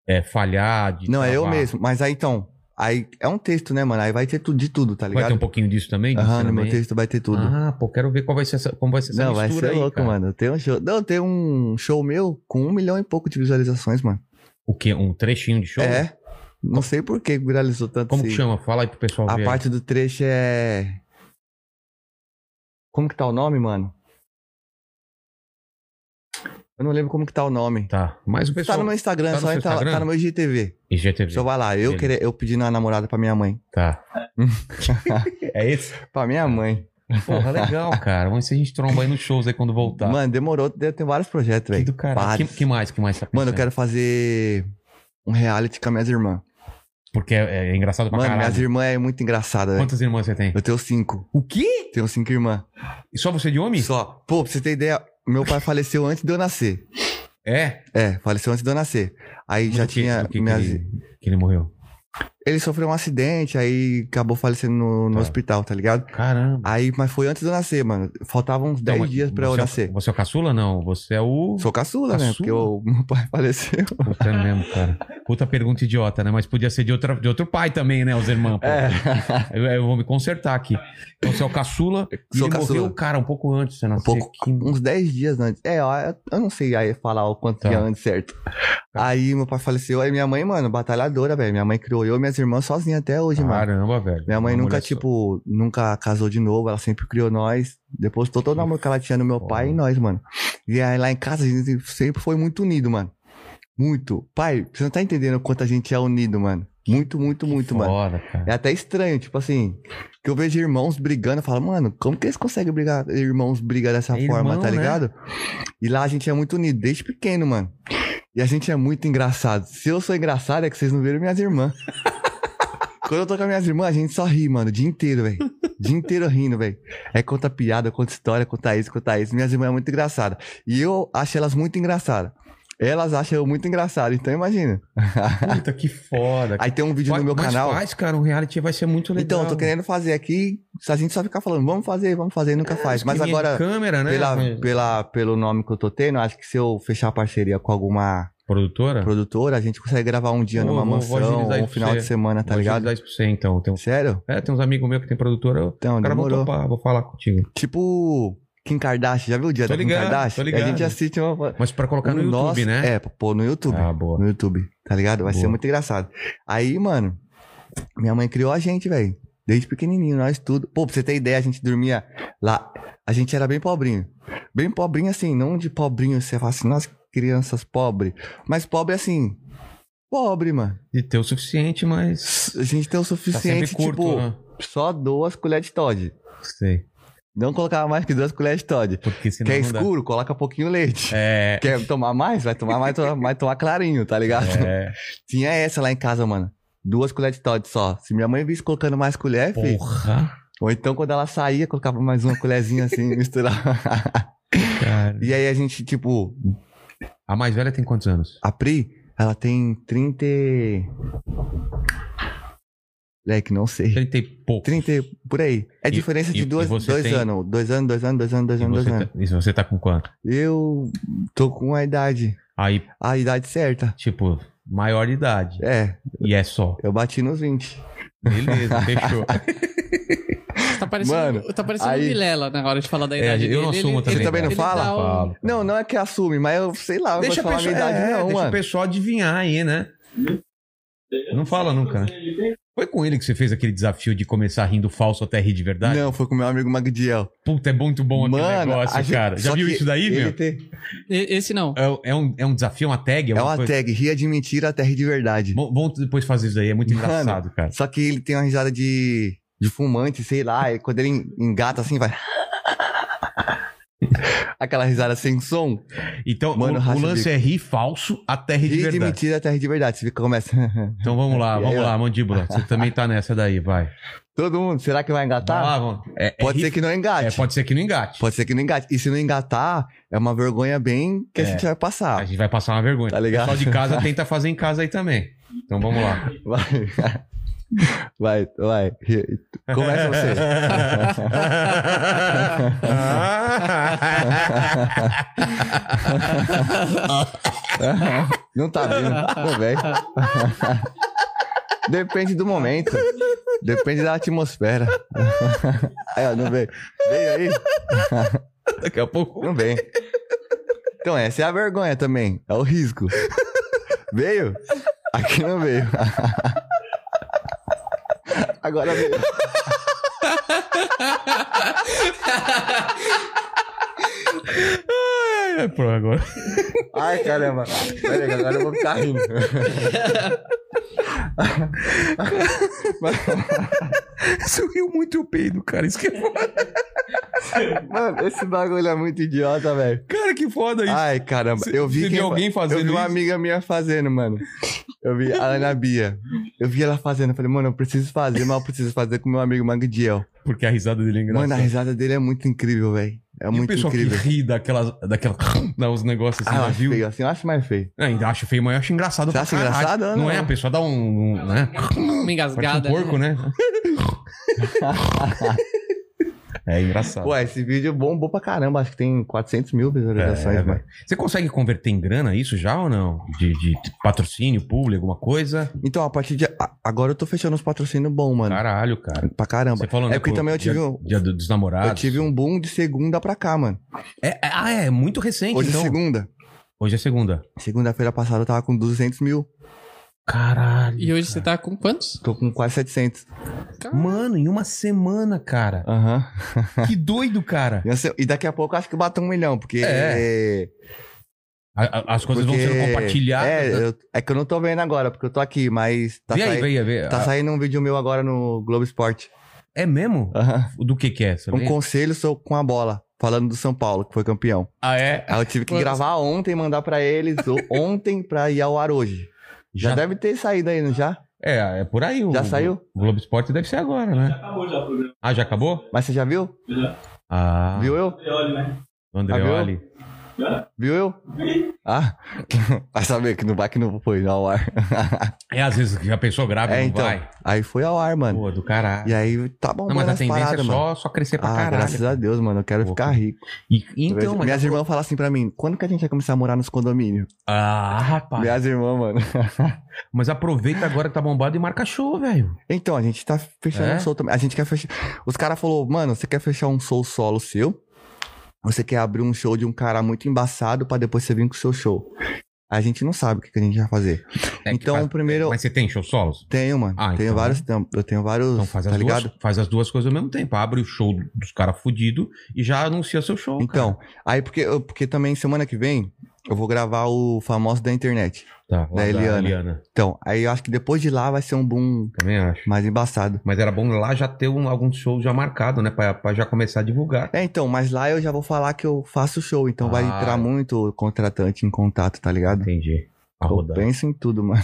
[SPEAKER 2] é, falhar? De
[SPEAKER 3] Não, é eu
[SPEAKER 2] travar?
[SPEAKER 3] mesmo. Mas aí então, aí é um texto, né, mano? Aí vai ter tudo de tudo, tá
[SPEAKER 2] Vai ter
[SPEAKER 3] ligado?
[SPEAKER 2] um pouquinho disso também? de
[SPEAKER 3] Aham, no meu
[SPEAKER 2] ensinamento?
[SPEAKER 3] texto vai ter tudo.
[SPEAKER 2] Ah, pô, quero ver qual vai ser essa, como vai ser essa
[SPEAKER 3] Não, vai
[SPEAKER 2] mistura
[SPEAKER 3] ser
[SPEAKER 2] aí,
[SPEAKER 3] louco,
[SPEAKER 2] cara.
[SPEAKER 3] mano. Tem um show. Não, tem um show meu com um milhão e pouco de visualizações, mano.
[SPEAKER 2] O quê? Um trechinho de show?
[SPEAKER 3] É. Não sei por que viralizou tanto
[SPEAKER 2] Como que
[SPEAKER 3] esse-
[SPEAKER 2] chama? Fala aí pro pessoal
[SPEAKER 3] A
[SPEAKER 2] ver. aí.
[SPEAKER 3] parte do trecho é. Como que tá o nome, mano? Eu não lembro como que tá o nome.
[SPEAKER 2] Tá, mas o
[SPEAKER 3] Tá
[SPEAKER 2] pessoal...
[SPEAKER 3] no meu Instagram,
[SPEAKER 2] tá no
[SPEAKER 3] só
[SPEAKER 2] seu
[SPEAKER 3] entra lá,
[SPEAKER 2] Instagram?
[SPEAKER 3] tá no meu IGTV.
[SPEAKER 2] IGTV,
[SPEAKER 3] Só vai lá, eu,
[SPEAKER 2] Beleza.
[SPEAKER 3] queria, eu pedindo a namorada pra minha mãe.
[SPEAKER 2] tá. é esse?
[SPEAKER 3] Pra minha mãe.
[SPEAKER 2] Porra, legal, cara. Vamos ver se a gente tromba aí nos shows aí quando voltar.
[SPEAKER 3] Mano, demorou, deve ter vários projetos,
[SPEAKER 2] Tá. que
[SPEAKER 3] velho.
[SPEAKER 2] do caralho. Que,
[SPEAKER 3] vários.
[SPEAKER 2] que mais, que mais tá
[SPEAKER 3] Mano, eu
[SPEAKER 2] pensando?
[SPEAKER 3] quero fazer um reality com as minhas irmãs.
[SPEAKER 2] Porque é, é engraçado pra
[SPEAKER 3] Mano,
[SPEAKER 2] caralho.
[SPEAKER 3] minhas irmãs é muito engraçada, velho.
[SPEAKER 2] Quantas irmãs você tem?
[SPEAKER 3] Eu tenho cinco.
[SPEAKER 2] O quê?
[SPEAKER 3] Tenho cinco irmãs.
[SPEAKER 2] E só você de homem?
[SPEAKER 3] Só. Pô, pra você ter ideia, meu pai faleceu antes de eu nascer.
[SPEAKER 2] É.
[SPEAKER 3] É, faleceu antes de eu nascer. Aí já
[SPEAKER 2] Do que-
[SPEAKER 3] tinha.
[SPEAKER 2] do que, que
[SPEAKER 3] minhas- ele...
[SPEAKER 2] ele, que ele morreu.
[SPEAKER 3] sofreu um acidente, aí acabou falecendo no, no
[SPEAKER 2] Tá.
[SPEAKER 3] hospital, tá ligado?
[SPEAKER 2] Caramba.
[SPEAKER 3] Aí, mas foi antes de eu nascer, mano. Faltavam uns 10
[SPEAKER 2] Então, mas
[SPEAKER 3] dias pra eu
[SPEAKER 2] você é o-
[SPEAKER 3] nascer.
[SPEAKER 2] Você é o caçula? Não. Você é o.
[SPEAKER 3] Sou caçula, né?
[SPEAKER 2] Caçula?
[SPEAKER 3] Porque o meu pai faleceu.
[SPEAKER 2] Puta é mesmo, cara. Puta pergunta idiota, né? Mas podia ser de, outra, de outro pai também, né? Os irmãos. pô.
[SPEAKER 3] É.
[SPEAKER 2] Eu, eu vou me consertar aqui. Então você é o caçula. E
[SPEAKER 3] Sou
[SPEAKER 2] ele
[SPEAKER 3] caçula.
[SPEAKER 2] morreu, cara, um pouco antes de você
[SPEAKER 3] Um
[SPEAKER 2] nascer.
[SPEAKER 3] pouco,
[SPEAKER 2] Que-
[SPEAKER 3] uns 10 dias antes. É, ó, eu, eu não sei aí falar o quanto
[SPEAKER 2] Tá.
[SPEAKER 3] dia antes, certo? Aí meu pai faleceu, aí minha mãe, mano, batalhadora, velho. Minha mãe criou eu e minhas irmãs sozinha até hoje, mano.
[SPEAKER 2] Caramba, velho.
[SPEAKER 3] Minha mãe
[SPEAKER 2] Uma
[SPEAKER 3] nunca,
[SPEAKER 2] mulher só.
[SPEAKER 3] tipo, nunca casou de novo, ela sempre criou nós. Depositou todo o amor que ela tinha no meu
[SPEAKER 2] foda.
[SPEAKER 3] pai e em nós, mano. E aí lá em casa a gente sempre foi muito unido, mano. Muito. Pai, você não tá entendendo o quanto a gente é unido, mano. Muito, muito, muito, mano.
[SPEAKER 2] Foda, cara.
[SPEAKER 3] É até estranho, tipo assim, que eu vejo irmãos brigando, eu falo, mano, como que eles conseguem brigar? Irmãos brigam dessa
[SPEAKER 2] É
[SPEAKER 3] forma,
[SPEAKER 2] irmão,
[SPEAKER 3] tá
[SPEAKER 2] né?
[SPEAKER 3] ligado? E lá a gente é muito unido, desde pequeno, mano. E a gente é muito engraçado. Se eu sou engraçado, é que vocês não viram minhas irmãs. Quando eu tô com minhas irmãs, a gente só ri, mano, o dia inteiro, velho. O dia inteiro rindo, velho. É conta piada, conta história, conta isso, conta isso. Minhas irmãs é muito engraçada. E eu acho elas muito engraçadas. Elas acham eu muito engraçado, então imagina.
[SPEAKER 2] Puta, que foda.
[SPEAKER 3] Aí tem um vídeo no meu
[SPEAKER 2] Mas
[SPEAKER 3] canal.
[SPEAKER 2] faz, cara, um reality vai ser muito legal.
[SPEAKER 3] Então, eu tô querendo fazer aqui, se a gente só ficar falando, vamos fazer, vamos fazer,
[SPEAKER 2] É,
[SPEAKER 3] nunca faz. Mas
[SPEAKER 2] Esqueminha de
[SPEAKER 3] agora,
[SPEAKER 2] câmera, né?
[SPEAKER 3] pela,
[SPEAKER 2] Mas-
[SPEAKER 3] pela, pelo nome que eu tô tendo, acho que se eu fechar parceria com alguma
[SPEAKER 2] Produtora?
[SPEAKER 3] produtora, a gente consegue gravar um dia
[SPEAKER 2] É. Pô,
[SPEAKER 3] numa
[SPEAKER 2] vou- vou
[SPEAKER 3] mansão,
[SPEAKER 2] agilizar
[SPEAKER 3] ou um
[SPEAKER 2] isso
[SPEAKER 3] final
[SPEAKER 2] pra
[SPEAKER 3] de
[SPEAKER 2] você.
[SPEAKER 3] semana, tá
[SPEAKER 2] Vou
[SPEAKER 3] ligado?
[SPEAKER 2] ajudar isso pra você, então. Tem, uns-
[SPEAKER 3] Sério?
[SPEAKER 2] é, tem uns amigos meus que tem produtora. eu-
[SPEAKER 3] Então,
[SPEAKER 2] O cara vai
[SPEAKER 3] demorou.
[SPEAKER 2] topar, vou falar contigo.
[SPEAKER 3] Tipo, Kim Kardashian, já viu o dia
[SPEAKER 2] Tô
[SPEAKER 3] da Kim
[SPEAKER 2] ligado,
[SPEAKER 3] Kardashian?
[SPEAKER 2] tô ligado.
[SPEAKER 3] A gente assiste uma...
[SPEAKER 2] Mas pra colocar no
[SPEAKER 3] um
[SPEAKER 2] YouTube,
[SPEAKER 3] nosso-
[SPEAKER 2] né?
[SPEAKER 3] É, pô, no YouTube.
[SPEAKER 2] Ah, boa.
[SPEAKER 3] no YouTube, tá ligado? Vai ser
[SPEAKER 2] Boa.
[SPEAKER 3] muito engraçado. Aí, mano, minha mãe criou a gente, velho. Desde pequenininho, nós tudo. Pô, pra você ter ideia, a gente dormia lá. A gente era bem pobrinho. Bem pobrinho assim, não de pobrinho, você fala assim, nossa, crianças pobre. Mas pobre assim, pobre, mano.
[SPEAKER 2] De ter o suficiente, mas.
[SPEAKER 3] A gente tem o
[SPEAKER 2] Tá sempre
[SPEAKER 3] suficiente,
[SPEAKER 2] curto,
[SPEAKER 3] tipo,
[SPEAKER 2] né?
[SPEAKER 3] só duas colheres de Todd.
[SPEAKER 2] Sei.
[SPEAKER 3] Não colocava mais que duas colheres de Todd.
[SPEAKER 2] Porque senão.
[SPEAKER 3] Quer
[SPEAKER 2] não dá.
[SPEAKER 3] escuro, coloca pouquinho leite.
[SPEAKER 2] É.
[SPEAKER 3] Quer tomar mais? Vai tomar mais, to- vai tomar clarinho, tá ligado?
[SPEAKER 2] é.
[SPEAKER 3] Tinha essa lá em casa, mano. Duas colheres de Toddy só. Se minha mãe visse colocando mais colher, filho,
[SPEAKER 2] Porra.
[SPEAKER 3] ou então quando ela saía, colocava mais uma colherzinha assim, misturava.
[SPEAKER 2] Cara.
[SPEAKER 3] e aí a gente, tipo,
[SPEAKER 2] A mais velha tem quantos anos?
[SPEAKER 3] a Pri, ela tem 30. e- Moleque, não sei.
[SPEAKER 2] Trinta e pouco.
[SPEAKER 3] 30 e por aí. É
[SPEAKER 2] E-
[SPEAKER 3] diferença
[SPEAKER 2] e-
[SPEAKER 3] de duas,
[SPEAKER 2] e você
[SPEAKER 3] dois
[SPEAKER 2] tem-
[SPEAKER 3] anos. Dois anos, dois anos, dois anos, dois
[SPEAKER 2] E
[SPEAKER 3] anos, dois
[SPEAKER 2] você,
[SPEAKER 3] anos.
[SPEAKER 2] tá, e você tá com quanto?
[SPEAKER 3] Eu tô com a idade.
[SPEAKER 2] Aí,
[SPEAKER 3] A idade certa.
[SPEAKER 2] tipo, maior de idade.
[SPEAKER 3] É,
[SPEAKER 2] E é só.
[SPEAKER 3] eu bati nos 20.
[SPEAKER 2] Beleza, fechou.
[SPEAKER 4] Tá parecendo,
[SPEAKER 3] Mano,
[SPEAKER 4] tá parecendo
[SPEAKER 3] aí-
[SPEAKER 4] o Vilela na hora de falar da
[SPEAKER 2] É,
[SPEAKER 4] idade
[SPEAKER 2] eu
[SPEAKER 4] dele.
[SPEAKER 2] não
[SPEAKER 4] Ele-
[SPEAKER 2] assumo
[SPEAKER 4] ele-
[SPEAKER 2] também,
[SPEAKER 3] cara. Você
[SPEAKER 4] ele
[SPEAKER 3] também não
[SPEAKER 4] dá
[SPEAKER 2] Eu
[SPEAKER 4] um-
[SPEAKER 2] falo.
[SPEAKER 3] Não, não é que assume, mas eu sei lá, eu
[SPEAKER 2] Deixa, a
[SPEAKER 3] vou falar a
[SPEAKER 2] pessoa,
[SPEAKER 3] minha idade,
[SPEAKER 2] é,
[SPEAKER 3] não,
[SPEAKER 2] deixa o
[SPEAKER 3] mano.
[SPEAKER 2] pessoal adivinhar aí, né? Não fala nunca, né? Foi com ele que você fez aquele desafio de começar rindo falso até rir de verdade?
[SPEAKER 3] Não, foi com meu amigo Magdiel.
[SPEAKER 2] Puta, é muito bom aquele
[SPEAKER 3] a
[SPEAKER 2] negócio,
[SPEAKER 3] gente-
[SPEAKER 2] cara. Já
[SPEAKER 3] só
[SPEAKER 2] viu
[SPEAKER 3] que
[SPEAKER 2] isso daí,
[SPEAKER 3] ele
[SPEAKER 2] meu?
[SPEAKER 3] tem-
[SPEAKER 4] E- Esse não.
[SPEAKER 2] É, é um, é um desafio, uma tag?
[SPEAKER 3] É
[SPEAKER 2] alguma
[SPEAKER 3] uma
[SPEAKER 2] coisa?
[SPEAKER 3] tag, ria de mentira até rir de verdade.
[SPEAKER 2] Bom- Vamos depois fazer isso daí, é muito
[SPEAKER 3] Mano.
[SPEAKER 2] engraçado, cara.
[SPEAKER 3] Só que ele tem uma risada de, de fumante, sei lá, e quando ele en- engata assim, vai... Aquela risada sem som.
[SPEAKER 2] Então,
[SPEAKER 3] Mano,
[SPEAKER 2] o- o,
[SPEAKER 3] racha o
[SPEAKER 2] lance
[SPEAKER 3] bico.
[SPEAKER 2] é rir falso até rir de
[SPEAKER 3] Rir de
[SPEAKER 2] verdade.
[SPEAKER 3] mentira até rir de verdade. Você fica, começa...
[SPEAKER 2] Então vamos lá,
[SPEAKER 3] E aí,
[SPEAKER 2] vamos
[SPEAKER 3] ó.
[SPEAKER 2] lá, mandíbula. Você também tá nessa daí, vai.
[SPEAKER 3] Todo mundo. Será que vai
[SPEAKER 2] Vai lá,
[SPEAKER 3] engatar?
[SPEAKER 2] vamos. É, é
[SPEAKER 3] Tá. Pode ser
[SPEAKER 2] rifle.
[SPEAKER 3] que não engate.
[SPEAKER 2] É, pode ser que não engate.
[SPEAKER 3] Pode ser que não engate. E se não engatar, é uma vergonha bem que a
[SPEAKER 2] É.
[SPEAKER 3] gente vai
[SPEAKER 2] A
[SPEAKER 3] passar.
[SPEAKER 2] gente vai passar uma vergonha.
[SPEAKER 3] Tá ligado?
[SPEAKER 2] O pessoal de casa tenta fazer em casa aí também. Então vamos lá.
[SPEAKER 3] Vai. Vai, vai. Começa você. Não tá vindo. Pô, velho. Depende do momento. Depende da atmosfera. Aí, ó, não veio. Veio aí?
[SPEAKER 2] Daqui a pouco.
[SPEAKER 3] Não vem. Então, essa é a vergonha também. É o risco. Veio? Aqui não veio. Agora veio.
[SPEAKER 2] É, pô, agora.
[SPEAKER 3] Ai, caramba. Pera aí, agora eu vou ficar rindo.
[SPEAKER 2] Isso riu muito o peido, cara. Isso que é foda.
[SPEAKER 3] Mano, esse bagulho é muito idiota, velho.
[SPEAKER 2] Cara, que foda isso.
[SPEAKER 3] Ai, caramba.
[SPEAKER 2] Você-
[SPEAKER 3] Eu vi,
[SPEAKER 2] você
[SPEAKER 3] quem
[SPEAKER 2] viu alguém fazendo
[SPEAKER 3] Eu vi uma
[SPEAKER 2] isso?
[SPEAKER 3] amiga minha fazendo, mano. Eu vi a Ana Bia. Eu vi ela fazendo. Eu falei, mano, eu preciso fazer, mas eu preciso fazer com meu amigo Magdiel.
[SPEAKER 2] Porque a risada dele é engraçada.
[SPEAKER 3] Mano, a risada dele é muito incrível, velho. É
[SPEAKER 2] e o
[SPEAKER 3] muito
[SPEAKER 2] pessoal
[SPEAKER 3] incrível.
[SPEAKER 2] que ri daquelas. daquela dá uns negócios assim,
[SPEAKER 3] Ah, eu
[SPEAKER 2] né,
[SPEAKER 3] acho
[SPEAKER 2] viu?
[SPEAKER 3] feio, assim, eu acho mais feio.
[SPEAKER 2] Ainda acho feio, mas eu acho engraçado.
[SPEAKER 3] Você
[SPEAKER 2] pra
[SPEAKER 3] acha
[SPEAKER 2] caralho.
[SPEAKER 3] engraçado?
[SPEAKER 2] Não,
[SPEAKER 3] Não.
[SPEAKER 2] é? A pessoa dá um. um né?
[SPEAKER 4] Uma engasgada.
[SPEAKER 2] Parece um porco,
[SPEAKER 4] né?
[SPEAKER 2] né? é engraçado.
[SPEAKER 3] Ué, esse vídeo bombou pra caramba. Acho que tem 400 mil
[SPEAKER 2] É,
[SPEAKER 3] visualizações,
[SPEAKER 2] é,
[SPEAKER 3] mano.
[SPEAKER 2] vai. Você consegue converter em grana isso já ou não? De, de patrocínio, público, alguma coisa?
[SPEAKER 3] Então, a partir de. a- Agora eu tô fechando uns patrocínios bons, mano.
[SPEAKER 2] Caralho, cara.
[SPEAKER 3] Pra caramba.
[SPEAKER 2] Você falou, né,
[SPEAKER 3] É porque
[SPEAKER 2] pô,
[SPEAKER 3] também eu tive
[SPEAKER 2] dia,
[SPEAKER 3] um-
[SPEAKER 2] Dia do- dos namorados.
[SPEAKER 3] Eu tive um boom de segunda pra cá, mano.
[SPEAKER 2] É, é- ah, é muito recente,
[SPEAKER 3] Hoje
[SPEAKER 2] então.
[SPEAKER 3] é segunda.
[SPEAKER 2] Hoje é segunda.
[SPEAKER 3] Segunda-feira passada eu tava com 200 mil.
[SPEAKER 2] Caralho.
[SPEAKER 4] E hoje você tá com quantos?
[SPEAKER 3] Tô com quase 700.
[SPEAKER 2] Mano, em uma semana, cara.
[SPEAKER 3] Aham.
[SPEAKER 2] Que doido, cara.
[SPEAKER 3] E assim, E daqui a pouco eu acho que bato um milhão, porque.
[SPEAKER 2] É. A- a- as coisas
[SPEAKER 3] porque-
[SPEAKER 2] vão sendo compartilhadas.
[SPEAKER 3] É, eu- é que eu não tô vendo agora, porque eu tô aqui, mas. Tá,
[SPEAKER 2] vê aí,
[SPEAKER 3] saí-
[SPEAKER 2] vê aí, vê aí.
[SPEAKER 3] tá
[SPEAKER 2] Ah,
[SPEAKER 3] saindo um vídeo meu agora no Globo Esporte.
[SPEAKER 2] É mesmo?
[SPEAKER 3] Aham.
[SPEAKER 2] Do que que é? Você
[SPEAKER 3] Um
[SPEAKER 2] lembra?
[SPEAKER 3] conselho sou com a bola, falando do São Paulo, que foi campeão.
[SPEAKER 2] Ah, é?
[SPEAKER 3] Aí eu tive que
[SPEAKER 4] Quantos?
[SPEAKER 3] gravar ontem, mandar pra eles, ou ontem pra ir ao ar hoje. Já,
[SPEAKER 2] Já,
[SPEAKER 3] deve ter saído aí, não já?
[SPEAKER 2] É, é por aí.
[SPEAKER 3] Já
[SPEAKER 2] o,
[SPEAKER 3] saiu?
[SPEAKER 2] O Globo Esporte deve ser agora, né? Já acabou já o programa. Ah, já acabou?
[SPEAKER 3] Mas você já viu?
[SPEAKER 2] Ah,
[SPEAKER 3] Viu Ah, eu?
[SPEAKER 2] o Andreoli.
[SPEAKER 3] Viu eu? Ah, vai saber que não vai que não foi ao ar.
[SPEAKER 2] É, às vezes que a pessoa grávida
[SPEAKER 3] é,
[SPEAKER 2] Ah, não
[SPEAKER 3] então.
[SPEAKER 2] vai.
[SPEAKER 3] Aí foi ao ar, mano.
[SPEAKER 2] Pô, do caralho.
[SPEAKER 3] E aí tá bom,
[SPEAKER 2] Não, mas a
[SPEAKER 3] as
[SPEAKER 2] tendência é
[SPEAKER 3] paradas, mano.
[SPEAKER 2] só, só crescer pra
[SPEAKER 3] Ah,
[SPEAKER 2] caralho.
[SPEAKER 3] graças a Deus, mano. Eu quero
[SPEAKER 2] Pô,
[SPEAKER 3] ficar rico.
[SPEAKER 2] E- então, mas...
[SPEAKER 3] Minhas irmãs falam assim pra mim: quando que a gente vai começar a morar nos condomínios?
[SPEAKER 2] Ah, rapaz.
[SPEAKER 3] Minhas irmãs, mano.
[SPEAKER 2] Mas aproveita agora que tá bombado e marca show, velho.
[SPEAKER 3] Então, a gente tá fechando
[SPEAKER 2] É?
[SPEAKER 3] um soul também. A gente quer fechar. Os caras falaram, mano, você quer fechar um soul solo seu? Você quer abrir um show de um cara muito embaçado pra depois você vir com o seu show? A gente não sabe o que, que a gente vai fazer.
[SPEAKER 2] É que
[SPEAKER 3] então,
[SPEAKER 2] faz-
[SPEAKER 3] primeiro,
[SPEAKER 2] Mas você tem show solos?
[SPEAKER 3] tenho, mano.
[SPEAKER 2] Ah,
[SPEAKER 3] tenho
[SPEAKER 2] então.
[SPEAKER 3] vários. Eu tenho vários.
[SPEAKER 2] Então faz as,
[SPEAKER 3] tá ligado?
[SPEAKER 2] duas, faz as duas coisas ao mesmo tempo. Abre o show dos caras fudidos e já anuncia seu show.
[SPEAKER 3] Então, aí porque, eu- porque também semana que vem eu vou gravar o famoso da internet.
[SPEAKER 2] cara. Tá, lá
[SPEAKER 3] da né, Eliana.
[SPEAKER 2] Eliana.
[SPEAKER 3] Então, aí eu acho que depois de lá vai ser um boom
[SPEAKER 2] Também acho.
[SPEAKER 3] mais embaçado.
[SPEAKER 2] Mas era bom lá já ter um, algum show já marcado, né? Pra, pra já começar a divulgar.
[SPEAKER 3] É, então, mas lá eu já vou falar que eu faço show, então vai
[SPEAKER 2] Ah.
[SPEAKER 3] entrar muito contratante em contato, tá ligado?
[SPEAKER 2] Entendi. A
[SPEAKER 3] Eu
[SPEAKER 2] rodada.
[SPEAKER 3] penso em tudo, mano.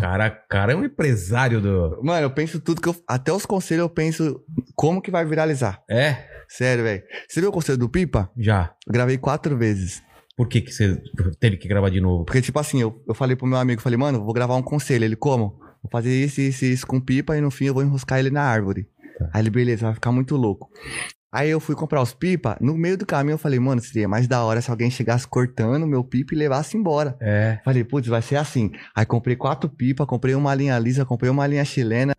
[SPEAKER 2] Cara, cara é um empresário do.
[SPEAKER 3] Mano, eu penso tudo que eu. Até os conselhos eu penso como que vai viralizar.
[SPEAKER 2] É?
[SPEAKER 3] Sério, velho. Você viu o conselho do Pipa?
[SPEAKER 2] Já.
[SPEAKER 3] Eu gravei quatro vezes.
[SPEAKER 2] Por que, que você teve que gravar de novo?
[SPEAKER 3] Porque, tipo assim, eu, eu falei pro meu amigo, falei, mano, vou gravar um conselho. Ele, como? Vou fazer isso, isso, isso com pipa e no fim eu vou enroscar ele na árvore.
[SPEAKER 2] Tá.
[SPEAKER 3] Aí ele, beleza, vai ficar muito louco. Aí eu fui comprar os pipa, no meio do caminho eu falei, mano, seria mais da hora se alguém chegasse cortando meu pipa e levasse embora.
[SPEAKER 2] É.
[SPEAKER 3] Falei, putz, vai ser assim. Aí comprei quatro pipa, comprei uma linha lisa, comprei uma linha chilena,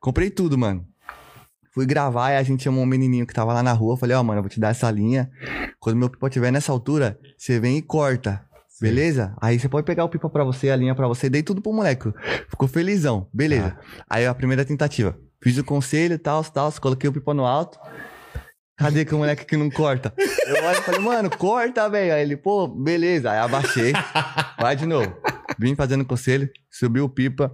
[SPEAKER 3] comprei tudo, mano. Fui gravar e a gente chamou um menininho que tava lá na rua. eu Falei, ó, mano, eu vou te dar essa linha. Quando meu pipa tiver nessa altura, você vem e corta. Beleza? Aí você pode pegar o pipa pra você, a linha pra você, dei tudo pro moleque. Ficou felizão, beleza. Aí a primeira tentativa. Fiz o conselho, tal, tal, coloquei o pipa no alto. Cadê que o moleque que não corta? Eu olho e falei, mano, corta, velho. Aí ele, pô, beleza. Aí abaixei. Vai de novo. Vim fazendo conselho, subi o pipa.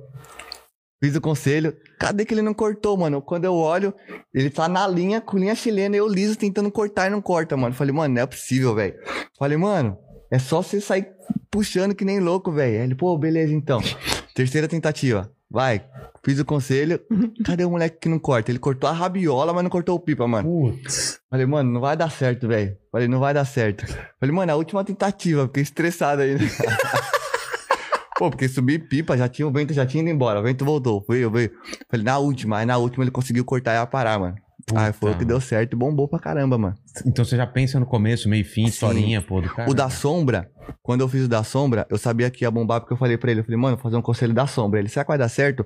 [SPEAKER 3] Fiz o conselho. Cadê que ele não cortou, mano? Quando eu olho, ele tá na linha, com linha chilena, eu liso tentando cortar e não corta, mano. Falei, mano, não é possível, velho. Falei, mano, é só você sair puxando que nem louco, velho. Aí ele, pô, beleza então. Terceira tentativa. Vai, Fiz o conselho. Cadê o moleque que não corta? Ele cortou a rabiola, mas não cortou o pipa, mano.
[SPEAKER 2] Putz.
[SPEAKER 3] Falei, mano, não vai dar certo, velho. Falei, não vai dar certo. Falei, mano, é a última tentativa, fiquei estressado ainda. Pô, porque subi pipa, já tinha, o vento já tinha ido embora, o vento voltou, veio, veio. Falei, na última, aí na última ele conseguiu cortar e ia parar, mano. aí foi o que deu certo, bombou pra caramba, mano.
[SPEAKER 2] Então você já pensa no começo, meio e fim,
[SPEAKER 3] Sim.
[SPEAKER 2] historinha, pô, do cara.
[SPEAKER 3] O da sombra, quando eu fiz o da sombra, eu sabia que ia bombar, porque eu falei pra ele, eu falei, mano, vou fazer um conselho da sombra. Ele, será que vai dar certo?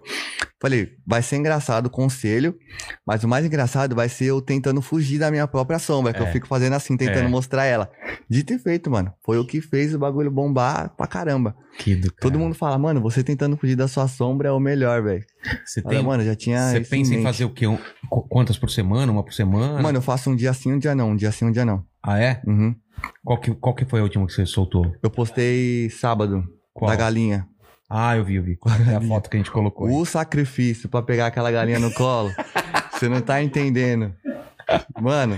[SPEAKER 3] Falei, vai ser engraçado o conselho, mas o mais engraçado vai ser eu tentando fugir da minha própria sombra, que
[SPEAKER 2] É.
[SPEAKER 3] eu fico fazendo assim, tentando
[SPEAKER 2] É.
[SPEAKER 3] mostrar ela. Dito e feito, mano. Foi o que fez o bagulho bombar pra caramba.
[SPEAKER 2] Que do
[SPEAKER 3] Todo
[SPEAKER 2] cara.
[SPEAKER 3] mundo fala, mano, você tentando fugir da sua sombra é o melhor, velho.
[SPEAKER 2] Você
[SPEAKER 3] Olha,
[SPEAKER 2] tem.
[SPEAKER 3] mano, eu já tinha.
[SPEAKER 2] Você
[SPEAKER 3] isso
[SPEAKER 2] pensa em
[SPEAKER 3] mente.
[SPEAKER 2] fazer o quê? Um- qu- quantas por semana? Uma por semana?
[SPEAKER 3] Mano, eu faço um dia sim, um dia não, um dia sim, um dia não.
[SPEAKER 2] Ah, é?
[SPEAKER 3] Uhum.
[SPEAKER 2] Qual que, qual que foi a última que você soltou?
[SPEAKER 3] Eu postei sábado,
[SPEAKER 2] Qual?
[SPEAKER 3] da galinha.
[SPEAKER 2] Ah, eu vi, eu vi. É a foto que a gente colocou. aí.
[SPEAKER 3] O sacrifício pra pegar aquela galinha no colo, você não tá entendendo. Mano,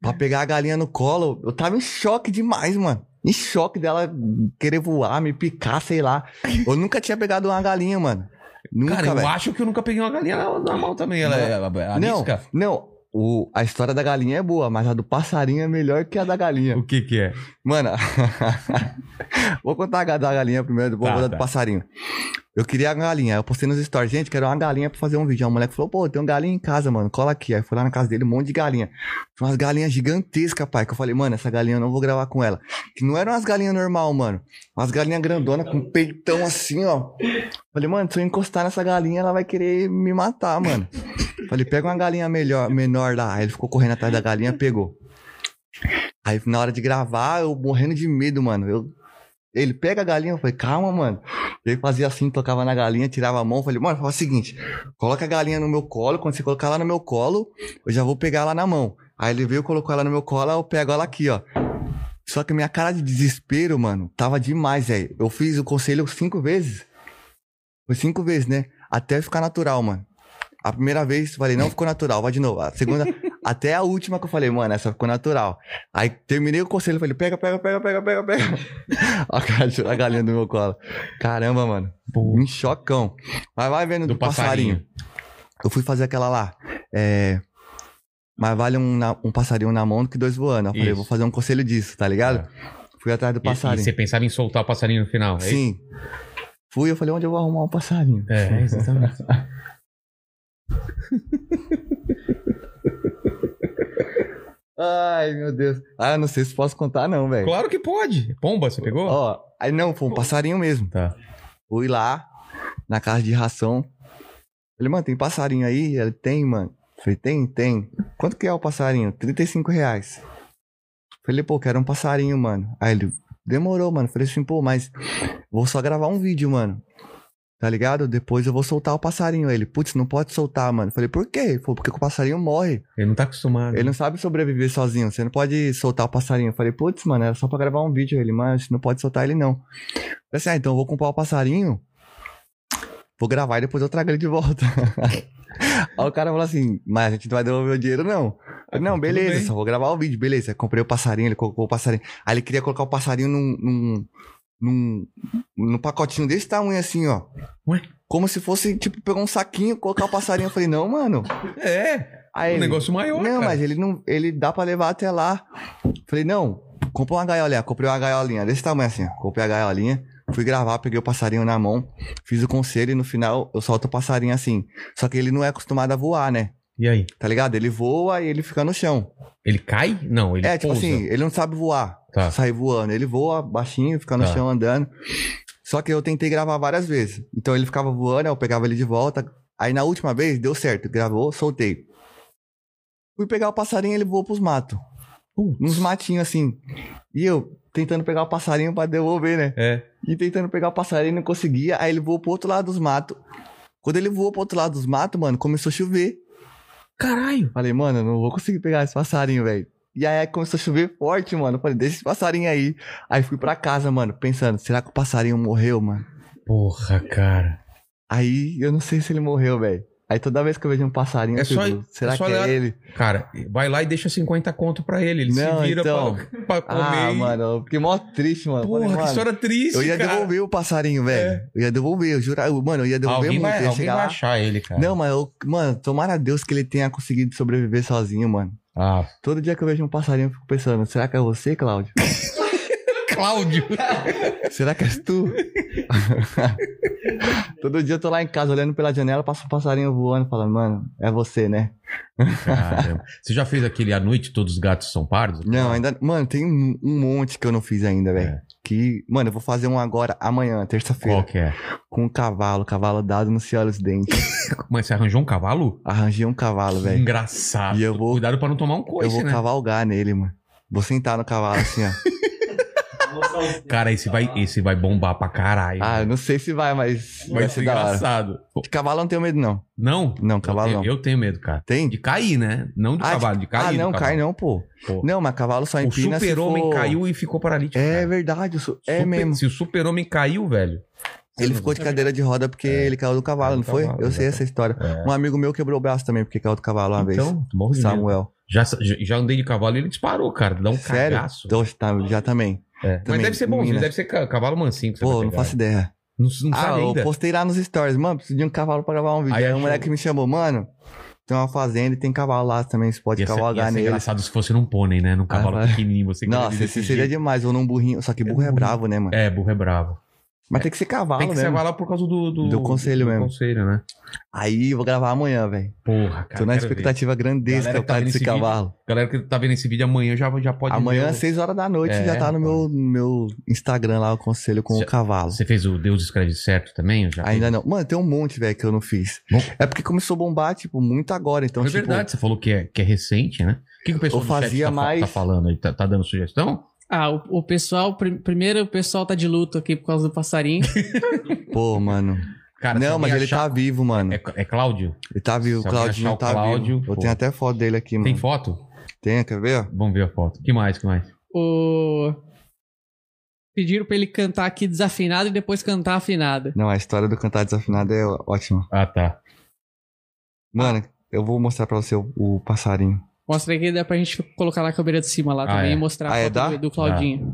[SPEAKER 3] pra pegar a galinha no colo, eu tava em choque demais, mano. Em choque dela querer voar, me picar, sei lá. Eu nunca tinha pegado uma galinha, mano. Nunca,
[SPEAKER 2] cara, eu
[SPEAKER 3] velho.
[SPEAKER 2] acho que eu nunca peguei uma galinha na, na mão também. Ela é a- a-
[SPEAKER 3] Não,
[SPEAKER 2] arisca?
[SPEAKER 3] não. O, a história da galinha é boa, mas a do passarinho é melhor que a da galinha.
[SPEAKER 2] O que que é?
[SPEAKER 3] Mano, vou contar a da galinha primeiro, depois
[SPEAKER 2] Tá,
[SPEAKER 3] vou contar
[SPEAKER 2] tá.
[SPEAKER 3] do passarinho. Eu queria a galinha, eu postei nos stories, gente, quero uma galinha pra fazer um vídeo. Aí um moleque falou, pô, tem uma galinha em casa, mano, cola aqui. Aí eu fui lá na casa dele, um monte de galinha. Tinha umas galinhas gigantescas, pai, que eu falei, mano, essa galinha eu não vou gravar com ela. Que não eram umas galinhas normal, mano. Umas galinhas grandonas com peitão assim, ó. Falei, mano, se eu encostar nessa galinha, ela vai querer me matar, mano. Falei, pega uma galinha melhor, menor lá. Aí ele ficou correndo atrás da galinha, pegou. Aí na hora de gravar, eu morrendo de medo, mano. Eu... Ele pega a galinha, eu falei, calma, mano. Ele fazia assim, tocava na galinha, tirava a mão, eu falei, mano, fala o seguinte, coloca a galinha no meu colo, quando você colocar ela no meu colo, eu já vou pegar ela na mão. Aí ele veio, colocou ela no meu colo, aí eu pego ela aqui, ó. Só que minha cara de desespero, mano, tava demais, velho. Eu fiz o conselho cinco vezes. Foi cinco vezes, né? Até ficar natural, mano. A primeira vez, falei, não ficou natural, vai de novo. A segunda, até a última que eu falei, mano, essa ficou natural. Aí terminei o conselho, falei, pega, pega, pega, pega, pega, pega. Ó, a cara de- a galinha do meu colo. Caramba, mano. Um chocão. Mas vai vendo do,
[SPEAKER 2] Do
[SPEAKER 3] passarinho.
[SPEAKER 2] passarinho.
[SPEAKER 3] Eu fui fazer aquela lá. É. Mas vale um, na- um passarinho na mão do que dois voando. Eu falei,
[SPEAKER 2] Isso. É.
[SPEAKER 3] vou fazer um conselho disso, tá ligado? Fui atrás do
[SPEAKER 2] E- E,
[SPEAKER 3] passarinho.
[SPEAKER 2] você pensava em soltar o passarinho no final? é isso?
[SPEAKER 3] Sim. Fui, eu falei, onde eu vou arrumar um passarinho?
[SPEAKER 2] É, exatamente.
[SPEAKER 3] Ai, meu Deus. Ah, eu não sei se posso contar, não, velho.
[SPEAKER 2] claro que pode. Pomba, você pegou?
[SPEAKER 3] É. Ó, aí não, foi um passarinho mesmo.
[SPEAKER 2] Tá.
[SPEAKER 3] Fui lá, na casa de ração. Falei, mano, tem passarinho aí? Ele tem, mano. Falei, tem, tem. Quanto que é o passarinho? 35 reais. Falei, pô, quero um passarinho, mano. Aí ele, demorou, mano. Falei assim, pô, mas vou só gravar um vídeo, mano. Tá ligado? Depois eu vou soltar o passarinho. Aí Ele, putz, não pode soltar, mano. Falei, por quê? Ele falou, porque o passarinho morre.
[SPEAKER 2] Ele não tá acostumado.
[SPEAKER 3] Ele não sabe sobreviver sozinho. Você não pode soltar o passarinho. Eu falei, putz, mano, era só pra gravar um vídeo. Ele, mas não pode soltar ele, não. Eu falei assim, ah, então eu vou comprar o passarinho. Vou gravar e depois eu trago ele de volta. Aí o cara falou assim, mas a gente não vai devolver o dinheiro, não. Eu falei, não,
[SPEAKER 2] Tá, tudo bem.
[SPEAKER 3] beleza, só vou gravar o vídeo, beleza. Aí comprei o passarinho, ele colocou o passarinho. Aí ele queria colocar o passarinho num. num. num, num pacotinho desse tamanho assim, ó.
[SPEAKER 2] Ué?
[SPEAKER 3] Como se fosse, tipo, pegar um saquinho, colocar o passarinho. Eu falei, não, mano.
[SPEAKER 2] É,
[SPEAKER 3] Aí
[SPEAKER 2] um
[SPEAKER 3] ele,
[SPEAKER 2] negócio maior,
[SPEAKER 3] não,
[SPEAKER 2] cara.
[SPEAKER 3] mas ele não. Ele dá pra levar até lá. Falei, não, comprei uma gaiolinha. Comprei uma gaiolinha desse tamanho assim. ó. Comprei a gaiolinha, fui gravar, peguei o passarinho na mão, fiz o conselho e no final eu solto o passarinho assim. Só que ele não é acostumado a voar, né?
[SPEAKER 2] E aí?
[SPEAKER 3] Tá ligado? Ele voa e ele fica no chão.
[SPEAKER 2] Ele cai? Não, ele
[SPEAKER 3] é, tipo
[SPEAKER 2] pousa.
[SPEAKER 3] assim, ele não sabe voar.
[SPEAKER 2] Tá.
[SPEAKER 3] Sair voando. Ele voa baixinho, fica no
[SPEAKER 2] Tá.
[SPEAKER 3] chão andando. Só que eu tentei gravar várias vezes. Então ele ficava voando, eu pegava ele de volta. Aí na última vez deu certo, gravou, soltei. Fui pegar o passarinho, ele voou pros matos.
[SPEAKER 2] Putz.
[SPEAKER 3] Uns matinhos assim. E eu tentando pegar o passarinho pra devolver, né?
[SPEAKER 2] É.
[SPEAKER 3] E tentando pegar o passarinho, não conseguia. Aí ele voou pro outro lado dos matos. Quando ele voou pro outro lado dos matos, mano, começou a chover.
[SPEAKER 2] Caralho.
[SPEAKER 3] Falei, mano, eu não vou conseguir pegar esse passarinho, velho. E aí começou a chover forte, mano. Eu Falei, deixa esse passarinho aí. Aí fui pra casa, mano, pensando, será que o passarinho morreu, mano?
[SPEAKER 2] Porra, cara.
[SPEAKER 3] Aí eu não sei se ele morreu, velho. Aí toda vez que eu vejo um passarinho,
[SPEAKER 2] É
[SPEAKER 3] eu
[SPEAKER 2] só-
[SPEAKER 3] fico, será
[SPEAKER 2] é só
[SPEAKER 3] que
[SPEAKER 2] olhar-
[SPEAKER 3] é ele?
[SPEAKER 2] Cara, vai lá e deixa 50 conto pra ele. Ele
[SPEAKER 3] Não,
[SPEAKER 2] se vira
[SPEAKER 3] então.
[SPEAKER 2] pra, pra comer.
[SPEAKER 3] Ah,
[SPEAKER 2] e-
[SPEAKER 3] mano, eu fiquei mó triste, mano.
[SPEAKER 2] Porra,
[SPEAKER 3] Falei,
[SPEAKER 2] que
[SPEAKER 3] mano,
[SPEAKER 2] história triste,
[SPEAKER 3] Eu ia
[SPEAKER 2] cara. É.
[SPEAKER 3] devolver o passarinho, velho. Eu ia devolver, eu jurava. Mano, eu ia devolver
[SPEAKER 2] Alguém
[SPEAKER 3] muito.
[SPEAKER 2] vai,
[SPEAKER 3] ia
[SPEAKER 2] alguém
[SPEAKER 3] chegar
[SPEAKER 2] vai
[SPEAKER 3] lá.
[SPEAKER 2] achar ele, cara.
[SPEAKER 3] Não, mas eu, mano, tomara a Deus que ele tenha conseguido sobreviver sozinho, mano.
[SPEAKER 2] Ah,
[SPEAKER 3] Todo dia que eu vejo um passarinho, eu fico pensando, será que é você, Cláudio?
[SPEAKER 2] Cláudio.
[SPEAKER 3] será que és tu? Todo dia eu tô lá em casa olhando pela janela, passa um passarinho voando, falando, mano, é você, né?
[SPEAKER 2] Caramba. Você já fez aquele A Noite Todos os Gatos São Pardos?
[SPEAKER 3] Não, ainda. Mano, tem um um monte que eu não fiz ainda, velho.
[SPEAKER 2] É.
[SPEAKER 3] Que. Mano, eu vou fazer um agora, amanhã, terça-feira.
[SPEAKER 2] Qual que é?
[SPEAKER 3] Com um cavalo, cavalo dado no Cielo dos Dentes.
[SPEAKER 2] Mas você arranjou um cavalo?
[SPEAKER 3] Arranjei um cavalo, velho.
[SPEAKER 2] Engraçado.
[SPEAKER 3] E eu vou-
[SPEAKER 2] Cuidado pra não tomar um coice,
[SPEAKER 3] eu vou
[SPEAKER 2] né?
[SPEAKER 3] cavalgar nele, mano. Vou sentar no cavalo assim, ó.
[SPEAKER 2] Cara, esse vai, esse vai bombar pra caralho.
[SPEAKER 3] ah, eu não sei se vai, mas vai,
[SPEAKER 2] vai
[SPEAKER 3] ser
[SPEAKER 2] ser
[SPEAKER 3] da hora.
[SPEAKER 2] engraçado.
[SPEAKER 3] De cavalo eu não tenho medo, não.
[SPEAKER 2] Não?
[SPEAKER 3] Não, cavalo
[SPEAKER 2] eu,
[SPEAKER 3] não.
[SPEAKER 2] eu tenho medo, cara.
[SPEAKER 3] Tem?
[SPEAKER 2] De cair, né? Não do
[SPEAKER 3] Ah, de-
[SPEAKER 2] cavalo, de cair.
[SPEAKER 3] ah, não,
[SPEAKER 2] do
[SPEAKER 3] cai
[SPEAKER 2] cavalo.
[SPEAKER 3] não, pô.
[SPEAKER 2] Pô.
[SPEAKER 3] Não, mas cavalo só
[SPEAKER 2] O
[SPEAKER 3] empina se
[SPEAKER 2] super-homem
[SPEAKER 3] for-
[SPEAKER 2] caiu e ficou paralítico.
[SPEAKER 3] É
[SPEAKER 2] cara.
[SPEAKER 3] verdade, isso- é
[SPEAKER 2] Super-
[SPEAKER 3] mesmo.
[SPEAKER 2] Se o super-homem caiu, velho.
[SPEAKER 3] Ele ficou de cadeira de roda porque ele caiu do cavalo,
[SPEAKER 2] É. Caiu
[SPEAKER 3] não
[SPEAKER 2] do
[SPEAKER 3] foi?
[SPEAKER 2] cavalo,
[SPEAKER 3] eu sei
[SPEAKER 2] exatamente.
[SPEAKER 3] essa história.
[SPEAKER 2] É.
[SPEAKER 3] Um amigo meu quebrou o braço também porque caiu do cavalo uma
[SPEAKER 2] Então, morro
[SPEAKER 3] vez.
[SPEAKER 2] de medo.
[SPEAKER 3] Samuel.
[SPEAKER 2] Já, já andei de cavalo e ele disparou, cara. Dá um
[SPEAKER 3] Sério?
[SPEAKER 2] cagaço.
[SPEAKER 3] Dois, tá, já também.
[SPEAKER 2] É. Mas
[SPEAKER 3] Também,
[SPEAKER 2] deve ser bom,
[SPEAKER 3] menina.
[SPEAKER 2] deve ser ca- cavalo mansinho. Que você
[SPEAKER 3] Pô,
[SPEAKER 2] vai
[SPEAKER 3] não
[SPEAKER 2] pegar.
[SPEAKER 3] faço ideia.
[SPEAKER 2] Não, não
[SPEAKER 3] Ah,
[SPEAKER 2] sabe
[SPEAKER 3] eu
[SPEAKER 2] ainda.
[SPEAKER 3] postei lá nos stories, mano, preciso de um cavalo pra gravar um vídeo.
[SPEAKER 2] Aí
[SPEAKER 3] Aí, o
[SPEAKER 2] achou.
[SPEAKER 3] moleque me chamou, mano, tem uma fazenda e tem cavalo lá também, você pode
[SPEAKER 2] Ia ser, ia
[SPEAKER 3] cavalgar
[SPEAKER 2] ser
[SPEAKER 3] nele.
[SPEAKER 2] engraçado se fosse num pônei, né? Num cavalo
[SPEAKER 3] vai.
[SPEAKER 2] pequenininho. Você
[SPEAKER 3] Nossa,
[SPEAKER 2] esse
[SPEAKER 3] esse seria demais, ou num burrinho, só que burro é
[SPEAKER 2] burro.
[SPEAKER 3] bravo, né, mano?
[SPEAKER 2] É, burro é bravo.
[SPEAKER 3] Mas tem que ser cavalo
[SPEAKER 2] Tem que
[SPEAKER 3] mesmo.
[SPEAKER 2] ser lá por causa do... Do,
[SPEAKER 3] Do conselho mesmo.
[SPEAKER 2] conselho, né?
[SPEAKER 3] Aí, vou gravar amanhã, velho.
[SPEAKER 2] Porra, cara.
[SPEAKER 3] Tô na
[SPEAKER 2] quero ver.
[SPEAKER 3] expectativa grandesca
[SPEAKER 2] Galera que tá
[SPEAKER 3] por causa
[SPEAKER 2] vendo
[SPEAKER 3] desse
[SPEAKER 2] esse
[SPEAKER 3] cavalo.
[SPEAKER 2] Galera que tá vendo esse vídeo amanhã já, já pode
[SPEAKER 3] Amanhã,
[SPEAKER 2] ver o-
[SPEAKER 3] às 6 horas da noite,
[SPEAKER 2] É,
[SPEAKER 3] já tá no meu, no meu Instagram lá, o conselho com
[SPEAKER 2] Já-
[SPEAKER 3] o cavalo.
[SPEAKER 2] Você fez o Deus Escreve Certo também? Já
[SPEAKER 3] Ainda não. Mano, tem um monte, velho, que eu não fiz.
[SPEAKER 2] Bom.
[SPEAKER 3] É porque começou a bombar, tipo, muito agora. Então,
[SPEAKER 2] é
[SPEAKER 3] tipo,
[SPEAKER 2] verdade, você falou que é, que é recente, né? O que, que o pessoal
[SPEAKER 3] Eu
[SPEAKER 2] do chat
[SPEAKER 3] fazia
[SPEAKER 2] tá, fa-
[SPEAKER 3] mais-
[SPEAKER 2] tá falando aí? Tá, tá dando sugestão?
[SPEAKER 4] Ah, o, o pessoal, prim- primeiro o pessoal tá de luto aqui por causa do passarinho.
[SPEAKER 3] pô, mano.
[SPEAKER 2] Cara, se
[SPEAKER 3] não,
[SPEAKER 2] alguém
[SPEAKER 3] mas ele
[SPEAKER 2] achar-
[SPEAKER 3] tá vivo, mano.
[SPEAKER 2] É, é Cláudio?
[SPEAKER 3] Ele tá vivo,
[SPEAKER 2] Se
[SPEAKER 3] o
[SPEAKER 2] alguém
[SPEAKER 3] Claudio
[SPEAKER 2] achar o
[SPEAKER 3] não tá
[SPEAKER 2] Cláudio,
[SPEAKER 3] vivo. Eu
[SPEAKER 2] pô.
[SPEAKER 3] tenho até foto dele aqui, mano.
[SPEAKER 2] Tem
[SPEAKER 3] Tem,
[SPEAKER 2] foto?
[SPEAKER 3] quer ver?
[SPEAKER 2] Vamos ver a foto. que mais, que mais?
[SPEAKER 4] o... Pediram pra ele cantar aqui desafinado e depois cantar afinado.
[SPEAKER 3] Não, a história do cantar desafinado é ótima.
[SPEAKER 2] Ah, tá.
[SPEAKER 3] Mano, eu vou mostrar pra você o, o passarinho.
[SPEAKER 4] Mostra aqui, dá pra gente colocar na câmera de cima lá
[SPEAKER 2] Ah,
[SPEAKER 4] também
[SPEAKER 2] é. Ah.
[SPEAKER 4] e mostrar a
[SPEAKER 3] Ah, é,
[SPEAKER 4] foto
[SPEAKER 3] dá?
[SPEAKER 4] do, do Claudinho.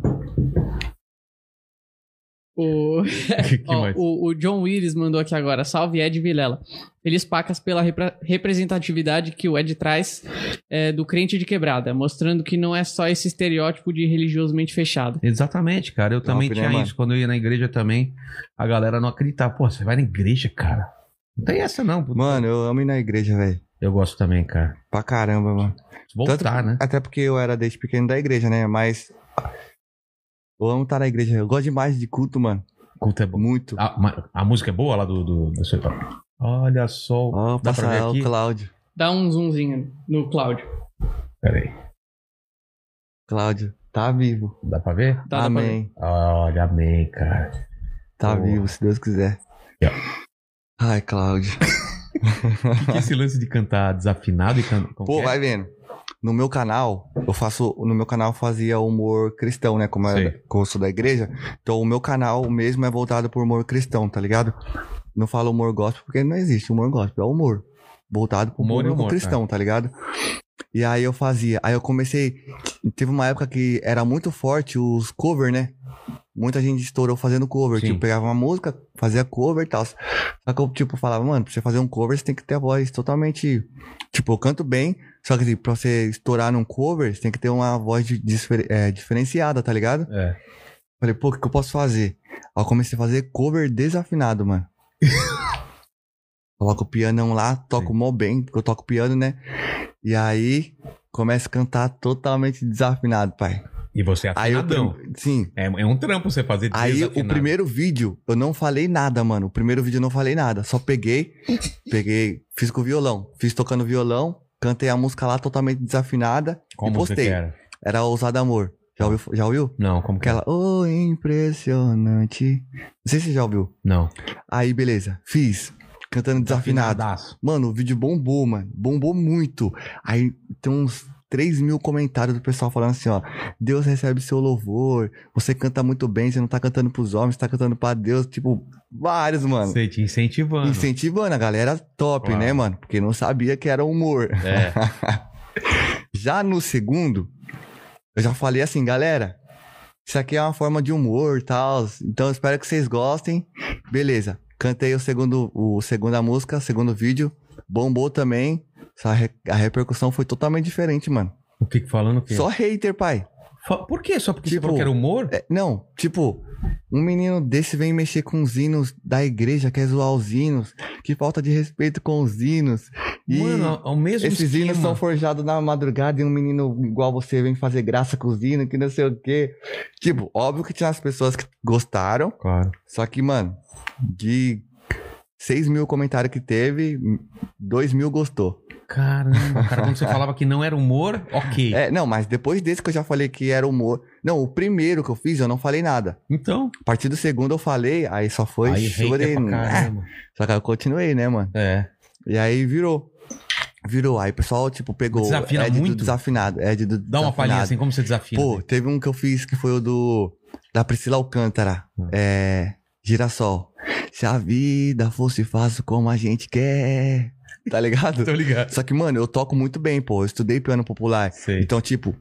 [SPEAKER 4] O...
[SPEAKER 2] que que
[SPEAKER 4] Ó,
[SPEAKER 2] mais?
[SPEAKER 4] o, o John Willis mandou aqui agora. Salve, Ed Vilela. Feliz pacas pela repra- representatividade que o Ed traz é, do crente de quebrada, mostrando que não é só esse estereótipo de religioso-mente fechado.
[SPEAKER 2] Exatamente, cara. Eu também
[SPEAKER 3] né,
[SPEAKER 2] tinha
[SPEAKER 3] mano?
[SPEAKER 2] isso. Quando eu ia na igreja também, a galera não acreditava. Pô, você vai na igreja, cara. Não tem essa, não. pô.
[SPEAKER 3] Mano, eu amo ir na igreja, velho.
[SPEAKER 2] Eu gosto também, cara.
[SPEAKER 3] Pra caramba, mano.
[SPEAKER 2] Voltar,
[SPEAKER 3] Tanto-
[SPEAKER 2] né?
[SPEAKER 3] Até porque eu era desde pequeno da igreja, né? Mas. Eu amo estar na igreja. Eu gosto demais de culto, mano.
[SPEAKER 2] Culto é bom.
[SPEAKER 3] Muito.
[SPEAKER 2] A, ma- a música é boa lá do. do, do seu- Olha só.
[SPEAKER 3] Ó, o
[SPEAKER 2] Dá pra ver
[SPEAKER 3] passarinho,
[SPEAKER 2] aqui?
[SPEAKER 3] o Cláudio.
[SPEAKER 4] Dá um zoomzinho no Cláudio.
[SPEAKER 2] Peraí.
[SPEAKER 3] Cláudio, tá vivo.
[SPEAKER 2] Tá, Dá pra ver?
[SPEAKER 4] Dá, dá pra ver.
[SPEAKER 3] Amém.
[SPEAKER 2] Olha, amém, cara.
[SPEAKER 3] Tá
[SPEAKER 2] Boa.
[SPEAKER 3] vivo, se Deus quiser.
[SPEAKER 2] Yeah.
[SPEAKER 3] Ai, Cláudio.
[SPEAKER 2] O que, que é esse lance de cantar desafinado e cantar.
[SPEAKER 3] Pô, vai vendo. No meu canal, eu faço. No meu canal eu fazia humor cristão, né? Como,
[SPEAKER 2] Sei.
[SPEAKER 3] é, como eu sou da igreja. Então o meu canal mesmo é voltado pro humor cristão, tá ligado? Não falo humor gospel porque não existe humor gospel, é humor. Voltado pro
[SPEAKER 2] Humor é
[SPEAKER 3] humor,
[SPEAKER 2] humor,
[SPEAKER 3] cristão, tá ligado? E aí eu fazia. Aí eu comecei. Teve uma época que era muito forte os cover, né? Muita gente estourou fazendo cover.
[SPEAKER 2] Sim.
[SPEAKER 3] Tipo, pegava uma música, fazia cover e tal. Só que eu, tipo, falava, mano, pra você fazer um cover, você tem que ter a voz totalmente. Tipo, eu canto bem, só que assim, pra você estourar num cover, você tem que ter uma voz de- difer- é, diferenciada, tá ligado?
[SPEAKER 2] É.
[SPEAKER 3] Falei, pô, o que, que eu posso fazer? Aí eu comecei a fazer cover desafinado, mano. Coloco o pianão lá, toco mó bem, porque eu toco piano, né? E aí, começo a cantar totalmente desafinado, pai.
[SPEAKER 2] E você é
[SPEAKER 3] Aí eu.
[SPEAKER 2] afinadão.
[SPEAKER 3] Sim.
[SPEAKER 2] É, é um trampo você fazer
[SPEAKER 3] Aí o
[SPEAKER 2] desafinado.
[SPEAKER 3] primeiro vídeo, eu não falei nada, mano. O primeiro vídeo eu não falei nada. Só peguei, peguei, fiz com o violão. Fiz tocando violão, cantei a música lá totalmente desafinada
[SPEAKER 2] Como
[SPEAKER 3] e
[SPEAKER 2] você
[SPEAKER 3] postei.
[SPEAKER 2] quer?
[SPEAKER 3] Era Ousado Amor. Já ouviu? Já ouviu?
[SPEAKER 2] Não, como que é? ela.
[SPEAKER 3] Aquela, ô impressionante. Não sei se você já ouviu.
[SPEAKER 2] Não.
[SPEAKER 3] Aí, beleza. Fiz. Cantando desafinado.
[SPEAKER 2] Afinadaço.
[SPEAKER 3] Mano, o vídeo bombou, mano. Bombou muito. Aí tem uns 3 mil comentários do pessoal falando assim, ó. Deus recebe seu louvor, você canta muito bem, você não tá cantando pros homens, você tá cantando pra Deus. Tipo, vários, mano.
[SPEAKER 2] Sei, te incentivando.
[SPEAKER 3] Incentivando a galera top,
[SPEAKER 2] Claro.
[SPEAKER 3] né, mano? Porque não sabia que era humor.
[SPEAKER 2] É.
[SPEAKER 3] Já no segundo, eu já falei assim, galera, isso aqui é uma forma de humor e tal. Então eu espero que vocês gostem. Beleza. Cantei o segundo, o segunda música, o segundo vídeo. Bombou também. Só A, re- a repercussão foi totalmente diferente, mano.
[SPEAKER 2] O que que falando o quê?
[SPEAKER 3] Só hater, pai.
[SPEAKER 2] Fa- Por quê? Só porque
[SPEAKER 3] Tipo,
[SPEAKER 2] você falou que era humor?
[SPEAKER 3] É, não, tipo, um menino desse vem mexer com os hinos da igreja, quer zoar os hinos, que falta de respeito com os hinos. E
[SPEAKER 2] Mano, ao mesmo
[SPEAKER 3] esses
[SPEAKER 2] esquema.
[SPEAKER 3] hinos são forjados na madrugada e um menino igual você vem fazer graça com os hinos, que não sei o quê. Tipo, óbvio que tinha as pessoas que gostaram,
[SPEAKER 2] Claro.
[SPEAKER 3] só que, mano, de 6 mil comentários que teve, 2 mil gostou.
[SPEAKER 2] Caramba, cara, quando você falava que não era humor, ok.
[SPEAKER 3] É, não, mas depois desse que eu já falei que era humor. Não, o primeiro que eu fiz, eu não falei nada.
[SPEAKER 2] Então,
[SPEAKER 3] A partir do segundo eu falei, aí só foi
[SPEAKER 2] aí hater pra
[SPEAKER 3] né?
[SPEAKER 2] caramba.
[SPEAKER 3] Só que eu continuei, né, mano?
[SPEAKER 2] É.
[SPEAKER 3] E aí virou. Virou. Aí o pessoal, tipo, pegou.
[SPEAKER 2] Desafina
[SPEAKER 3] Ed
[SPEAKER 2] muito?
[SPEAKER 3] do desafinado. Ed do
[SPEAKER 2] Dá uma palhinha
[SPEAKER 3] desafinado.
[SPEAKER 2] assim, como você desafia.
[SPEAKER 3] Pô, teve um que eu fiz que foi o do. Da Priscila Alcântara.
[SPEAKER 2] Hum.
[SPEAKER 3] É. Girassol. Se a vida fosse fácil como a gente quer. Tá ligado?
[SPEAKER 2] tô ligado.
[SPEAKER 3] Só que, mano, eu toco muito bem, pô. Eu estudei piano popular.
[SPEAKER 2] Sei.
[SPEAKER 3] Então, tipo,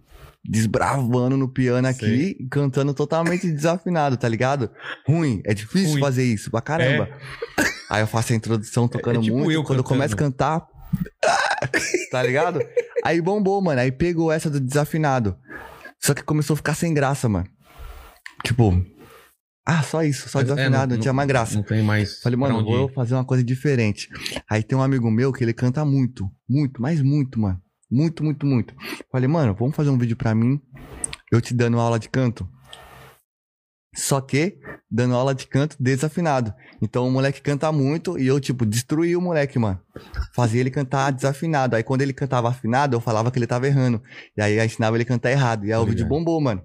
[SPEAKER 3] desbravando no piano aqui, e cantando totalmente desafinado, tá ligado? Ruim, é difícil
[SPEAKER 2] Ruim.
[SPEAKER 3] fazer isso pra caramba. Aí eu faço a introdução tocando
[SPEAKER 2] É tipo
[SPEAKER 3] muito,
[SPEAKER 2] eu
[SPEAKER 3] quando eu começo a cantar, tá ligado? Aí bombou, mano, aí pegou essa do desafinado. Só que começou a ficar sem graça, mano. Tipo, ah, só isso, só
[SPEAKER 2] Mas, é,
[SPEAKER 3] desafinado, não, tinha mais graça.
[SPEAKER 2] Não tem mais.
[SPEAKER 3] Falei, mano,
[SPEAKER 2] pra
[SPEAKER 3] eu
[SPEAKER 2] onde
[SPEAKER 3] vou
[SPEAKER 2] ir.
[SPEAKER 3] fazer uma coisa diferente. Aí tem um amigo meu que ele canta muito, muito, mas muito, mano. Muito, muito, muito. Falei, mano, vamos fazer um vídeo pra mim, eu te dando aula de canto. Só que dando aula de canto desafinado. Então o moleque canta muito e eu, tipo, destruí o moleque, mano. Fazia ele cantar desafinado. Aí quando ele cantava afinado, eu falava que ele tava errando. E aí eu ensinava ele a cantar errado. E aí
[SPEAKER 2] Tá
[SPEAKER 3] o vídeo
[SPEAKER 2] ligado.
[SPEAKER 3] bombou, mano.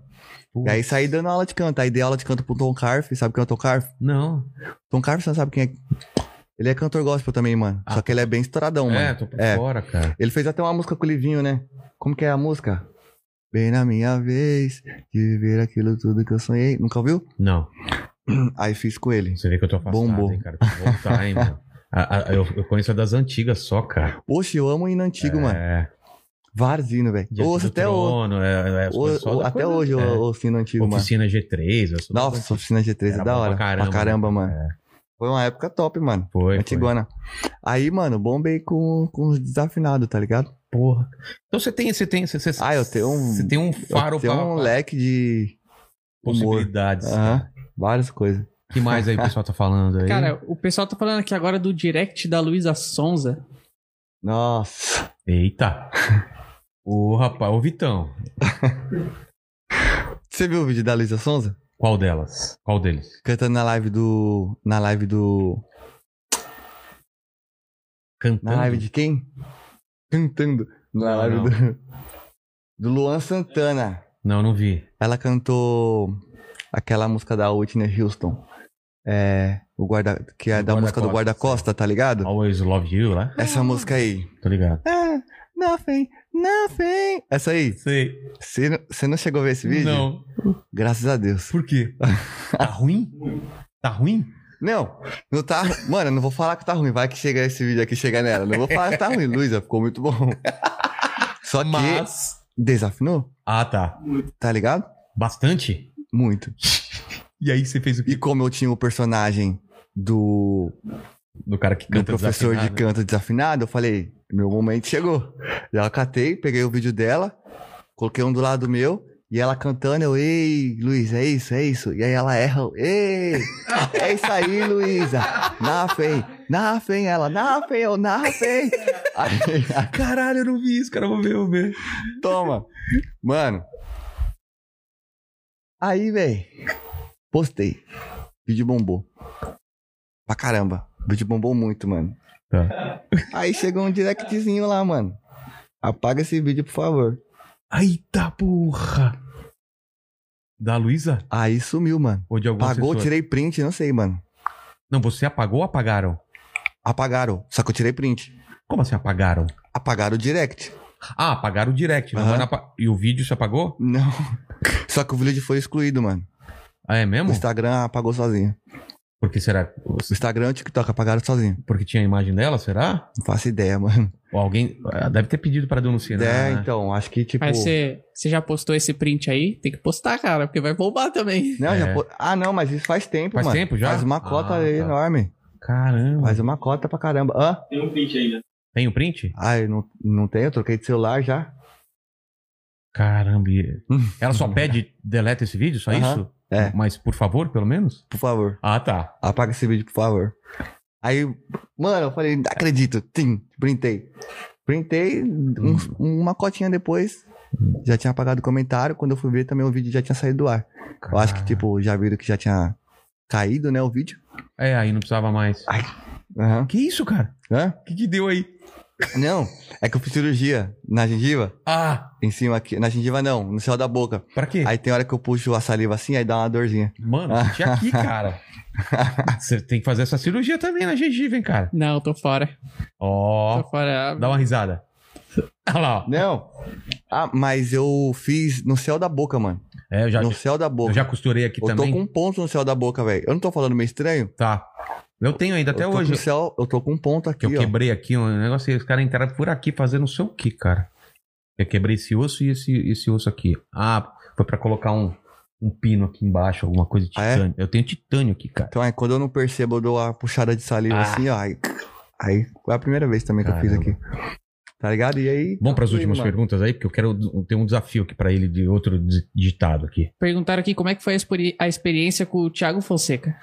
[SPEAKER 3] E aí saí dando aula de canto. Aí dei aula de canto pro Tom Carf. Sabe quem é o Tom Carf?
[SPEAKER 2] Não.
[SPEAKER 3] Tom Carver, você não sabe quem é. Ele é cantor gospel também, mano.
[SPEAKER 2] Ah.
[SPEAKER 3] Só que ele é bem estouradão,
[SPEAKER 2] é,
[SPEAKER 3] mano.
[SPEAKER 2] tô por
[SPEAKER 3] É.
[SPEAKER 2] fora, cara.
[SPEAKER 3] Ele fez até uma música com o Livinho, né? Como que é a música? Bem na minha vez de viver aquilo tudo que eu sonhei. Nunca ouviu?
[SPEAKER 2] Não.
[SPEAKER 3] Aí fiz com ele.
[SPEAKER 2] Você vê que eu tô afastado,
[SPEAKER 3] Bombou.
[SPEAKER 2] hein, cara. Tem que voltar, hein, mano. A- a- eu, eu conheço a das antigas só, cara.
[SPEAKER 3] Oxe, eu amo hino antigo, mano.
[SPEAKER 2] É.
[SPEAKER 3] Várzino, velho.
[SPEAKER 2] Diante
[SPEAKER 3] Ouço
[SPEAKER 2] do
[SPEAKER 3] até, o,
[SPEAKER 2] Trono, é- é as coisas
[SPEAKER 3] o-
[SPEAKER 2] só
[SPEAKER 3] o-
[SPEAKER 2] da
[SPEAKER 3] até
[SPEAKER 2] coisa-
[SPEAKER 3] hoje eu
[SPEAKER 2] é.
[SPEAKER 3] ouço hino antigo, mano.
[SPEAKER 2] Oficina G3, as coisas
[SPEAKER 3] Nossa, oficina G3
[SPEAKER 2] Era
[SPEAKER 3] é da
[SPEAKER 2] bom
[SPEAKER 3] hora.
[SPEAKER 2] pra caramba,
[SPEAKER 3] pra caramba
[SPEAKER 2] né?
[SPEAKER 3] mano. Foi uma época top, mano.
[SPEAKER 2] Foi, foi.
[SPEAKER 3] Antigona. Aí, mano, bombei com, com os desafinados, tá ligado?
[SPEAKER 2] Porra. Então você tem, você tem, você, você-
[SPEAKER 3] Ah, eu tenho um-
[SPEAKER 2] Você tem um
[SPEAKER 3] Eu
[SPEAKER 2] faro
[SPEAKER 3] tenho
[SPEAKER 2] pra
[SPEAKER 3] um leque de humor. Ah.
[SPEAKER 2] possibilidades.
[SPEAKER 3] Aham, várias coisas.
[SPEAKER 2] O que mais aí o pessoal tá falando aí?
[SPEAKER 4] Cara, o pessoal tá falando aqui agora do direct da Luísa Sonza.
[SPEAKER 3] Nossa.
[SPEAKER 2] Eita. Ô, rapaz, ô Vitão,
[SPEAKER 3] Você viu o vídeo da Luísa Sonza?
[SPEAKER 2] qual delas? Qual deles?
[SPEAKER 3] Cantando na live do. Na live do. Na
[SPEAKER 2] Cantando.
[SPEAKER 3] live de quem? Cantando. Na
[SPEAKER 2] Não,
[SPEAKER 3] live
[SPEAKER 2] não.
[SPEAKER 3] do. Do Luan Santana.
[SPEAKER 2] Não, não vi.
[SPEAKER 3] Ela cantou aquela música da Whitney Houston. É. O guarda. Que é
[SPEAKER 2] Do
[SPEAKER 3] da
[SPEAKER 2] Guarda
[SPEAKER 3] música do
[SPEAKER 2] Costa,
[SPEAKER 3] Guarda Costa, tá ligado?
[SPEAKER 2] Always Love You, né?
[SPEAKER 3] Essa música aí.
[SPEAKER 2] Tô ligado.
[SPEAKER 3] Ah, nothing, nothing. Essa aí.
[SPEAKER 2] Sei.
[SPEAKER 3] Você não- você não chegou a ver esse vídeo?
[SPEAKER 2] Não.
[SPEAKER 3] Graças a Deus.
[SPEAKER 2] Por quê? Tá ruim? Tá ruim?
[SPEAKER 3] Não, não tá. Mano, eu não vou falar que tá ruim. Vai que chega esse vídeo aqui, chega nela. Não vou falar que tá ruim, Luísa. Ficou muito bom. Só que
[SPEAKER 2] Mas.
[SPEAKER 3] desafinou,
[SPEAKER 2] Ah, tá.
[SPEAKER 3] tá ligado?
[SPEAKER 2] Bastante?
[SPEAKER 3] Muito.
[SPEAKER 2] E aí você fez o
[SPEAKER 3] E
[SPEAKER 2] quê?
[SPEAKER 3] como eu tinha o personagem do,
[SPEAKER 2] Do cara que
[SPEAKER 3] do
[SPEAKER 2] canta
[SPEAKER 3] professor de
[SPEAKER 2] desafinado, né?
[SPEAKER 3] canto desafinado, eu falei, meu momento chegou. Já catei, peguei o vídeo dela, coloquei um do lado meu. E ela cantando, eu, ei, Luísa, é isso, é isso. E aí ela erra, eu, ei, é isso aí, Luísa. Nothing, nothing, ela, nothing, eu, nothing. Aí,
[SPEAKER 2] Caralho, eu não vi isso, cara. Vou ver, vou ver.
[SPEAKER 3] Toma. Mano. Aí, velho. Postei. Vídeo bombou. Pra caramba. Vídeo bombou muito, mano.
[SPEAKER 2] Tá.
[SPEAKER 3] Aí chegou um directzinho lá, mano. Apaga esse vídeo, por favor.
[SPEAKER 2] Eita porra! Da Luísa?
[SPEAKER 3] Aí sumiu, mano.
[SPEAKER 2] Ou de algum
[SPEAKER 3] Apagou,
[SPEAKER 2] assessor?
[SPEAKER 3] tirei print, não sei, mano.
[SPEAKER 2] Não, você apagou ou apagaram?
[SPEAKER 3] Apagaram. Só que eu tirei print.
[SPEAKER 2] Como assim apagaram?
[SPEAKER 3] Apagaram o direct.
[SPEAKER 2] Ah, apagaram o direct. não
[SPEAKER 3] Aham.
[SPEAKER 2] vai na pa- E o vídeo se apagou?
[SPEAKER 3] Não. Só que o vídeo foi excluído, mano.
[SPEAKER 2] Ah, é
[SPEAKER 3] O
[SPEAKER 2] mesmo?
[SPEAKER 3] Instagram apagou sozinho.
[SPEAKER 2] Porque será?
[SPEAKER 3] O Instagram e o TikTok apagaram sozinho.
[SPEAKER 2] Porque tinha a imagem dela, será?
[SPEAKER 3] Não faço ideia, mano.
[SPEAKER 2] Ou alguém. ah, Deve ter pedido pra denunciar.
[SPEAKER 3] é,
[SPEAKER 2] né?
[SPEAKER 3] então, acho que tipo.
[SPEAKER 4] Mas você você já postou esse print aí? Tem que postar, cara, porque vai bombar também.
[SPEAKER 3] Não, já
[SPEAKER 2] É.
[SPEAKER 3] po- Ah, não, mas isso faz tempo,
[SPEAKER 2] Faz
[SPEAKER 3] mano.
[SPEAKER 2] tempo já?
[SPEAKER 3] Faz uma cota
[SPEAKER 2] Ah, tá.
[SPEAKER 3] enorme.
[SPEAKER 2] Caramba.
[SPEAKER 3] Faz uma cota pra caramba. Hã?
[SPEAKER 5] Tem um print ainda.
[SPEAKER 2] Tem o print?
[SPEAKER 3] Ah, eu não, não tenho, eu troquei de celular já.
[SPEAKER 2] Caramba. e- Ela só pede deleta esse vídeo, só
[SPEAKER 3] Hum. Aham.
[SPEAKER 2] isso?
[SPEAKER 3] É.
[SPEAKER 2] Mas por favor, pelo menos?
[SPEAKER 3] Por favor,
[SPEAKER 2] Ah, tá.
[SPEAKER 3] apaga esse vídeo, por favor. Aí, mano, eu falei, não acredito. Tim, printei. Printei, um-
[SPEAKER 2] Hum.
[SPEAKER 3] uma cotinha depois, já tinha apagado o comentário. Quando eu fui ver também, o vídeo já tinha saído do ar. Eu acho que, tipo, já viram que já tinha caído, né, o vídeo.
[SPEAKER 2] É, aí não precisava mais.
[SPEAKER 3] Ai. Aham.
[SPEAKER 2] Que isso, cara?
[SPEAKER 3] Hã?
[SPEAKER 2] O que, que deu aí?
[SPEAKER 3] Não, é que eu fiz cirurgia na gengiva.
[SPEAKER 2] Ah,
[SPEAKER 3] Em cima aqui, na gengiva não, no céu da boca.
[SPEAKER 2] pra quê?
[SPEAKER 3] Aí tem hora que eu puxo a saliva assim, aí dá uma dorzinha.
[SPEAKER 2] Mano, senti aqui,
[SPEAKER 3] Ah.
[SPEAKER 2] cara. Você tem que fazer essa cirurgia também na gengiva, hein, cara?
[SPEAKER 4] Não, tô fora.
[SPEAKER 2] Ó,
[SPEAKER 4] Tô fora.
[SPEAKER 2] dá uma risada. Olha lá, ó.
[SPEAKER 3] Não. Ah, mas eu fiz no céu da boca, mano.
[SPEAKER 2] É, eu já,
[SPEAKER 3] no céu da
[SPEAKER 2] eu
[SPEAKER 3] boca.
[SPEAKER 2] já costurei aqui
[SPEAKER 3] eu
[SPEAKER 2] também.
[SPEAKER 3] tô com um ponto no céu da boca, velho. Eu não tô falando meio estranho?
[SPEAKER 2] Tá. Eu tenho ainda até
[SPEAKER 3] eu tô
[SPEAKER 2] hoje.
[SPEAKER 3] Com céu, eu tô com um ponto
[SPEAKER 2] Que
[SPEAKER 3] aqui,
[SPEAKER 2] eu
[SPEAKER 3] ó.
[SPEAKER 2] quebrei aqui um negócio e os caras entraram por aqui fazendo não sei o que, cara. Eu quebrei esse osso e esse, esse osso aqui. Ah, foi pra colocar um, um pino aqui embaixo, alguma coisa de
[SPEAKER 3] Ah, é?
[SPEAKER 2] titânio. Eu tenho titânio aqui, cara.
[SPEAKER 3] Então aí, quando eu não percebo, eu dou a puxada de saliva
[SPEAKER 2] Ah.
[SPEAKER 3] assim, ó. Aí, aí foi a primeira vez também que eu
[SPEAKER 2] Caramba.
[SPEAKER 3] fiz aqui. Tá ligado? E aí.
[SPEAKER 2] Vamos pras últimas
[SPEAKER 3] mano.
[SPEAKER 2] perguntas aí, porque eu quero d- ter um desafio aqui pra ele de outro di- ditado aqui.
[SPEAKER 4] Perguntaram aqui como é que foi a experi- a experiência com o Thiago Fonseca.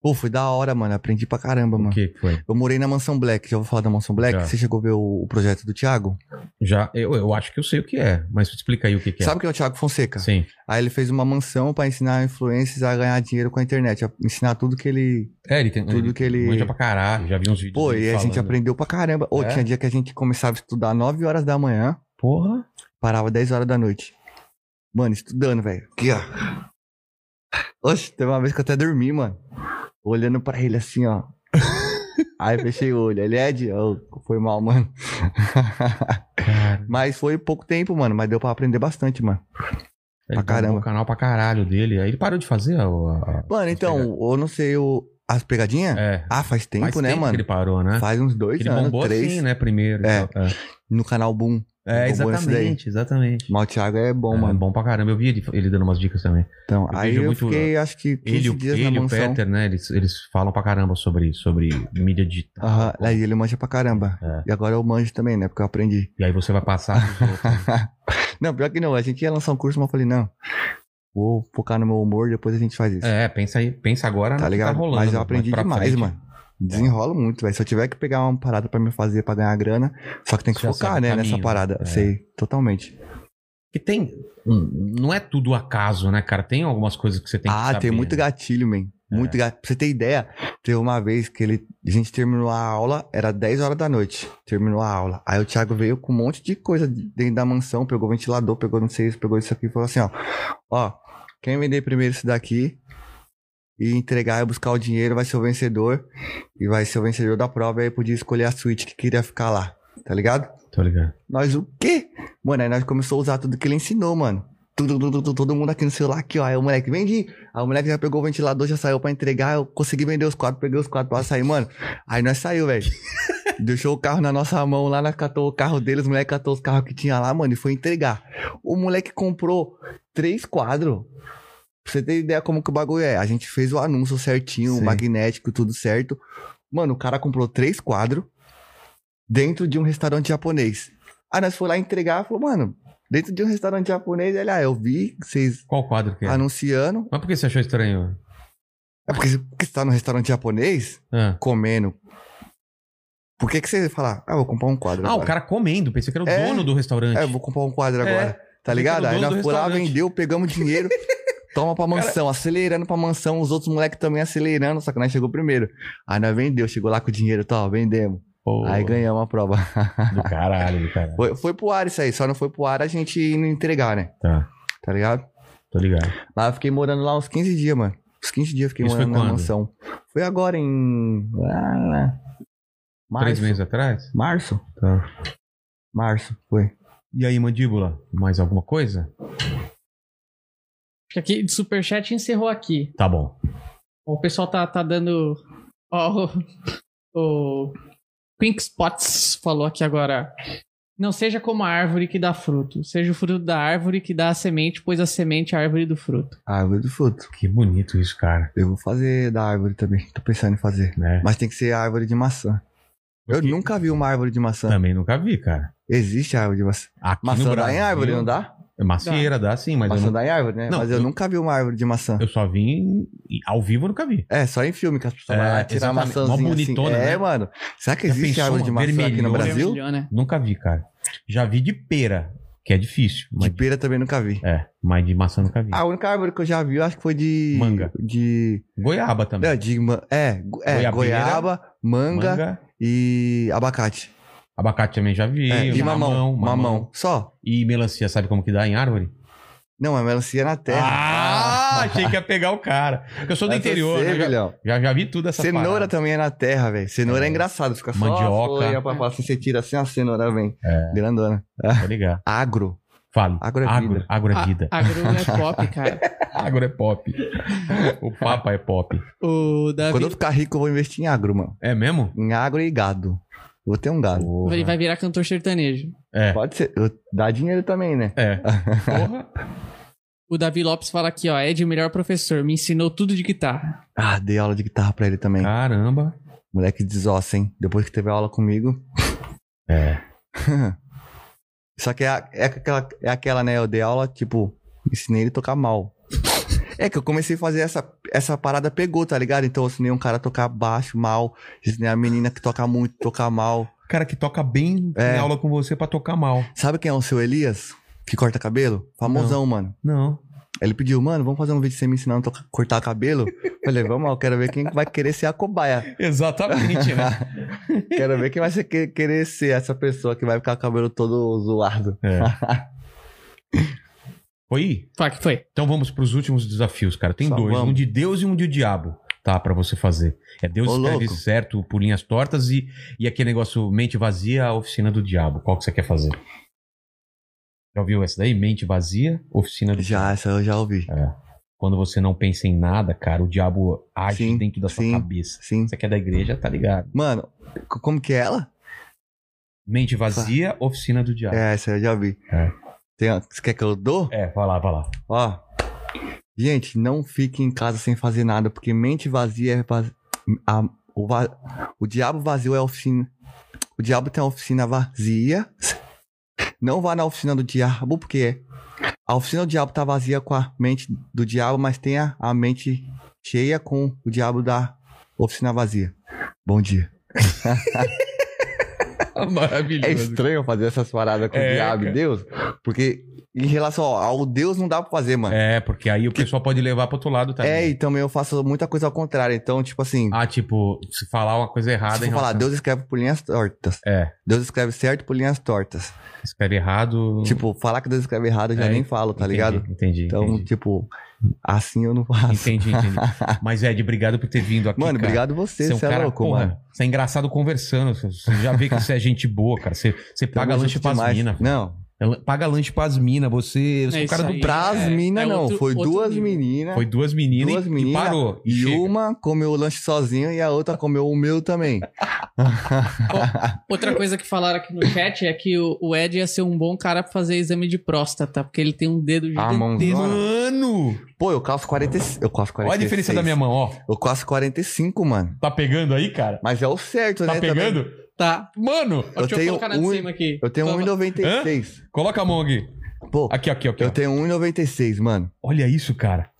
[SPEAKER 3] Pô, foi da hora, mano. Aprendi pra caramba,
[SPEAKER 2] O
[SPEAKER 3] mano.
[SPEAKER 2] que que foi?
[SPEAKER 3] Eu morei na Mansão Black. Já vou falar da Mansão Black?
[SPEAKER 2] Já.
[SPEAKER 3] Você chegou a ver o, o projeto do Thiago?
[SPEAKER 2] Já, eu, eu acho que eu sei o que é, mas explica aí o que, que é.
[SPEAKER 3] Sabe quem é o Thiago Fonseca?
[SPEAKER 2] Sim.
[SPEAKER 3] Aí ele fez uma mansão pra ensinar influencers a ganhar dinheiro com a internet, a ensinar tudo que ele.
[SPEAKER 2] É, ele tem.
[SPEAKER 3] Tudo que ele-
[SPEAKER 2] Manja pra caralho, já vi uns vídeos.
[SPEAKER 3] Pô,
[SPEAKER 2] dele
[SPEAKER 3] e a gente
[SPEAKER 2] falando.
[SPEAKER 3] aprendeu pra caramba. Ô,
[SPEAKER 2] É?
[SPEAKER 3] tinha dia que a gente começava a estudar 9 horas da manhã,
[SPEAKER 2] Porra.
[SPEAKER 3] parava 10 horas da noite. Mano, estudando, velho. Aqui, ó. Oxe, teve uma vez que eu até dormi, mano. Olhando pra ele assim, ó. Aí fechei o olho. Ele é de. Ô, foi mal, mano.
[SPEAKER 2] Cara,
[SPEAKER 3] Mas foi pouco tempo, mano. Mas deu pra aprender bastante, mano.
[SPEAKER 2] ele
[SPEAKER 3] caramba.
[SPEAKER 2] O canal pra caralho dele. Aí ele parou de fazer a. a- a-
[SPEAKER 3] Mano, então, eu não sei o. As pegadinhas?
[SPEAKER 2] É.
[SPEAKER 3] Ah, faz tempo,
[SPEAKER 2] Faz
[SPEAKER 3] né,
[SPEAKER 2] tempo
[SPEAKER 3] mano?
[SPEAKER 2] que ele parou, né?
[SPEAKER 3] Faz uns
[SPEAKER 2] Que
[SPEAKER 3] dois
[SPEAKER 2] ele
[SPEAKER 3] anos,
[SPEAKER 2] bombou
[SPEAKER 3] três.
[SPEAKER 2] assim, né, primeiro.
[SPEAKER 3] É.
[SPEAKER 2] então,
[SPEAKER 3] No canal Boom.
[SPEAKER 2] É,
[SPEAKER 3] Ele bombou nesse daí.
[SPEAKER 2] exatamente, exatamente.
[SPEAKER 3] Mal Thiago é bom,
[SPEAKER 2] É,
[SPEAKER 3] mano.
[SPEAKER 2] bom pra caramba. Eu vi ele, ele dando umas dicas também.
[SPEAKER 3] Então,
[SPEAKER 2] Eu
[SPEAKER 3] aí
[SPEAKER 2] vejo
[SPEAKER 3] eu
[SPEAKER 2] muito-
[SPEAKER 3] fiquei, acho que 15
[SPEAKER 2] Ele, o-
[SPEAKER 3] dias
[SPEAKER 2] ele e
[SPEAKER 3] na
[SPEAKER 2] o
[SPEAKER 3] mansão.
[SPEAKER 2] Peter, né? Eles, eles falam pra caramba sobre, sobre mídia digital.
[SPEAKER 3] Aham, aí ele manja pra caramba.
[SPEAKER 2] É.
[SPEAKER 3] E agora eu manjo também, né? Porque eu aprendi.
[SPEAKER 2] E aí você vai passar. pros outros.
[SPEAKER 3] Não, pior que não. A gente ia lançar um curso, mas eu falei, não. Vou focar no meu humor, depois a gente faz isso.
[SPEAKER 2] é, pensa aí, pensa agora no
[SPEAKER 3] tá
[SPEAKER 2] que
[SPEAKER 3] ligado?
[SPEAKER 2] tá rolando.
[SPEAKER 3] mas eu
[SPEAKER 2] mais
[SPEAKER 3] aprendi
[SPEAKER 2] pra
[SPEAKER 3] demais,
[SPEAKER 2] frente. É.
[SPEAKER 3] mano. Desenrolo muito, velho. Se eu tiver que pegar uma parada pra me fazer pra ganhar grana, só que tem que
[SPEAKER 2] Já sabe
[SPEAKER 3] focar,
[SPEAKER 2] o
[SPEAKER 3] né?
[SPEAKER 2] caminho,
[SPEAKER 3] Nessa parada.
[SPEAKER 2] é.
[SPEAKER 3] Sei, totalmente.
[SPEAKER 2] Que tem. hum, Não é tudo acaso, né, cara? Tem algumas coisas que você tem que
[SPEAKER 3] ah,
[SPEAKER 2] saber.
[SPEAKER 3] tem muito
[SPEAKER 2] né? É.
[SPEAKER 3] gatilho, man. Muito gatilho. Pra você ter ideia, teve uma vez que ele, a gente terminou a aula, era 10 horas da noite. Terminou a aula. Aí o Thiago veio com um monte de coisa dentro da mansão, pegou ventilador, pegou não sei isso, pegou isso aqui e falou assim, ó. Ó, quem vender primeiro isso daqui e entregar e buscar o dinheiro vai ser o vencedor. E vai ser o vencedor da prova. E aí podia escolher a suíte que queria ficar lá. Tá ligado?
[SPEAKER 2] Tô ligado.
[SPEAKER 3] Nós o quê? Mano, aí nós começou a usar tudo que ele ensinou, mano. Tudo, tudo, tudo, todo mundo aqui no celular, aqui, ó. Aí o moleque, vendi. Aí o moleque já pegou o ventilador, já saiu pra entregar. Eu consegui vender os quatro, peguei os quatro pra sair, mano. Aí nós saiu, velho. Deixou o carro na nossa mão lá, nós catou o carro deles, o moleque catou os carros que tinha lá, mano, e foi entregar. O moleque comprou três quadros. Pra você ter ideia como que o bagulho é. A gente fez o anúncio certinho,
[SPEAKER 2] Sim.
[SPEAKER 3] o magnético, tudo certo. Mano, o cara comprou três quadros dentro de um restaurante japonês. Aí nós foi lá entregar, falou, mano, dentro de um restaurante japonês, ele, ah, eu vi vocês
[SPEAKER 2] Qual quadro
[SPEAKER 3] Ah,
[SPEAKER 2] que é?
[SPEAKER 3] anunciando.
[SPEAKER 2] Mas por que você achou estranho?
[SPEAKER 3] É porque você- porque você tá no restaurante japonês
[SPEAKER 2] Ah,
[SPEAKER 3] comendo. Por que, que você fala, ah, eu vou comprar um quadro
[SPEAKER 2] Ah, o
[SPEAKER 3] agora?
[SPEAKER 2] cara comendo. Pensei que era o
[SPEAKER 3] É.
[SPEAKER 2] dono do restaurante.
[SPEAKER 3] É, eu vou comprar um quadro
[SPEAKER 2] É,
[SPEAKER 3] agora. Tá
[SPEAKER 2] eu
[SPEAKER 3] ligado?
[SPEAKER 2] quero o
[SPEAKER 3] Aí
[SPEAKER 2] dono
[SPEAKER 3] nós
[SPEAKER 2] do
[SPEAKER 3] foi lá,
[SPEAKER 2] restaurante.
[SPEAKER 3] vendeu, pegamos dinheiro, toma pra mansão, acelerando pra mansão, os outros moleques também acelerando, só que nós chegou primeiro. Aí nós vendeu, chegou lá com o dinheiro, tal, vendemos.
[SPEAKER 2] Pô,
[SPEAKER 3] Aí ganhamos a prova.
[SPEAKER 2] Do caralho, do caralho.
[SPEAKER 3] foi, foi pro ar isso aí, só não foi pro ar a gente indo entregar, né?
[SPEAKER 2] Tá,
[SPEAKER 3] Tá ligado?
[SPEAKER 2] tô ligado.
[SPEAKER 3] Mas eu fiquei morando lá uns 15 dias, mano. Uns 15 dias eu fiquei
[SPEAKER 2] Isso foi
[SPEAKER 3] morando na
[SPEAKER 2] quando?
[SPEAKER 3] mansão. Foi agora em. ah,
[SPEAKER 2] Três
[SPEAKER 3] Março.
[SPEAKER 2] meses atrás?
[SPEAKER 3] Março?
[SPEAKER 2] Tá.
[SPEAKER 3] Março, foi.
[SPEAKER 2] E aí, mandíbula? Mais alguma coisa?
[SPEAKER 4] Acho que aqui de superchat encerrou aqui.
[SPEAKER 2] Tá bom.
[SPEAKER 4] O pessoal tá, tá dando. Ó, o, o Pink Spots falou aqui agora. Não seja como a árvore que dá fruto, seja o fruto da árvore que dá a semente, pois a semente é a árvore do fruto.
[SPEAKER 3] Árvore do fruto.
[SPEAKER 2] Que bonito isso, cara.
[SPEAKER 3] Eu vou fazer da árvore também. Tô pensando em fazer.
[SPEAKER 2] Né?
[SPEAKER 3] Mas tem que ser árvore de maçã. Eu
[SPEAKER 2] Porque-
[SPEAKER 3] nunca vi uma árvore de maçã.
[SPEAKER 2] Também nunca vi, cara.
[SPEAKER 3] Existe árvore de maçã.
[SPEAKER 2] Tá. Aqui
[SPEAKER 3] Maçã
[SPEAKER 2] no
[SPEAKER 3] dá em
[SPEAKER 2] Brasil-
[SPEAKER 3] árvore, não dá?
[SPEAKER 2] É Macieira, dá sim, mas eu,
[SPEAKER 3] maçã
[SPEAKER 2] nu-
[SPEAKER 3] dá em árvore, né?
[SPEAKER 2] Não,
[SPEAKER 3] Mas eu,
[SPEAKER 2] eu-
[SPEAKER 3] nunca vi uma árvore de maçã.
[SPEAKER 2] eu só vim ao vivo, eu nunca vi.
[SPEAKER 3] É, só em filme que as pessoas
[SPEAKER 2] É,
[SPEAKER 3] vão lá tirar a
[SPEAKER 2] exatamente.
[SPEAKER 3] maçãzinha
[SPEAKER 2] Mó
[SPEAKER 3] assim.
[SPEAKER 2] bonitona,
[SPEAKER 3] É,
[SPEAKER 2] né?
[SPEAKER 3] mano. Será que
[SPEAKER 2] Já
[SPEAKER 3] existe
[SPEAKER 2] pensou
[SPEAKER 3] árvore
[SPEAKER 2] uma
[SPEAKER 3] de maçã aqui no
[SPEAKER 2] vermelhona?
[SPEAKER 3] Brasil?
[SPEAKER 4] Vermelhona.
[SPEAKER 2] Nunca vi, cara. Já vi de pera, que é difícil. Mas
[SPEAKER 3] De Ah. pera também nunca vi.
[SPEAKER 2] É, mas de maçã eu nunca vi.
[SPEAKER 3] A única árvore que eu já vi, eu acho que foi de...
[SPEAKER 2] Manga.
[SPEAKER 3] De...
[SPEAKER 2] Goiaba também.
[SPEAKER 3] Não, de... ma- É, go- é
[SPEAKER 2] Goiabeira,
[SPEAKER 3] goiaba, manga, e abacate.
[SPEAKER 2] Abacate também já vi.
[SPEAKER 3] É, e mamão, mamão. Só.
[SPEAKER 2] E melancia, sabe como que dá em árvore?
[SPEAKER 3] Não, é melancia na terra.
[SPEAKER 2] Ah, achei que ia pegar o cara. Porque eu sou do
[SPEAKER 3] Mas
[SPEAKER 2] interior,
[SPEAKER 3] você,
[SPEAKER 2] né? Já-
[SPEAKER 3] Vilhão.
[SPEAKER 2] Já, já vi tudo essa
[SPEAKER 3] Cenoura também é na terra, velho. Cenoura é,
[SPEAKER 2] É.
[SPEAKER 3] engraçado, fica só
[SPEAKER 2] Mandioca.
[SPEAKER 3] a folha pra assim, você tira assim a cenoura, vem.
[SPEAKER 2] É.
[SPEAKER 3] Grandona.
[SPEAKER 2] Tá ligado?
[SPEAKER 3] Agro.
[SPEAKER 2] Fale.
[SPEAKER 3] Agro é vida.
[SPEAKER 2] Agro é
[SPEAKER 4] A-
[SPEAKER 2] vida.
[SPEAKER 4] Agro é pop, cara.
[SPEAKER 2] Agro é pop. O papa é pop.
[SPEAKER 4] O Davi
[SPEAKER 3] Quando eu ficar rico, eu vou investir em agro, mano.
[SPEAKER 2] É mesmo?
[SPEAKER 3] Em agro e gado. Vou ter um gado.
[SPEAKER 2] Porra.
[SPEAKER 4] ele vai virar cantor sertanejo.
[SPEAKER 2] É.
[SPEAKER 3] Pode ser. Eu- Dá dinheiro também, né?
[SPEAKER 2] É. Porra.
[SPEAKER 4] O Davi Lopes fala aqui, ó, Ed, melhor professor, me ensinou tudo de guitarra.
[SPEAKER 3] Ah, dei aula de guitarra pra ele também.
[SPEAKER 2] Caramba.
[SPEAKER 3] Moleque desossa, hein? Depois que teve aula comigo.
[SPEAKER 2] É.
[SPEAKER 3] Só que é, a- é aquela, é aquela, né? Eu dei aula, tipo, ensinei ele a tocar mal. É que eu comecei a fazer essa, essa parada, pegou, tá ligado? Então eu ensinei um cara a tocar baixo mal, ensinei a menina que toca muito, tocar mal.
[SPEAKER 2] Cara que toca bem
[SPEAKER 3] É.
[SPEAKER 2] tem aula com você pra tocar mal.
[SPEAKER 3] Sabe quem é o seu Elias? Que corta cabelo? Famosão, mano.
[SPEAKER 2] Não.
[SPEAKER 3] Ele pediu, mano, vamos fazer um vídeo de você me ensinando a toca- cortar cabelo? Falei, vamos lá, eu quero ver quem vai querer ser a cobaia.
[SPEAKER 2] Exatamente, né?
[SPEAKER 3] Quero ver quem vai ser, que- querer ser essa pessoa que vai ficar com o cabelo todo zoado.
[SPEAKER 2] É.
[SPEAKER 3] É.
[SPEAKER 2] Oi?
[SPEAKER 4] Fala que foi.
[SPEAKER 2] Então vamos pros últimos desafios, cara. Tem
[SPEAKER 3] Só
[SPEAKER 2] dois,
[SPEAKER 3] vamos.
[SPEAKER 2] um de Deus e um de diabo, tá? Pra você fazer. É Deus
[SPEAKER 3] Ô,
[SPEAKER 2] escreve
[SPEAKER 3] louco.
[SPEAKER 2] certo por linhas tortas e, e aquele negócio mente vazia, a oficina do diabo. Qual que você quer fazer? Já ouviu essa daí? Mente vazia, oficina do
[SPEAKER 3] Já, essa eu já ouvi.
[SPEAKER 2] Quando você não pensa em nada, cara, o diabo age
[SPEAKER 3] Sim,
[SPEAKER 2] dentro da
[SPEAKER 3] sim.
[SPEAKER 2] sua cabeça.
[SPEAKER 3] Sim.
[SPEAKER 2] Você que é da igreja, tá ligado?
[SPEAKER 3] Mano, c- como que é ela?
[SPEAKER 2] Mente vazia, oficina do diabo. É,
[SPEAKER 3] É, essa eu já ouvi.
[SPEAKER 2] É.
[SPEAKER 3] Tem, uma- você quer que eu dou?
[SPEAKER 2] vai lá, vai lá.
[SPEAKER 3] Ó. Gente, não fique em casa sem fazer nada, porque mente vazia é vaz... a- o, va- o diabo vazio é a oficina. O diabo tem a oficina vazia. Não vá na oficina do diabo, porque a oficina do diabo tá vazia com a mente do diabo, mas tem a, a mente cheia com o diabo da oficina vazia. Bom dia. É
[SPEAKER 2] Maravilhoso.
[SPEAKER 3] estranho fazer essas paradas com
[SPEAKER 2] É,
[SPEAKER 3] o diabo
[SPEAKER 2] cara.
[SPEAKER 3] e Deus, porque em relação ao Deus não dá pra fazer, mano.
[SPEAKER 2] É, tá porque aí o pessoal pode levar pro outro lado também.
[SPEAKER 3] É, e também eu faço muita coisa ao contrário. Então, tipo assim,
[SPEAKER 2] Ah, tipo, se falar uma coisa errada.
[SPEAKER 3] se
[SPEAKER 2] em
[SPEAKER 3] for falar,
[SPEAKER 2] relação-
[SPEAKER 3] Deus escreve por linhas tortas.
[SPEAKER 2] É.
[SPEAKER 3] Deus escreve certo por linhas tortas.
[SPEAKER 2] Escreve errado.
[SPEAKER 3] Tipo, falar que Deus escreve errado eu já
[SPEAKER 2] É,
[SPEAKER 3] nem falo, tá
[SPEAKER 2] entendi,
[SPEAKER 3] ligado?
[SPEAKER 2] Entendi.
[SPEAKER 3] Então,
[SPEAKER 2] entendi.
[SPEAKER 3] tipo, assim eu não faço.
[SPEAKER 2] entendi, entendi. Mas, Ed, obrigado por ter vindo aqui.
[SPEAKER 3] Mano,
[SPEAKER 2] cara.
[SPEAKER 3] obrigado
[SPEAKER 2] Você
[SPEAKER 3] você,
[SPEAKER 2] é um
[SPEAKER 3] você é
[SPEAKER 2] cara,
[SPEAKER 3] louco,
[SPEAKER 2] porra,
[SPEAKER 3] mano.
[SPEAKER 2] Você é engraçado conversando. Você já vê que você é gente boa, cara. Você, você
[SPEAKER 3] Tamo
[SPEAKER 2] paga
[SPEAKER 3] junto
[SPEAKER 2] lanche pras
[SPEAKER 3] demais.
[SPEAKER 2] minas.
[SPEAKER 3] Não,
[SPEAKER 2] Ela- Paga lanche pras minas. Você, você é
[SPEAKER 4] É
[SPEAKER 2] o cara
[SPEAKER 4] isso
[SPEAKER 2] do.
[SPEAKER 4] aí.
[SPEAKER 3] pras
[SPEAKER 4] É,
[SPEAKER 3] minas
[SPEAKER 4] é
[SPEAKER 3] não.
[SPEAKER 4] outro-
[SPEAKER 3] Foi
[SPEAKER 4] outro
[SPEAKER 3] duas
[SPEAKER 4] nível.
[SPEAKER 3] meninas.
[SPEAKER 2] Foi duas meninas
[SPEAKER 3] Duas
[SPEAKER 2] e- e
[SPEAKER 3] meninas
[SPEAKER 2] parou.
[SPEAKER 3] E
[SPEAKER 2] chega.
[SPEAKER 3] uma comeu o lanche sozinha e a outra comeu o meu também.
[SPEAKER 4] Outra coisa que falaram aqui no chat é que o, o Ed ia ser um bom cara pra fazer exame de próstata, porque ele tem um dedo
[SPEAKER 3] A
[SPEAKER 4] gigantesco.
[SPEAKER 3] mãozona.
[SPEAKER 2] Mano!
[SPEAKER 3] Pô, eu calço 45. Eu calço 46.
[SPEAKER 2] Olha a diferença da minha mão, ó.
[SPEAKER 3] Eu calço 45, mano.
[SPEAKER 2] Tá pegando aí, cara?
[SPEAKER 3] Mas é o certo,
[SPEAKER 2] Tá
[SPEAKER 3] né? também.
[SPEAKER 2] pegando?
[SPEAKER 4] Tá.
[SPEAKER 2] Mano!
[SPEAKER 3] Eu
[SPEAKER 4] Deixa
[SPEAKER 3] tenho
[SPEAKER 4] eu colocar na
[SPEAKER 3] um-
[SPEAKER 4] de cima aqui.
[SPEAKER 3] Eu tenho
[SPEAKER 4] Toma.
[SPEAKER 3] 1,96.
[SPEAKER 2] Coloca a mão aqui.
[SPEAKER 3] Pô,
[SPEAKER 2] Aqui, aqui, aqui. ó.
[SPEAKER 3] eu tenho 1,96, mano.
[SPEAKER 2] Olha isso, cara.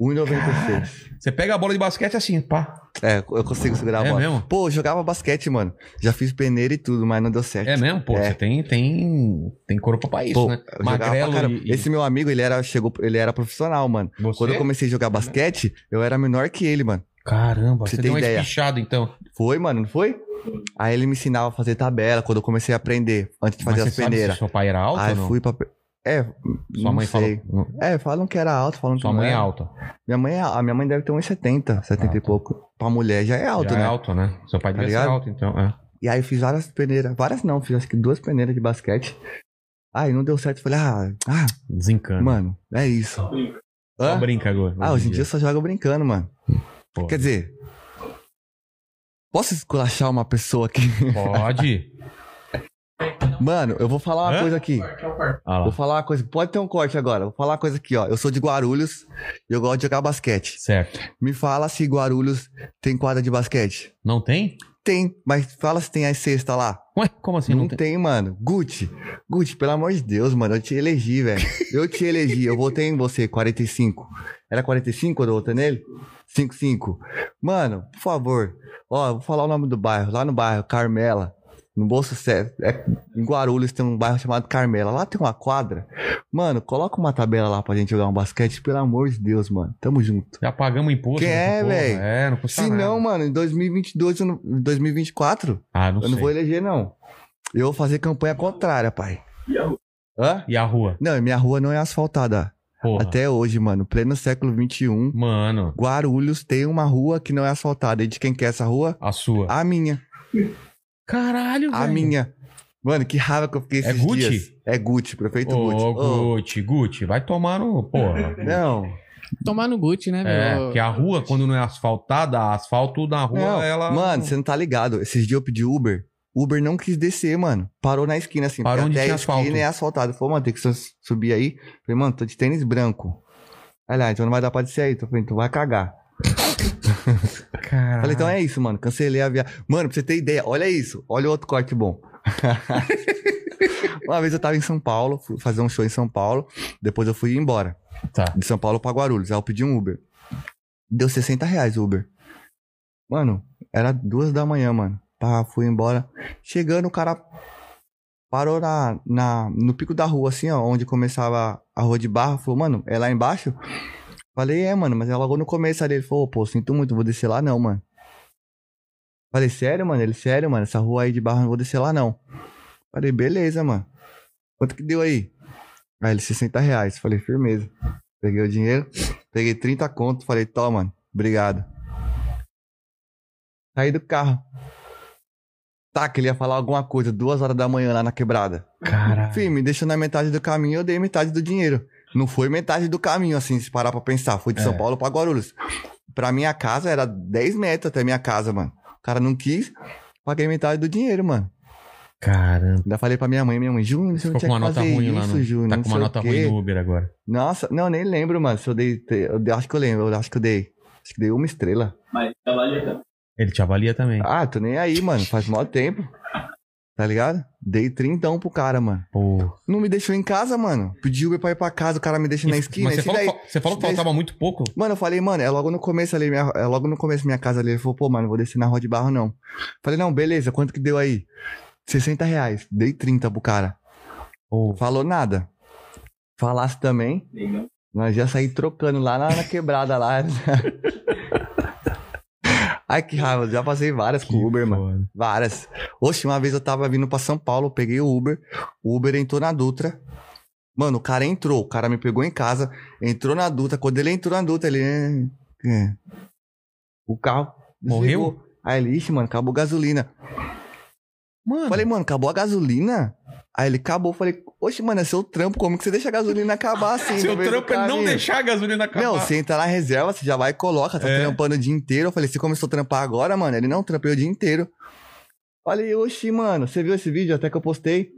[SPEAKER 3] 1,96.
[SPEAKER 2] Você pega a bola de basquete assim, pá.
[SPEAKER 3] É, eu consigo segurar a
[SPEAKER 2] É
[SPEAKER 3] bola.
[SPEAKER 2] mesmo?
[SPEAKER 3] Pô, eu jogava basquete, mano. Já fiz peneira e tudo, mas não deu certo.
[SPEAKER 2] É mesmo? Pô,
[SPEAKER 3] É.
[SPEAKER 2] você tem, tem, tem corpo pra isso,
[SPEAKER 3] Pô,
[SPEAKER 2] né?
[SPEAKER 3] eu jogava pra
[SPEAKER 2] Magrelo
[SPEAKER 3] caramba.
[SPEAKER 2] e, e
[SPEAKER 3] Esse meu amigo, ele era, chegou, ele era profissional, mano.
[SPEAKER 2] você?
[SPEAKER 3] Quando eu comecei a jogar
[SPEAKER 2] é
[SPEAKER 3] basquete, eu era menor que ele, mano.
[SPEAKER 2] Caramba,
[SPEAKER 3] Pra
[SPEAKER 2] você
[SPEAKER 3] você ter
[SPEAKER 2] deu uma
[SPEAKER 3] ideia.
[SPEAKER 2] espichada, então.
[SPEAKER 3] Foi, mano, não foi? Aí ele me ensinava a fazer tabela quando eu comecei a aprender, antes de fazer
[SPEAKER 2] Mas
[SPEAKER 3] as
[SPEAKER 2] você sabe se
[SPEAKER 3] peneiras.
[SPEAKER 2] seu pai era alto
[SPEAKER 3] Aí
[SPEAKER 2] ou não?
[SPEAKER 3] fui pra. É,
[SPEAKER 2] Sua
[SPEAKER 3] não
[SPEAKER 2] mãe
[SPEAKER 3] sei.
[SPEAKER 2] falou. não,
[SPEAKER 3] É, falam que era alto, falam que
[SPEAKER 2] Sua
[SPEAKER 3] não
[SPEAKER 2] mãe é
[SPEAKER 3] era.
[SPEAKER 2] alta.
[SPEAKER 3] Minha mãe, é- a minha mãe deve ter uns 70, 70 e
[SPEAKER 2] Ah, tá.
[SPEAKER 3] pouco. Pra mulher já é alto,
[SPEAKER 2] Já
[SPEAKER 3] né?
[SPEAKER 2] É alto, né? Seu pai
[SPEAKER 3] Tá
[SPEAKER 2] devia ser
[SPEAKER 3] ligado?
[SPEAKER 2] alto, então. É.
[SPEAKER 3] E aí eu fiz várias peneiras. Várias não, fiz acho que duas peneiras de basquete. Aí não deu certo. eu Falei, ah, ah,
[SPEAKER 2] Desencana.
[SPEAKER 3] mano, é isso.
[SPEAKER 2] Só
[SPEAKER 3] Hã?
[SPEAKER 2] brinca agora.
[SPEAKER 3] Ah, hoje em dia eu só jogo brincando, mano.
[SPEAKER 2] Pô.
[SPEAKER 3] Quer dizer. Posso esculachar uma pessoa aqui?
[SPEAKER 2] Pode.
[SPEAKER 3] Mano, eu vou falar uma
[SPEAKER 2] Hã?
[SPEAKER 3] coisa aqui.
[SPEAKER 2] Ah
[SPEAKER 3] Vou
[SPEAKER 2] lá.
[SPEAKER 3] falar uma coisa. Pode ter um corte agora. Vou falar uma coisa aqui, ó. Eu sou de Guarulhos e eu gosto de jogar basquete.
[SPEAKER 2] Certo.
[SPEAKER 3] Me fala se Guarulhos tem quadra de basquete.
[SPEAKER 2] Não tem?
[SPEAKER 3] Tem, mas fala se tem as cesta lá.
[SPEAKER 2] Ué, como assim?
[SPEAKER 3] não tem. mano. Gucci. Gucci, pelo amor de Deus, mano. Eu te elegi, velho. Eu te elegi. Eu votei em você, 45. Era 45 quando eu votei nele? 55. Mano, por favor. Ó, eu vou falar o nome do bairro. Lá no bairro, Carmela. No Bom Sucesso. É, em Guarulhos tem um bairro chamado Carmela. Lá tem uma quadra. Mano, coloca uma tabela lá pra gente jogar um basquete. Pelo amor de Deus, mano. Tamo junto.
[SPEAKER 2] Já pagamos imposto.
[SPEAKER 3] Que
[SPEAKER 2] dessa
[SPEAKER 3] é,
[SPEAKER 2] porra.
[SPEAKER 3] velho?
[SPEAKER 2] É, não custa
[SPEAKER 3] Se
[SPEAKER 2] nada.
[SPEAKER 3] não, mano, em 2022, eu não- em 2024,
[SPEAKER 2] Ah, não
[SPEAKER 3] eu
[SPEAKER 2] sei.
[SPEAKER 3] não vou eleger, não. Eu vou fazer campanha contrária, pai. Hã?
[SPEAKER 2] E a rua?
[SPEAKER 3] Não, minha rua não é asfaltada.
[SPEAKER 2] Porra.
[SPEAKER 3] Até hoje, mano, pleno século XXI,
[SPEAKER 2] Mano,
[SPEAKER 3] Guarulhos tem uma rua que não é asfaltada. E de quem que é essa rua?
[SPEAKER 2] a sua.
[SPEAKER 3] A minha.
[SPEAKER 2] Caralho,
[SPEAKER 3] A minha. Mano, que raiva que eu fiquei
[SPEAKER 2] É
[SPEAKER 3] esses
[SPEAKER 2] Gucci?
[SPEAKER 3] dias. É Gucci, prefeito
[SPEAKER 2] Ô,
[SPEAKER 3] Gucci. Ô,
[SPEAKER 2] Gucci, Gucci, vai tomar no. Porra.
[SPEAKER 3] Não,
[SPEAKER 4] Tomar no Gucci, né,
[SPEAKER 2] É,
[SPEAKER 4] meu?
[SPEAKER 2] porque a rua, quando não é asfaltada, asfalto na rua,
[SPEAKER 3] não.
[SPEAKER 2] ela.
[SPEAKER 3] Mano, você não tá ligado. Esses dias eu pedi Uber. Uber não quis descer, mano. Parou na esquina, assim.
[SPEAKER 2] Parou
[SPEAKER 3] porque
[SPEAKER 2] onde
[SPEAKER 3] até
[SPEAKER 2] tinha
[SPEAKER 3] a
[SPEAKER 2] asfalto.
[SPEAKER 3] esquina é asfaltado. Falou, mano, tem que su- subir aí. Falei, mano, tô de tênis branco. Aí lá, então não vai dar pra descer aí. Tô falando, então vai cagar.
[SPEAKER 2] Caralho.
[SPEAKER 3] Falei, então é isso, mano. Cancelei a viagem. Mano, pra você ter ideia, olha isso. Olha o outro corte bom. Uma vez eu tava em São Paulo, fui fazer um show em São Paulo. Depois eu fui embora.
[SPEAKER 2] Tá.
[SPEAKER 3] De São Paulo pra Guarulhos. Aí eu pedi um Uber. Deu 60 reais o Uber. Mano, era duas da manhã, mano. Pá, fui embora. Chegando, o cara parou na, na, no pico da rua, assim, ó, onde começava a rua de barro. Falou, mano, é lá embaixo? Falei, é, mano, mas é logo no começo ali. Ele falou, pô, sinto muito, vou descer lá não, mano. Falei, sério, mano? Ele, sério, mano, essa rua aí de barro eu não vou descer lá não. Falei, beleza, mano. Quanto que deu aí? Aí ele, 60 reais. Falei, firmeza. Peguei o dinheiro, peguei 30 conto, falei, toma, mano, obrigado. Saí do carro. Tá, que ele ia falar alguma coisa, duas horas da manhã lá na quebrada.
[SPEAKER 2] Caralho.
[SPEAKER 3] Fih, me deixou na metade do caminho, eu dei metade do dinheiro. Não foi metade do caminho, assim, se parar pra pensar. Foi de
[SPEAKER 2] É.
[SPEAKER 3] São Paulo pra Guarulhos. Pra minha casa era 10 metros até minha casa, mano. O cara não quis, paguei metade do dinheiro, mano.
[SPEAKER 2] Caramba.
[SPEAKER 3] Ainda falei pra minha mãe, minha mãe, Júnior, você
[SPEAKER 2] Ficou com
[SPEAKER 3] não tinha
[SPEAKER 2] uma
[SPEAKER 3] que
[SPEAKER 2] nota
[SPEAKER 3] fazer
[SPEAKER 2] ruim
[SPEAKER 3] isso,
[SPEAKER 2] lá no.
[SPEAKER 3] Júnior.
[SPEAKER 2] tá
[SPEAKER 3] não
[SPEAKER 2] com uma
[SPEAKER 3] sei o
[SPEAKER 2] nota
[SPEAKER 3] quê."
[SPEAKER 2] ruim no Uber agora.
[SPEAKER 3] Nossa, não, nem lembro, mano, se eu dei... Eu dei- acho que eu lembro, eu acho que eu dei... Acho que dei uma estrela.
[SPEAKER 2] Ele te avalia também.
[SPEAKER 3] Ah, tô nem aí, mano, faz mó tempo. Tá ligado? Dei trintão pro cara, mano.
[SPEAKER 2] Porra.
[SPEAKER 3] Não me deixou em casa, mano. Pedi Uber pra ir pra casa, o cara me deixa na esquina.
[SPEAKER 2] Mas você
[SPEAKER 3] esse
[SPEAKER 2] falou,
[SPEAKER 3] daí-
[SPEAKER 2] você falou que
[SPEAKER 3] esse daí-
[SPEAKER 2] faltava muito pouco?
[SPEAKER 3] Mano, eu falei, mano, é logo no começo ali, minha, é logo no começo minha casa ali. Ele falou, pô, mano, vou descer na rua de barro, não. Falei, não, beleza, quanto que deu aí? 60 reais. Dei 30 pro cara.
[SPEAKER 2] Porra.
[SPEAKER 3] Falou nada. Falasse também. Nós já saí trocando lá na, na quebrada lá. Ai, que raiva, já passei várias com o Uber, mano.
[SPEAKER 2] Foda.
[SPEAKER 3] Várias. Oxe, uma vez eu tava vindo pra São Paulo, peguei o Uber. O Uber entrou na Dutra. Mano, o cara entrou. O cara me pegou em casa, entrou na Dutra. Quando ele entrou na Dutra, ele. "Eh, eh". O carro. desligou. Aí ele, ixi, mano, acabou a gasolina.
[SPEAKER 2] Mano.
[SPEAKER 3] Falei, mano, acabou a gasolina? Aí ele acabou. Falei, oxe, mano, é seu trampo. Como que você deixa a gasolina acabar assim? no
[SPEAKER 2] seu
[SPEAKER 3] meio do
[SPEAKER 2] trampo é não
[SPEAKER 3] caminho?"
[SPEAKER 2] deixar a gasolina acabar.
[SPEAKER 3] Não, você entra na reserva, você já vai e coloca, tá
[SPEAKER 2] É.
[SPEAKER 3] trampando o dia inteiro. Eu falei, você começou a trampar agora, mano? Ele não, trampei o dia inteiro. Falei, oxi, mano, você viu esse vídeo até que eu postei?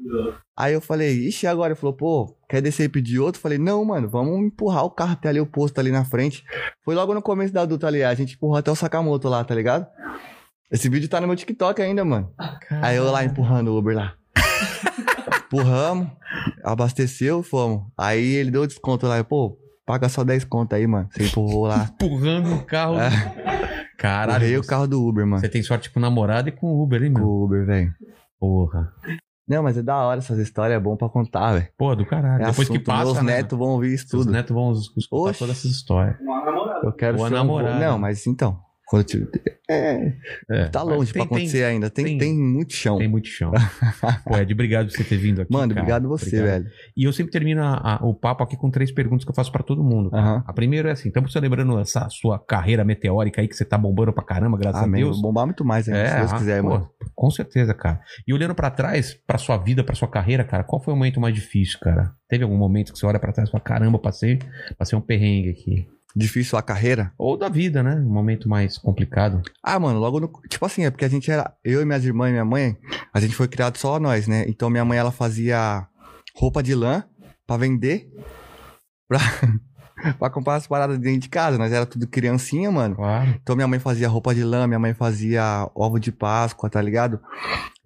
[SPEAKER 3] Aí eu falei, ixi, agora? Ele falou, pô, quer descer e pedir outro? Eu falei, não, mano, vamos empurrar o carro até ali, o posto ali na frente. Foi logo no começo da adulta ali, a gente empurrou até o Sakamoto lá, tá ligado? Esse vídeo tá no meu TikTok ainda, mano. Aí eu lá empurrando o Uber lá. Empurramos, abasteceu, fomos. Aí ele deu desconto lá, eu, pô, paga só 10 conto aí, mano. Você empurrou lá.
[SPEAKER 2] Empurrando o carro. Caralho. é
[SPEAKER 3] Empurrei É. o
[SPEAKER 2] você-
[SPEAKER 3] carro do Uber, mano.
[SPEAKER 2] Você tem sorte com namorada e com Uber, hein,
[SPEAKER 3] Com
[SPEAKER 2] meu?
[SPEAKER 3] o Uber, velho.
[SPEAKER 2] Porra.
[SPEAKER 3] Não, mas é da hora essas histórias, é bom pra contar, velho.
[SPEAKER 2] Porra, do caralho.
[SPEAKER 3] É
[SPEAKER 2] Depois
[SPEAKER 3] assunto,
[SPEAKER 2] que passa.
[SPEAKER 3] meus
[SPEAKER 2] né, mano?
[SPEAKER 3] netos vão ouvir isso
[SPEAKER 2] Seus
[SPEAKER 3] tudo.
[SPEAKER 2] netos vão escutar
[SPEAKER 3] Oxe.
[SPEAKER 2] todas essas histórias.
[SPEAKER 3] Eu quero
[SPEAKER 2] Boa
[SPEAKER 3] ser um vô-
[SPEAKER 2] namorada.
[SPEAKER 3] Não, mas então, quando eu tive- é,
[SPEAKER 2] É,
[SPEAKER 3] tá
[SPEAKER 2] né? mas
[SPEAKER 3] longe
[SPEAKER 2] tem-
[SPEAKER 3] pra
[SPEAKER 2] tem-
[SPEAKER 3] acontecer ainda. Tem,
[SPEAKER 2] tem-
[SPEAKER 3] tem, muito chão.
[SPEAKER 2] Tem muito chão. Pô, Ed, obrigado por você ter vindo aqui.
[SPEAKER 3] Mano,
[SPEAKER 2] cara.
[SPEAKER 3] obrigado você, velho.
[SPEAKER 2] E eu sempre termino a- a- o papo aqui com três perguntas que eu faço pra todo mundo.
[SPEAKER 3] Aham.
[SPEAKER 2] A primeira é assim, estamos celebrando essa sua carreira meteórica aí que você tá bombando pra caramba, graças a
[SPEAKER 3] Amém.
[SPEAKER 2] Deus.
[SPEAKER 3] Ah, Vou bombar muito mais ainda, se Deus
[SPEAKER 2] ah,
[SPEAKER 3] quiser,
[SPEAKER 2] pô,
[SPEAKER 3] mano.
[SPEAKER 2] Com certeza, cara. E olhando pra trás, pra sua vida, pra sua carreira, cara, qual foi o momento mais difícil, cara? Teve algum momento que você olha pra trás e fala, caramba, eu passei, passei um perrengue aqui.
[SPEAKER 3] Difícil a carreira.
[SPEAKER 2] Ou da vida, né? Um momento mais complicado.
[SPEAKER 3] Ah, mano, logo no. Tipo assim, é porque a gente era. Eu e minhas irmãs e minha mãe, a gente foi criado só nós, né? Então minha mãe, ela fazia roupa de lã pra vender. Pra, pra comprar as paradas dentro de casa. Nós era tudo criancinha, mano.
[SPEAKER 2] Claro.
[SPEAKER 3] Então minha mãe fazia roupa de lã, minha mãe fazia ovo de Páscoa, tá ligado?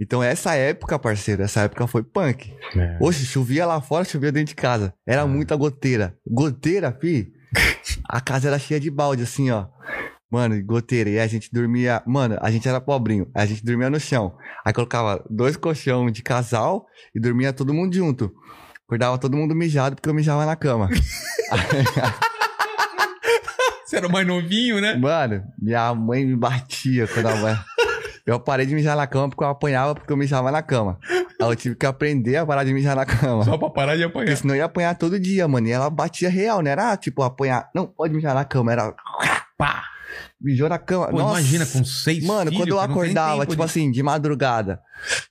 [SPEAKER 3] Então essa época, parceiro, essa época foi punk.
[SPEAKER 2] É.
[SPEAKER 3] Oxe, chovia lá fora, chovia dentro de casa. Era
[SPEAKER 2] Ah.
[SPEAKER 3] muita goteira. Goteira, fi. a casa era cheia de balde, assim, ó. Mano, e goteira. E a gente dormia. Mano, a gente era pobrinho. A gente dormia no chão. Aí colocava dois colchão de casal e dormia todo mundo junto. Acordava todo mundo mijado porque eu mijava na cama.
[SPEAKER 2] Você era mais novinho, né?
[SPEAKER 3] Mano, minha mãe me batia quando a mãe. Eu parei de mijar na cama porque eu apanhava porque eu mijava na cama. Aí eu tive que aprender a parar de mijar na cama.
[SPEAKER 2] Só pra parar de apanhar.
[SPEAKER 3] Porque senão eu ia apanhar todo dia, mano. E ela batia real, não era tipo apanhar. Não, pode mijar na cama. Era. Pá! Mijou na cama.
[SPEAKER 2] Pô,
[SPEAKER 3] Nossa.
[SPEAKER 2] imagina com seis
[SPEAKER 3] Mano,
[SPEAKER 2] filhos,
[SPEAKER 3] quando eu
[SPEAKER 2] cara, não tem
[SPEAKER 3] acordava,
[SPEAKER 2] tempo
[SPEAKER 3] tipo
[SPEAKER 2] de-
[SPEAKER 3] assim, de madrugada,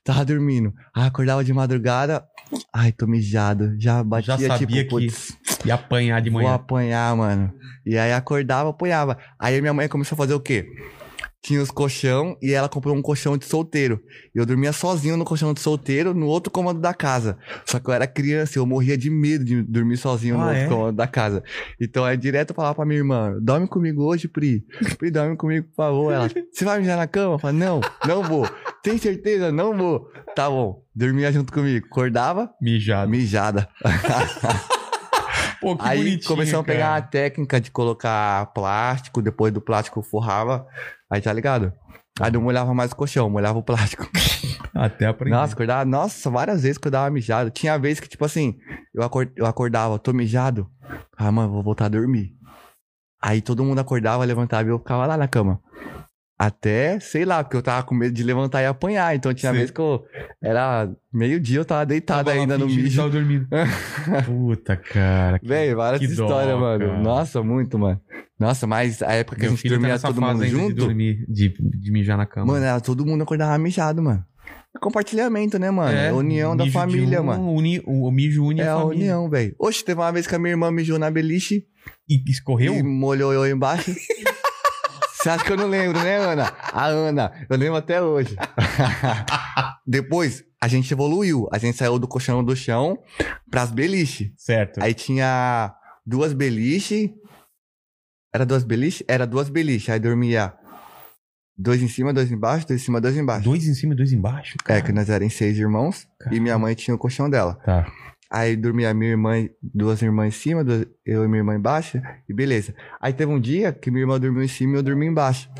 [SPEAKER 3] tava dormindo. Ah, acordava de madrugada, ai, tô mijado. Já batia,
[SPEAKER 2] sabia
[SPEAKER 3] tipo,
[SPEAKER 2] que
[SPEAKER 3] putz,
[SPEAKER 2] E apanhar de
[SPEAKER 3] vou
[SPEAKER 2] manhã.
[SPEAKER 3] apanhar, mano. E aí acordava, apanhava. Aí minha mãe começou a fazer o quê? Tinha os colchão e ela comprou um colchão de solteiro. E eu dormia sozinho no colchão de solteiro, no outro comando da casa. Só que eu era criança, eu morria de medo de dormir sozinho no
[SPEAKER 2] Ah,
[SPEAKER 3] outro
[SPEAKER 2] é?
[SPEAKER 3] comando da casa. Então é direto eu falava pra minha irmã: dorme comigo hoje, Pri. Pri, dorme comigo, por favor. Ela, você vai mijar na cama? Eu falava, não, não vou. Tem certeza? Não vou. Tá bom. Dormia junto comigo. Acordava,
[SPEAKER 2] Mijado.
[SPEAKER 3] mijada.
[SPEAKER 2] Pô, que
[SPEAKER 3] Aí
[SPEAKER 2] bonitinho,
[SPEAKER 3] começamos a
[SPEAKER 2] cara.
[SPEAKER 3] pegar a técnica de colocar plástico, depois do plástico forrava. Aí tá ligado? Aí não molhava mais o colchão, molhava o plástico.
[SPEAKER 2] Até aprender.
[SPEAKER 3] Nossa, acordava, nossa, várias vezes que eu dava mijado. Tinha vez que, tipo assim, eu, acor- eu acordava, tô mijado. Ah, mano, vou voltar a dormir. Aí todo mundo acordava, levantava e eu ficava lá na cama. Até, sei lá, porque eu tava com medo de levantar e apanhar. Então tinha
[SPEAKER 2] Sim.
[SPEAKER 3] vez que eu. Era meio-dia, eu tava deitado
[SPEAKER 2] Tava lá
[SPEAKER 3] ainda no
[SPEAKER 2] fingindo que
[SPEAKER 3] mijo.
[SPEAKER 2] tava dormindo. Puta, cara. que-
[SPEAKER 3] Véi, várias
[SPEAKER 2] que dó,
[SPEAKER 3] histórias, mano.
[SPEAKER 2] cara.
[SPEAKER 3] Nossa, muito, mano. Nossa, mas a época que a
[SPEAKER 2] Meu
[SPEAKER 3] gente
[SPEAKER 2] filho tá
[SPEAKER 3] dormia
[SPEAKER 2] nessa
[SPEAKER 3] todo
[SPEAKER 2] fase
[SPEAKER 3] mundo
[SPEAKER 2] ainda De,
[SPEAKER 3] junto,
[SPEAKER 2] dormir, né, de, de mijar na cama.
[SPEAKER 3] mano, era todo mundo acordava mijado, mano. Compartilhamento, né, mano?
[SPEAKER 2] É,
[SPEAKER 3] união da
[SPEAKER 2] mijo de
[SPEAKER 3] família,
[SPEAKER 2] um,
[SPEAKER 3] mano.
[SPEAKER 2] uni- o, o mijo une
[SPEAKER 3] É
[SPEAKER 2] a
[SPEAKER 3] a
[SPEAKER 2] família.
[SPEAKER 3] união, velho. Oxe, teve uma vez que a minha irmã mijou na beliche
[SPEAKER 2] E escorreu?
[SPEAKER 3] e molhou eu embaixo. Você acha que eu não lembro, né, Ana? A Ana, eu lembro até hoje. Depois, a gente evoluiu. A gente saiu do colchão do chão pras beliche.
[SPEAKER 2] Certo.
[SPEAKER 3] Aí tinha duas beliche. Era duas beliche? Era duas beliche. Aí dormia dois em cima, dois embaixo, dois em cima, dois embaixo.
[SPEAKER 2] Dois em cima e dois embaixo.
[SPEAKER 3] É,
[SPEAKER 2] Cara.
[SPEAKER 3] que nós éramos seis irmãos
[SPEAKER 2] Cara.
[SPEAKER 3] e minha mãe tinha o colchão dela.
[SPEAKER 2] Tá.
[SPEAKER 3] Aí dormia minha irmã, duas irmãs em cima, duas- eu e minha irmã embaixo, e beleza. Aí teve um dia que minha irmã dormiu em cima e eu dormi embaixo.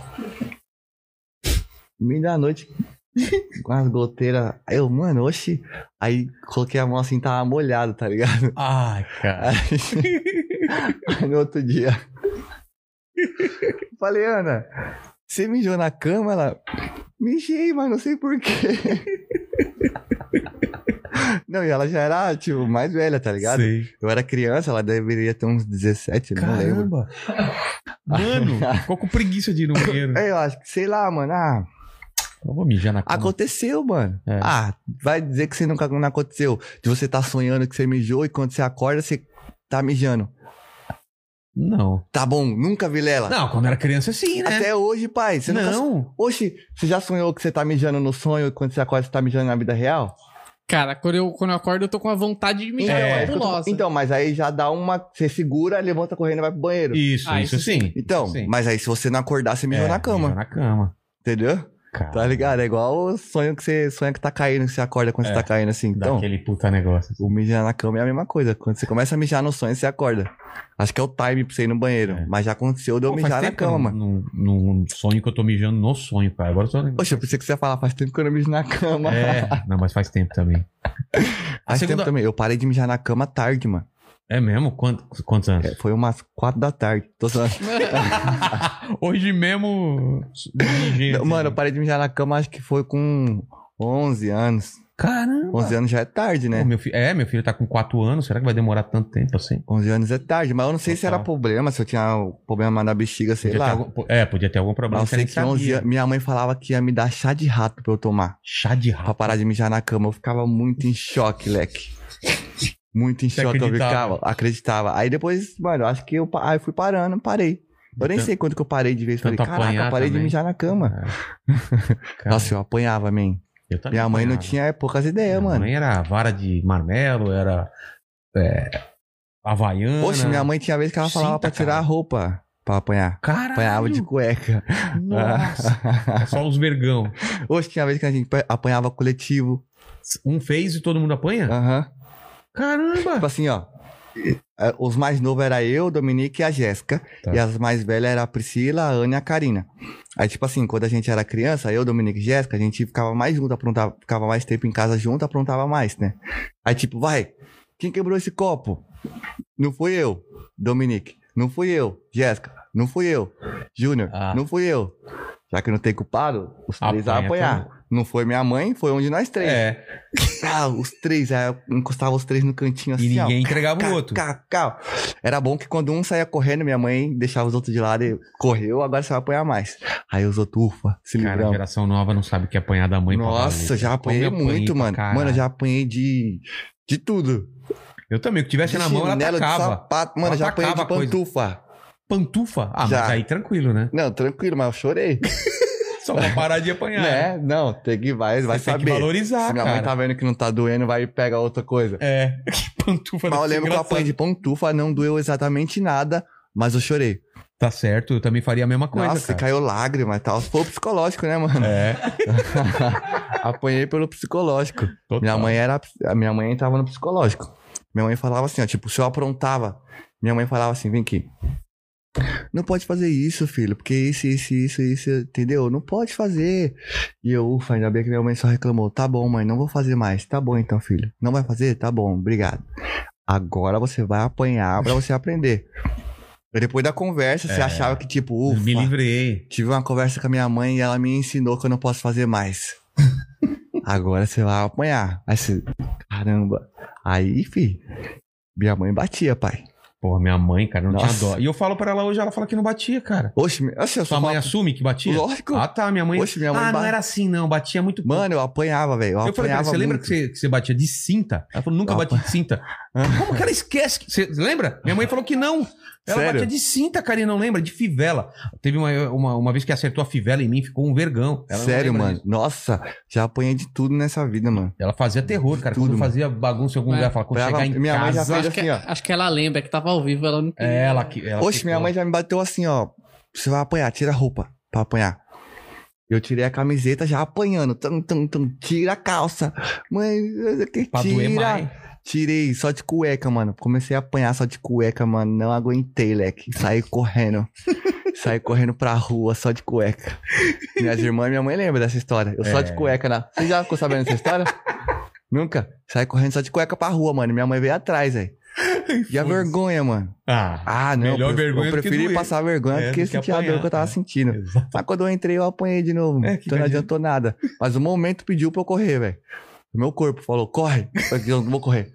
[SPEAKER 3] Meio da noite, com as goteiras. Aí eu, mano, oxi. Aí coloquei a mão assim, tava molhado, tá ligado?
[SPEAKER 2] Ai, cara.
[SPEAKER 3] Aí no outro dia. Falei, Ana, você mijou na cama? Ela. Mijei, mas não sei porquê. Não, e ela já era, tipo, mais velha, tá ligado?
[SPEAKER 2] Sei.
[SPEAKER 3] Eu era criança, ela deveria ter uns 17, não lembro.
[SPEAKER 2] Caramba. Mano, ficou com preguiça de ir no banheiro.
[SPEAKER 3] Aí eu acho que, sei lá, mano. Ah,
[SPEAKER 2] Eu vou mijar na cama.
[SPEAKER 3] aconteceu, mano.
[SPEAKER 2] É.
[SPEAKER 3] Ah, vai dizer que você nunca não aconteceu. De você tá sonhando que você mijou e quando você acorda, você tá mijando.
[SPEAKER 2] Não.
[SPEAKER 3] Tá bom, nunca, Vilela.
[SPEAKER 2] Não, quando era criança, sim, né?
[SPEAKER 3] Até hoje, pai, você nunca
[SPEAKER 2] não.
[SPEAKER 3] Oxi, você já sonhou que você tá mijando no sonho e quando você acorda você tá mijando na vida real?
[SPEAKER 4] Cara, quando eu, quando eu acordo, eu tô com a vontade de mijar.
[SPEAKER 2] É.
[SPEAKER 4] É.
[SPEAKER 3] mas-
[SPEAKER 4] Populosa.
[SPEAKER 3] então, mas aí já dá uma. Você segura, levanta correndo e vai pro banheiro.
[SPEAKER 2] Isso,
[SPEAKER 4] Ah,
[SPEAKER 2] isso,
[SPEAKER 4] isso
[SPEAKER 2] sim.
[SPEAKER 3] Então,
[SPEAKER 2] Isso sim.
[SPEAKER 3] mas aí se você não acordar, você mijou
[SPEAKER 2] É,
[SPEAKER 3] na cama.
[SPEAKER 2] Mijou na cama.
[SPEAKER 3] Entendeu?
[SPEAKER 2] Cara,
[SPEAKER 3] Tá ligado? É igual o sonho que você sonha que tá caindo, que você acorda quando
[SPEAKER 2] É.
[SPEAKER 3] você tá caindo assim.
[SPEAKER 2] Dá
[SPEAKER 3] Então,
[SPEAKER 2] aquele puta negócio.
[SPEAKER 3] o mijar na cama é a mesma coisa. Quando você começa a mijar no sonho, você acorda. Acho que é o time pra você ir no banheiro.
[SPEAKER 2] É.
[SPEAKER 3] Mas já aconteceu de eu
[SPEAKER 2] Pô, faz
[SPEAKER 3] mijar na
[SPEAKER 2] tempo que eu
[SPEAKER 3] cama,
[SPEAKER 2] não-
[SPEAKER 3] mano.
[SPEAKER 2] Num, num sonho que eu tô mijando no sonho, cara. Agora eu tô.
[SPEAKER 3] Poxa, eu pensei que você ia falar, faz tempo que eu não mijo na cama.
[SPEAKER 2] É, não, mas faz tempo também.
[SPEAKER 3] Faz
[SPEAKER 2] segunda-
[SPEAKER 3] tempo também. Eu parei de mijar na cama tarde, mano.
[SPEAKER 2] É mesmo? Quanto- quantos anos?
[SPEAKER 3] É, foi umas quatro da tarde. Tô zoando.
[SPEAKER 2] Hoje mesmo. assim. dirigindo.
[SPEAKER 3] Mano, eu parei de mijar na cama, acho que foi com 11 anos.
[SPEAKER 2] Caramba.
[SPEAKER 3] 11 anos já é tarde,
[SPEAKER 2] Pô,
[SPEAKER 3] né?
[SPEAKER 2] meu fi- É, meu filho tá com 4 anos. Será que vai demorar tanto tempo assim?
[SPEAKER 3] 11 anos é tarde, mas eu não sei se era
[SPEAKER 2] Total.
[SPEAKER 3] problema, se eu tinha o problema na bexiga, sei
[SPEAKER 2] Podia ter
[SPEAKER 3] lá.
[SPEAKER 2] algum- po- É, podia ter algum
[SPEAKER 3] Mas
[SPEAKER 2] problema.
[SPEAKER 3] eu
[SPEAKER 2] você
[SPEAKER 3] sei
[SPEAKER 2] nem
[SPEAKER 3] que 11
[SPEAKER 2] sabia.
[SPEAKER 3] anos, minha mãe falava que ia me dar chá de rato pra eu tomar.
[SPEAKER 2] Chá de
[SPEAKER 3] Pra
[SPEAKER 2] rato.
[SPEAKER 3] parar de mijar na cama. Eu ficava muito em choque, leque. Muito em
[SPEAKER 2] Você
[SPEAKER 3] choque, eu
[SPEAKER 2] acreditava?
[SPEAKER 3] ficava, acreditava. Aí depois, mano, eu acho que eu, pa- aí eu fui parando, parei. Eu nem
[SPEAKER 2] Tanto-
[SPEAKER 3] sei quanto que eu parei de vez. Falei,
[SPEAKER 2] Então tanto
[SPEAKER 3] caraca,
[SPEAKER 2] apanhar
[SPEAKER 3] eu parei
[SPEAKER 2] também.
[SPEAKER 3] de mijar na cama.
[SPEAKER 2] É. Cara,
[SPEAKER 3] Nossa, eu apanhava, man.
[SPEAKER 2] eu também
[SPEAKER 3] Minha mãe não
[SPEAKER 2] apanhava.
[SPEAKER 3] tinha poucas ideias,
[SPEAKER 2] Tá Minha
[SPEAKER 3] mano.
[SPEAKER 2] mãe era vara de marmelo, era. É, havaiana.
[SPEAKER 3] Poxa, minha mãe tinha vez que ela falava
[SPEAKER 2] Sinta,
[SPEAKER 3] pra tirar a
[SPEAKER 2] né? tá cara.
[SPEAKER 3] roupa pra apanhar.
[SPEAKER 2] Caralho.
[SPEAKER 3] Apanhava de cueca.
[SPEAKER 2] Nossa. É Só os vergão.
[SPEAKER 3] Hoje tinha vez que a gente apanhava coletivo.
[SPEAKER 2] Um fez e todo mundo apanha?
[SPEAKER 3] Aham.
[SPEAKER 2] Caramba!
[SPEAKER 3] Tipo assim, ó. eh, Os mais novos era eu, Dominique e a Jéssica.
[SPEAKER 2] Tá.
[SPEAKER 3] E as mais velhas era a Priscila, a Ana e a Karina. Aí, tipo assim, quando a gente era criança, eu, Dominique e Jéssica, a gente ficava mais junto, aprontava, ficava mais tempo em casa junto, aprontava mais, né? Aí, tipo, vai, quem quebrou esse copo? Não fui eu, Dominique. Não fui eu, Jéssica. Não fui eu, Júnior.
[SPEAKER 2] Ah.
[SPEAKER 3] Não fui eu. Já que não tem culpado, os
[SPEAKER 2] Apanha
[SPEAKER 3] três vão apanhar. Não foi minha mãe, foi um de nós três.
[SPEAKER 2] É.
[SPEAKER 3] Ah, os três, aí eu encostava os três no cantinho assim,
[SPEAKER 2] E
[SPEAKER 3] ó.
[SPEAKER 2] ninguém entregava o
[SPEAKER 3] Cá,
[SPEAKER 2] outro.
[SPEAKER 3] cá, cá. Era bom que quando um saía correndo, minha mãe deixava os outros de lado e correu, agora você vai apanhar mais. Aí os outros, ufa, se
[SPEAKER 2] Cara, a
[SPEAKER 3] livramos.
[SPEAKER 2] geração nova não sabe o que é apanhar da mãe. pra
[SPEAKER 3] Nossa,
[SPEAKER 2] valer.
[SPEAKER 3] já
[SPEAKER 2] Como
[SPEAKER 3] apanhei
[SPEAKER 2] eu apanhei
[SPEAKER 3] muito,
[SPEAKER 2] pra
[SPEAKER 3] mano.
[SPEAKER 2] caralho.
[SPEAKER 3] Mano, eu já apanhei de, de tudo.
[SPEAKER 2] Eu também, o que tivesse
[SPEAKER 3] de
[SPEAKER 2] na mão, ela
[SPEAKER 3] chinelo, de
[SPEAKER 2] atacava.
[SPEAKER 3] sapato. Mano,
[SPEAKER 2] Ela
[SPEAKER 3] eu já apanhei de
[SPEAKER 2] tacava a coisa.
[SPEAKER 3] pantufa.
[SPEAKER 2] Pantufa? Ah,
[SPEAKER 3] Já.
[SPEAKER 2] mas aí tranquilo, né?
[SPEAKER 3] Não, tranquilo, mas eu chorei.
[SPEAKER 2] Só pra parar de apanhar.
[SPEAKER 3] né? Não, tem que vai, vai
[SPEAKER 2] É. Você
[SPEAKER 3] saber.
[SPEAKER 2] tem que valorizar,
[SPEAKER 3] Se minha
[SPEAKER 2] cara.
[SPEAKER 3] mãe tá vendo que não tá doendo, vai e pega outra coisa.
[SPEAKER 2] É. Que pantufa
[SPEAKER 3] Mas
[SPEAKER 2] deve ser
[SPEAKER 3] eu lembro que eu
[SPEAKER 2] engraçado.
[SPEAKER 3] apanhei de pantufa, não doeu exatamente nada, mas eu chorei.
[SPEAKER 2] Tá certo, eu também faria a mesma coisa,
[SPEAKER 3] Nossa,
[SPEAKER 2] cara.
[SPEAKER 3] caiu lágrima e tal. Foi o psicológico, né, mano?
[SPEAKER 2] É.
[SPEAKER 3] Apanhei pelo psicológico.
[SPEAKER 2] total.
[SPEAKER 3] Minha mãe era. A minha mãe entrava no psicológico. Minha mãe falava assim, ó, tipo, se eu aprontava, minha mãe falava assim, vem aqui. Não pode fazer isso, filho, porque isso, isso, isso, isso, entendeu? Não pode fazer. E eu, ufa, ainda bem que minha mãe só reclamou. Tá bom, mãe, não vou fazer mais. Tá bom então, filho. Não vai fazer? Tá bom, obrigado. Agora você vai apanhar pra você aprender. Depois da conversa, você
[SPEAKER 2] É.
[SPEAKER 3] achava que, tipo, ufa,
[SPEAKER 2] Me livrei.
[SPEAKER 3] Tive uma conversa com a minha mãe e ela me ensinou que eu não posso fazer mais. Agora você vai apanhar. Aí você, caramba. Aí, fi, minha mãe batia, pai.
[SPEAKER 2] Porra, minha mãe, cara, não
[SPEAKER 3] Nossa.
[SPEAKER 2] tinha dó. E eu falo pra ela hoje, ela fala que não batia, cara.
[SPEAKER 3] Oxe, mi- oxe eu só
[SPEAKER 2] Sua mãe
[SPEAKER 3] falava-
[SPEAKER 2] assume que batia?
[SPEAKER 3] Lógico.
[SPEAKER 2] Ah, tá, minha mãe.
[SPEAKER 3] Oxe, minha mãe
[SPEAKER 2] ah, não
[SPEAKER 3] bate-
[SPEAKER 2] era assim, não. Batia muito. pouco.
[SPEAKER 3] Mano, eu apanhava, velho. Eu,
[SPEAKER 2] eu falei pra ela,
[SPEAKER 3] apanhava
[SPEAKER 2] você lembra que
[SPEAKER 3] muito.
[SPEAKER 2] você, que você batia de cinta? Ela falou, nunca
[SPEAKER 3] Eu
[SPEAKER 2] bati de cinta. Ah, Como que ela esquece? que- Você lembra? Minha mãe falou que não. Ela
[SPEAKER 3] Sério?
[SPEAKER 2] batia de cinta, cara, e não lembra, de fivela. Teve uma, uma, uma vez que acertou a fivela em mim, ficou um vergão. Ela não
[SPEAKER 3] Sério,
[SPEAKER 2] lembra
[SPEAKER 3] mano.
[SPEAKER 2] disso.
[SPEAKER 3] Nossa, já apanhei de tudo nessa vida, mano.
[SPEAKER 2] Ela fazia terror, cara.
[SPEAKER 3] Tudo,
[SPEAKER 2] quando eu
[SPEAKER 3] mano.
[SPEAKER 2] fazia bagunça em algum
[SPEAKER 4] É.
[SPEAKER 2] lugar, ela falava, quando
[SPEAKER 3] Ela-
[SPEAKER 2] chegar em
[SPEAKER 3] minha mãe já
[SPEAKER 2] casa...
[SPEAKER 3] fez
[SPEAKER 4] acho, que,
[SPEAKER 3] assim,
[SPEAKER 4] acho que ela lembra que tava ao vivo, ela não queria.
[SPEAKER 2] É, ela que. Ela
[SPEAKER 3] Oxe,
[SPEAKER 2] ficou-
[SPEAKER 3] minha mãe já me bateu assim, ó. Você vai apanhar, tira a roupa pra apanhar. Eu tirei a camiseta já apanhando. Tum, tum, tum, tira a calça. Mãe, que
[SPEAKER 2] Pra doer
[SPEAKER 3] tira.
[SPEAKER 2] mais.
[SPEAKER 3] Tirei só de cueca, mano. Comecei a apanhar só de cueca, mano. Não aguentei, leque. Saí correndo. Saí correndo pra rua só de cueca. Minhas irmãs e minha mãe lembram dessa história. Eu só de
[SPEAKER 2] É.
[SPEAKER 3] cueca, né? Você já ficou sabendo dessa história? Nunca? Saí correndo só de cueca pra rua, mano. Minha mãe veio atrás, velho. E a vergonha, mano.
[SPEAKER 2] Ah,
[SPEAKER 3] Ah, não.
[SPEAKER 2] Melhor
[SPEAKER 3] eu pref-
[SPEAKER 2] vergonha
[SPEAKER 3] Eu
[SPEAKER 2] do que
[SPEAKER 3] preferi
[SPEAKER 2] doer.
[SPEAKER 3] passar vergonha
[SPEAKER 2] É,
[SPEAKER 3] do que
[SPEAKER 2] do que
[SPEAKER 3] sentir a dor
[SPEAKER 2] apanhar,
[SPEAKER 3] que eu tava
[SPEAKER 2] é.
[SPEAKER 3] sentindo.
[SPEAKER 2] exato.
[SPEAKER 3] Mas quando eu entrei, eu apanhei de novo.
[SPEAKER 2] É,
[SPEAKER 3] mano.
[SPEAKER 2] que
[SPEAKER 3] então não
[SPEAKER 2] coisa.
[SPEAKER 3] adiantou nada. Mas o momento pediu pra eu correr, velho. O Meu corpo falou, corre. Eu falei, eu não vou correr.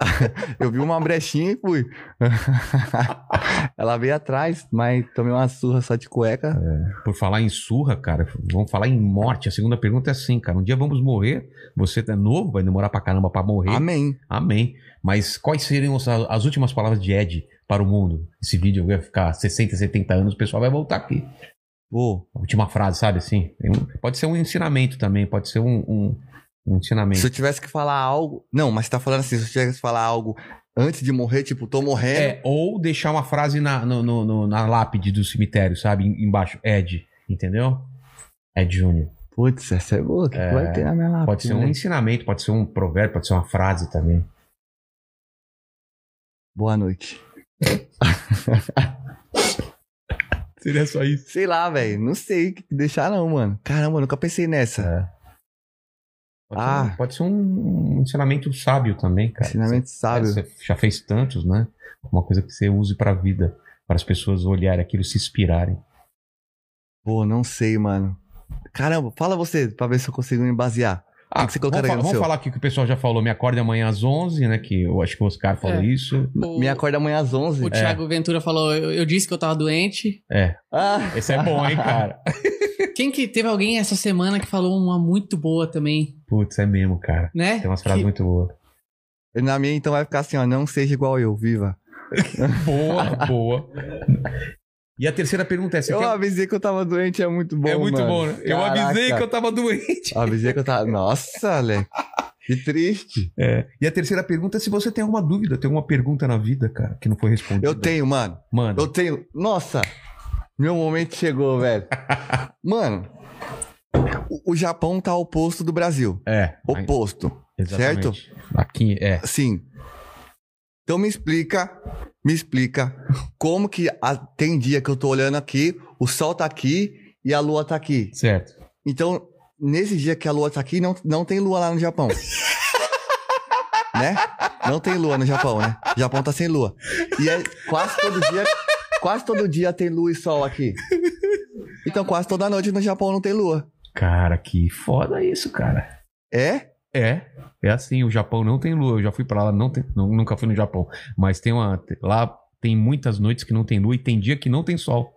[SPEAKER 3] eu vi uma brechinha e fui. Ela veio atrás, mas tomei uma surra só de cueca.
[SPEAKER 2] É, Por falar em surra, cara, vamos falar em morte. A segunda pergunta é assim, cara. Um dia vamos morrer. Você é novo, vai demorar pra caramba pra morrer. Amém.
[SPEAKER 3] Amém.
[SPEAKER 2] Mas quais seriam as, as últimas palavras de Ed para o mundo? Esse vídeo vai ficar 60, 70 anos, o pessoal vai voltar aqui.
[SPEAKER 3] Pô,
[SPEAKER 2] A última frase, sabe assim? É um- Pode ser um ensinamento também, pode ser um, um- um
[SPEAKER 3] se
[SPEAKER 2] ensinamento.
[SPEAKER 3] eu tivesse que falar algo. Não, mas você tá falando assim, se eu tivesse que falar algo antes de morrer, tipo, tô morrendo.
[SPEAKER 2] É, ou deixar uma frase na, no- no- no- na lápide do cemitério, sabe? Em- Embaixo, Ed, entendeu? Ed Júnior.
[SPEAKER 3] Putz, essa é boa. Que
[SPEAKER 2] É,
[SPEAKER 3] vai ter na minha lápide,
[SPEAKER 2] Pode ser
[SPEAKER 3] né?
[SPEAKER 2] um ensinamento, pode ser um provérbio, pode ser uma frase também.
[SPEAKER 3] Boa noite.
[SPEAKER 2] Seria só isso. É,
[SPEAKER 3] Sei lá, velho. Não sei o que deixar, não, mano. Caramba, eu nunca pensei nessa.
[SPEAKER 2] Pode
[SPEAKER 3] Ah.
[SPEAKER 2] ser- pode ser um, um ensinamento sábio também, cara.
[SPEAKER 3] Ensinamento sábio.
[SPEAKER 2] Você já fez tantos, né? Uma coisa que você use pra vida, para as pessoas olharem aquilo, se inspirarem.
[SPEAKER 3] Pô, não sei, mano. Caramba, fala você pra ver se eu consigo me basear. que você
[SPEAKER 2] Ah, vamos,
[SPEAKER 3] colocaria
[SPEAKER 2] fa-
[SPEAKER 3] no
[SPEAKER 2] vamos
[SPEAKER 3] seu?
[SPEAKER 2] falar aqui que o pessoal já falou, me acorde amanhã às 11, né? Que eu acho que o Oscar falou
[SPEAKER 4] É.
[SPEAKER 2] isso.
[SPEAKER 4] O,
[SPEAKER 3] Me acorda amanhã às 11.
[SPEAKER 4] o Thiago Ventura falou, eu, eu disse que eu tava doente.
[SPEAKER 2] É,
[SPEAKER 3] Ah,
[SPEAKER 2] esse é bom, hein, cara?
[SPEAKER 4] Quem que teve alguém essa semana que falou uma muito boa também,
[SPEAKER 2] Putz, é mesmo, cara.
[SPEAKER 4] né?
[SPEAKER 2] Tem umas frases
[SPEAKER 4] Que-
[SPEAKER 2] muito boas.
[SPEAKER 3] na minha então vai ficar assim, ó. Não seja igual eu, viva.
[SPEAKER 2] Boa, boa. E a terceira pergunta é: você
[SPEAKER 3] eu
[SPEAKER 2] quer-
[SPEAKER 3] avisei que eu tava doente, é muito bom.
[SPEAKER 2] é muito
[SPEAKER 3] mano.
[SPEAKER 2] bom, né? Eu
[SPEAKER 3] Caraca.
[SPEAKER 2] avisei que eu tava doente.
[SPEAKER 3] Avisei que eu tava. Nossa, Ale. Que triste.
[SPEAKER 2] É. E a terceira pergunta é se você tem alguma dúvida, tem alguma pergunta na vida, cara, que não foi respondida.
[SPEAKER 3] Eu tenho, mano.
[SPEAKER 2] Mano,
[SPEAKER 3] Eu tenho. Nossa! Meu momento chegou, velho. Mano, o, o Japão tá oposto do Brasil.
[SPEAKER 2] é.
[SPEAKER 3] Oposto.
[SPEAKER 2] exatamente. Aqui, é.
[SPEAKER 3] Sim. Então me explica, me explica como que a- tem dia que eu tô olhando aqui, o sol tá aqui e a lua tá aqui.
[SPEAKER 2] Certo.
[SPEAKER 3] Então, nesse dia que a lua tá aqui, não, não tem lua lá no Japão. né? Não tem lua no Japão, né? O Japão tá sem lua. E é quase todo dia, quase todo dia tem lua e sol aqui. Então, quase toda noite no Japão não tem lua.
[SPEAKER 2] Cara, que foda isso, cara.
[SPEAKER 3] É?
[SPEAKER 2] É, é assim, o Japão não tem lua. Eu já fui pra lá, não tem, nu- nunca fui no Japão, mas tem uma lá tem muitas noites que não tem lua e tem dia que não tem sol.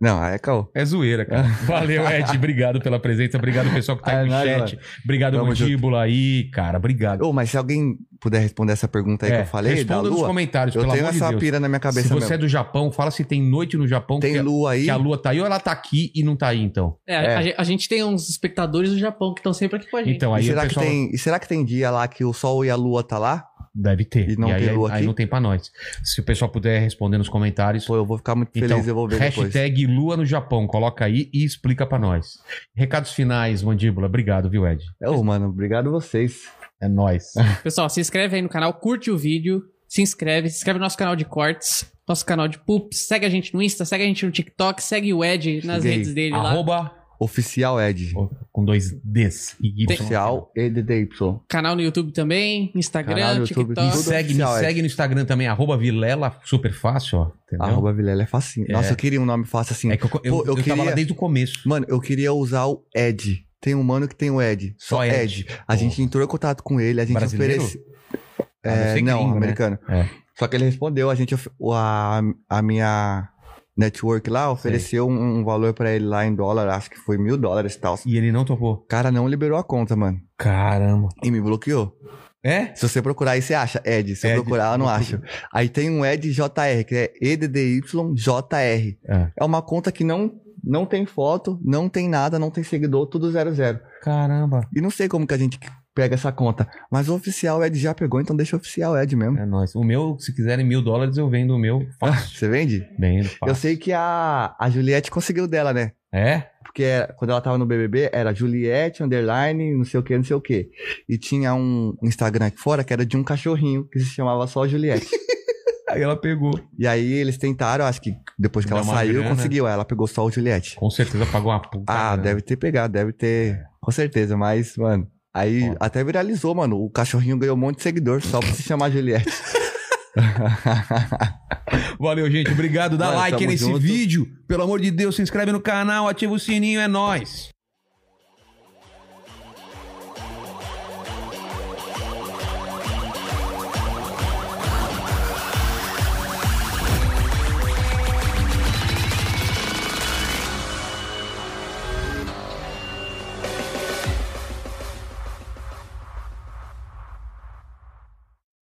[SPEAKER 3] Não, aí é caô.
[SPEAKER 2] É zoeira, cara. Valeu, Ed, obrigado pela presença, obrigado pessoal que tá
[SPEAKER 3] É
[SPEAKER 2] aí no
[SPEAKER 3] nada,
[SPEAKER 2] chat. Obrigado
[SPEAKER 3] Tamo
[SPEAKER 2] Mandíbula aí, cara, obrigado.
[SPEAKER 3] Ô, mas se alguém puder responder essa pergunta aí
[SPEAKER 2] É,
[SPEAKER 3] que eu falei, da
[SPEAKER 2] responda nos
[SPEAKER 3] lua,
[SPEAKER 2] comentários,
[SPEAKER 3] eu
[SPEAKER 2] pelo
[SPEAKER 3] tenho
[SPEAKER 2] amor de
[SPEAKER 3] essa
[SPEAKER 2] Deus.
[SPEAKER 3] pira na minha
[SPEAKER 2] Se
[SPEAKER 3] cabeça
[SPEAKER 2] você
[SPEAKER 3] mesmo.
[SPEAKER 2] é do Japão, fala se tem noite no Japão que,
[SPEAKER 3] Tem
[SPEAKER 2] a-
[SPEAKER 3] lua aí?
[SPEAKER 2] que a lua tá aí ou ela tá aqui e não tá aí, então.
[SPEAKER 4] É,
[SPEAKER 3] É.
[SPEAKER 4] A, ge- a gente tem uns espectadores do Japão que estão sempre aqui com a gente.
[SPEAKER 2] Então
[SPEAKER 3] E
[SPEAKER 2] aí o
[SPEAKER 3] será, que
[SPEAKER 2] pessoal
[SPEAKER 3] tem, e será que tem dia lá que o sol e a lua tá lá?
[SPEAKER 2] deve ter.
[SPEAKER 3] E não
[SPEAKER 2] aí,
[SPEAKER 3] tem lua
[SPEAKER 2] aí
[SPEAKER 3] aqui?
[SPEAKER 2] não tem pra nós. Se o pessoal puder responder nos comentários,
[SPEAKER 3] Pô, eu vou ficar muito feliz,
[SPEAKER 2] Então,
[SPEAKER 3] eu vou ver depois.
[SPEAKER 2] Hashtag Lua no Japão, coloca aí e explica pra nós. Recados finais, Mandíbula. Obrigado, viu, Ed?
[SPEAKER 3] É, Ô, mano, obrigado vocês.
[SPEAKER 2] É nóis.
[SPEAKER 4] Pessoal, se inscreve aí no canal, curte o vídeo, se inscreve, se inscreve no nosso canal de cortes, nosso canal de poops, segue a gente no Insta, segue a gente no TikTok, segue o Ed nas
[SPEAKER 3] Siga aí.
[SPEAKER 4] redes dele lá.
[SPEAKER 2] Arroba
[SPEAKER 3] Oficial Ed.
[SPEAKER 2] com dois Ds e Y.
[SPEAKER 3] Oficial EDDY.
[SPEAKER 4] Canal no YouTube também,
[SPEAKER 3] Canal
[SPEAKER 4] Instagram,
[SPEAKER 3] no YouTube,
[SPEAKER 2] E
[SPEAKER 4] TikTok.
[SPEAKER 3] Tudo
[SPEAKER 2] segue,
[SPEAKER 3] oficial, é.
[SPEAKER 2] me
[SPEAKER 3] Ed.
[SPEAKER 2] segue no Instagram também, arroba Vilela, super fácil, ó. Entendeu?
[SPEAKER 3] Arroba Vilela é facinho.
[SPEAKER 2] É.
[SPEAKER 3] Nossa, eu queria um nome fácil assim.
[SPEAKER 2] É que eu, eu,
[SPEAKER 3] Pô, eu
[SPEAKER 2] eu tava
[SPEAKER 3] queria-
[SPEAKER 2] lá desde o começo.
[SPEAKER 3] Mano, eu queria usar o Ed. Tem um mano que tem o Ed. Só,
[SPEAKER 2] Só Ed.
[SPEAKER 3] Ed. A
[SPEAKER 2] Pô.
[SPEAKER 3] gente entrou em contato com ele, a gente
[SPEAKER 2] Brasileiro?
[SPEAKER 3] ofereceu.
[SPEAKER 2] Ah, deve
[SPEAKER 3] É,
[SPEAKER 2] ser
[SPEAKER 3] não,
[SPEAKER 2] gringo, né?
[SPEAKER 3] americano.
[SPEAKER 2] É.
[SPEAKER 3] Só que ele respondeu, a gente, ofe- o- a, a minha network lá ofereceu um, um valor pra ele lá em dólar, acho que foi mil dólares e tal.
[SPEAKER 2] E ele não topou.
[SPEAKER 3] O cara não liberou a conta, mano.
[SPEAKER 2] Caramba.
[SPEAKER 3] E me bloqueou.
[SPEAKER 2] É?
[SPEAKER 3] Se você procurar aí, você acha, Ed. Se
[SPEAKER 2] Ed,
[SPEAKER 3] eu procurar, eu não
[SPEAKER 2] eu
[SPEAKER 3] acho. Aí tem um Ed JR, que é EDDYJR.
[SPEAKER 2] É.
[SPEAKER 3] É uma conta que não, não tem foto, não tem nada, não tem seguidor, tudo zero zero.
[SPEAKER 2] Caramba.
[SPEAKER 3] E não sei como que a gente pega essa conta. Mas o oficial Ed já pegou, então deixa o oficial Ed mesmo.
[SPEAKER 2] É nóis. O meu, se quiserem mil dólares, eu vendo o meu. Fácil.
[SPEAKER 3] Você vende?
[SPEAKER 2] Vendo, fácil.
[SPEAKER 3] Eu sei que a, a Juliette conseguiu dela, né?
[SPEAKER 2] É?
[SPEAKER 3] Porque era- quando ela tava no BBB, era Juliette, underline, não sei o que, não sei o que. E tinha um Instagram aqui fora que era de um cachorrinho que se chamava só Juliette.
[SPEAKER 2] Aí ela pegou.
[SPEAKER 3] E aí eles tentaram, acho que depois que
[SPEAKER 2] Deu
[SPEAKER 3] ela
[SPEAKER 2] uma
[SPEAKER 3] saiu,
[SPEAKER 2] grana.
[SPEAKER 3] conseguiu. Ela pegou só o Juliette.
[SPEAKER 2] Com certeza pagou uma puta.
[SPEAKER 3] Ah,
[SPEAKER 2] grana.
[SPEAKER 3] deve ter pegado, deve ter. Com certeza, mas, mano. Aí
[SPEAKER 2] É. Ó.
[SPEAKER 3] até viralizou, mano. O cachorrinho ganhou um monte de seguidor só pra se chamar Juliette.
[SPEAKER 2] Valeu, gente. Obrigado. Dá
[SPEAKER 3] Mano,
[SPEAKER 2] like
[SPEAKER 3] tamo
[SPEAKER 2] nesse
[SPEAKER 3] junto.
[SPEAKER 2] vídeo. Pelo amor de Deus, se inscreve no canal, ativa o sininho. É nóis.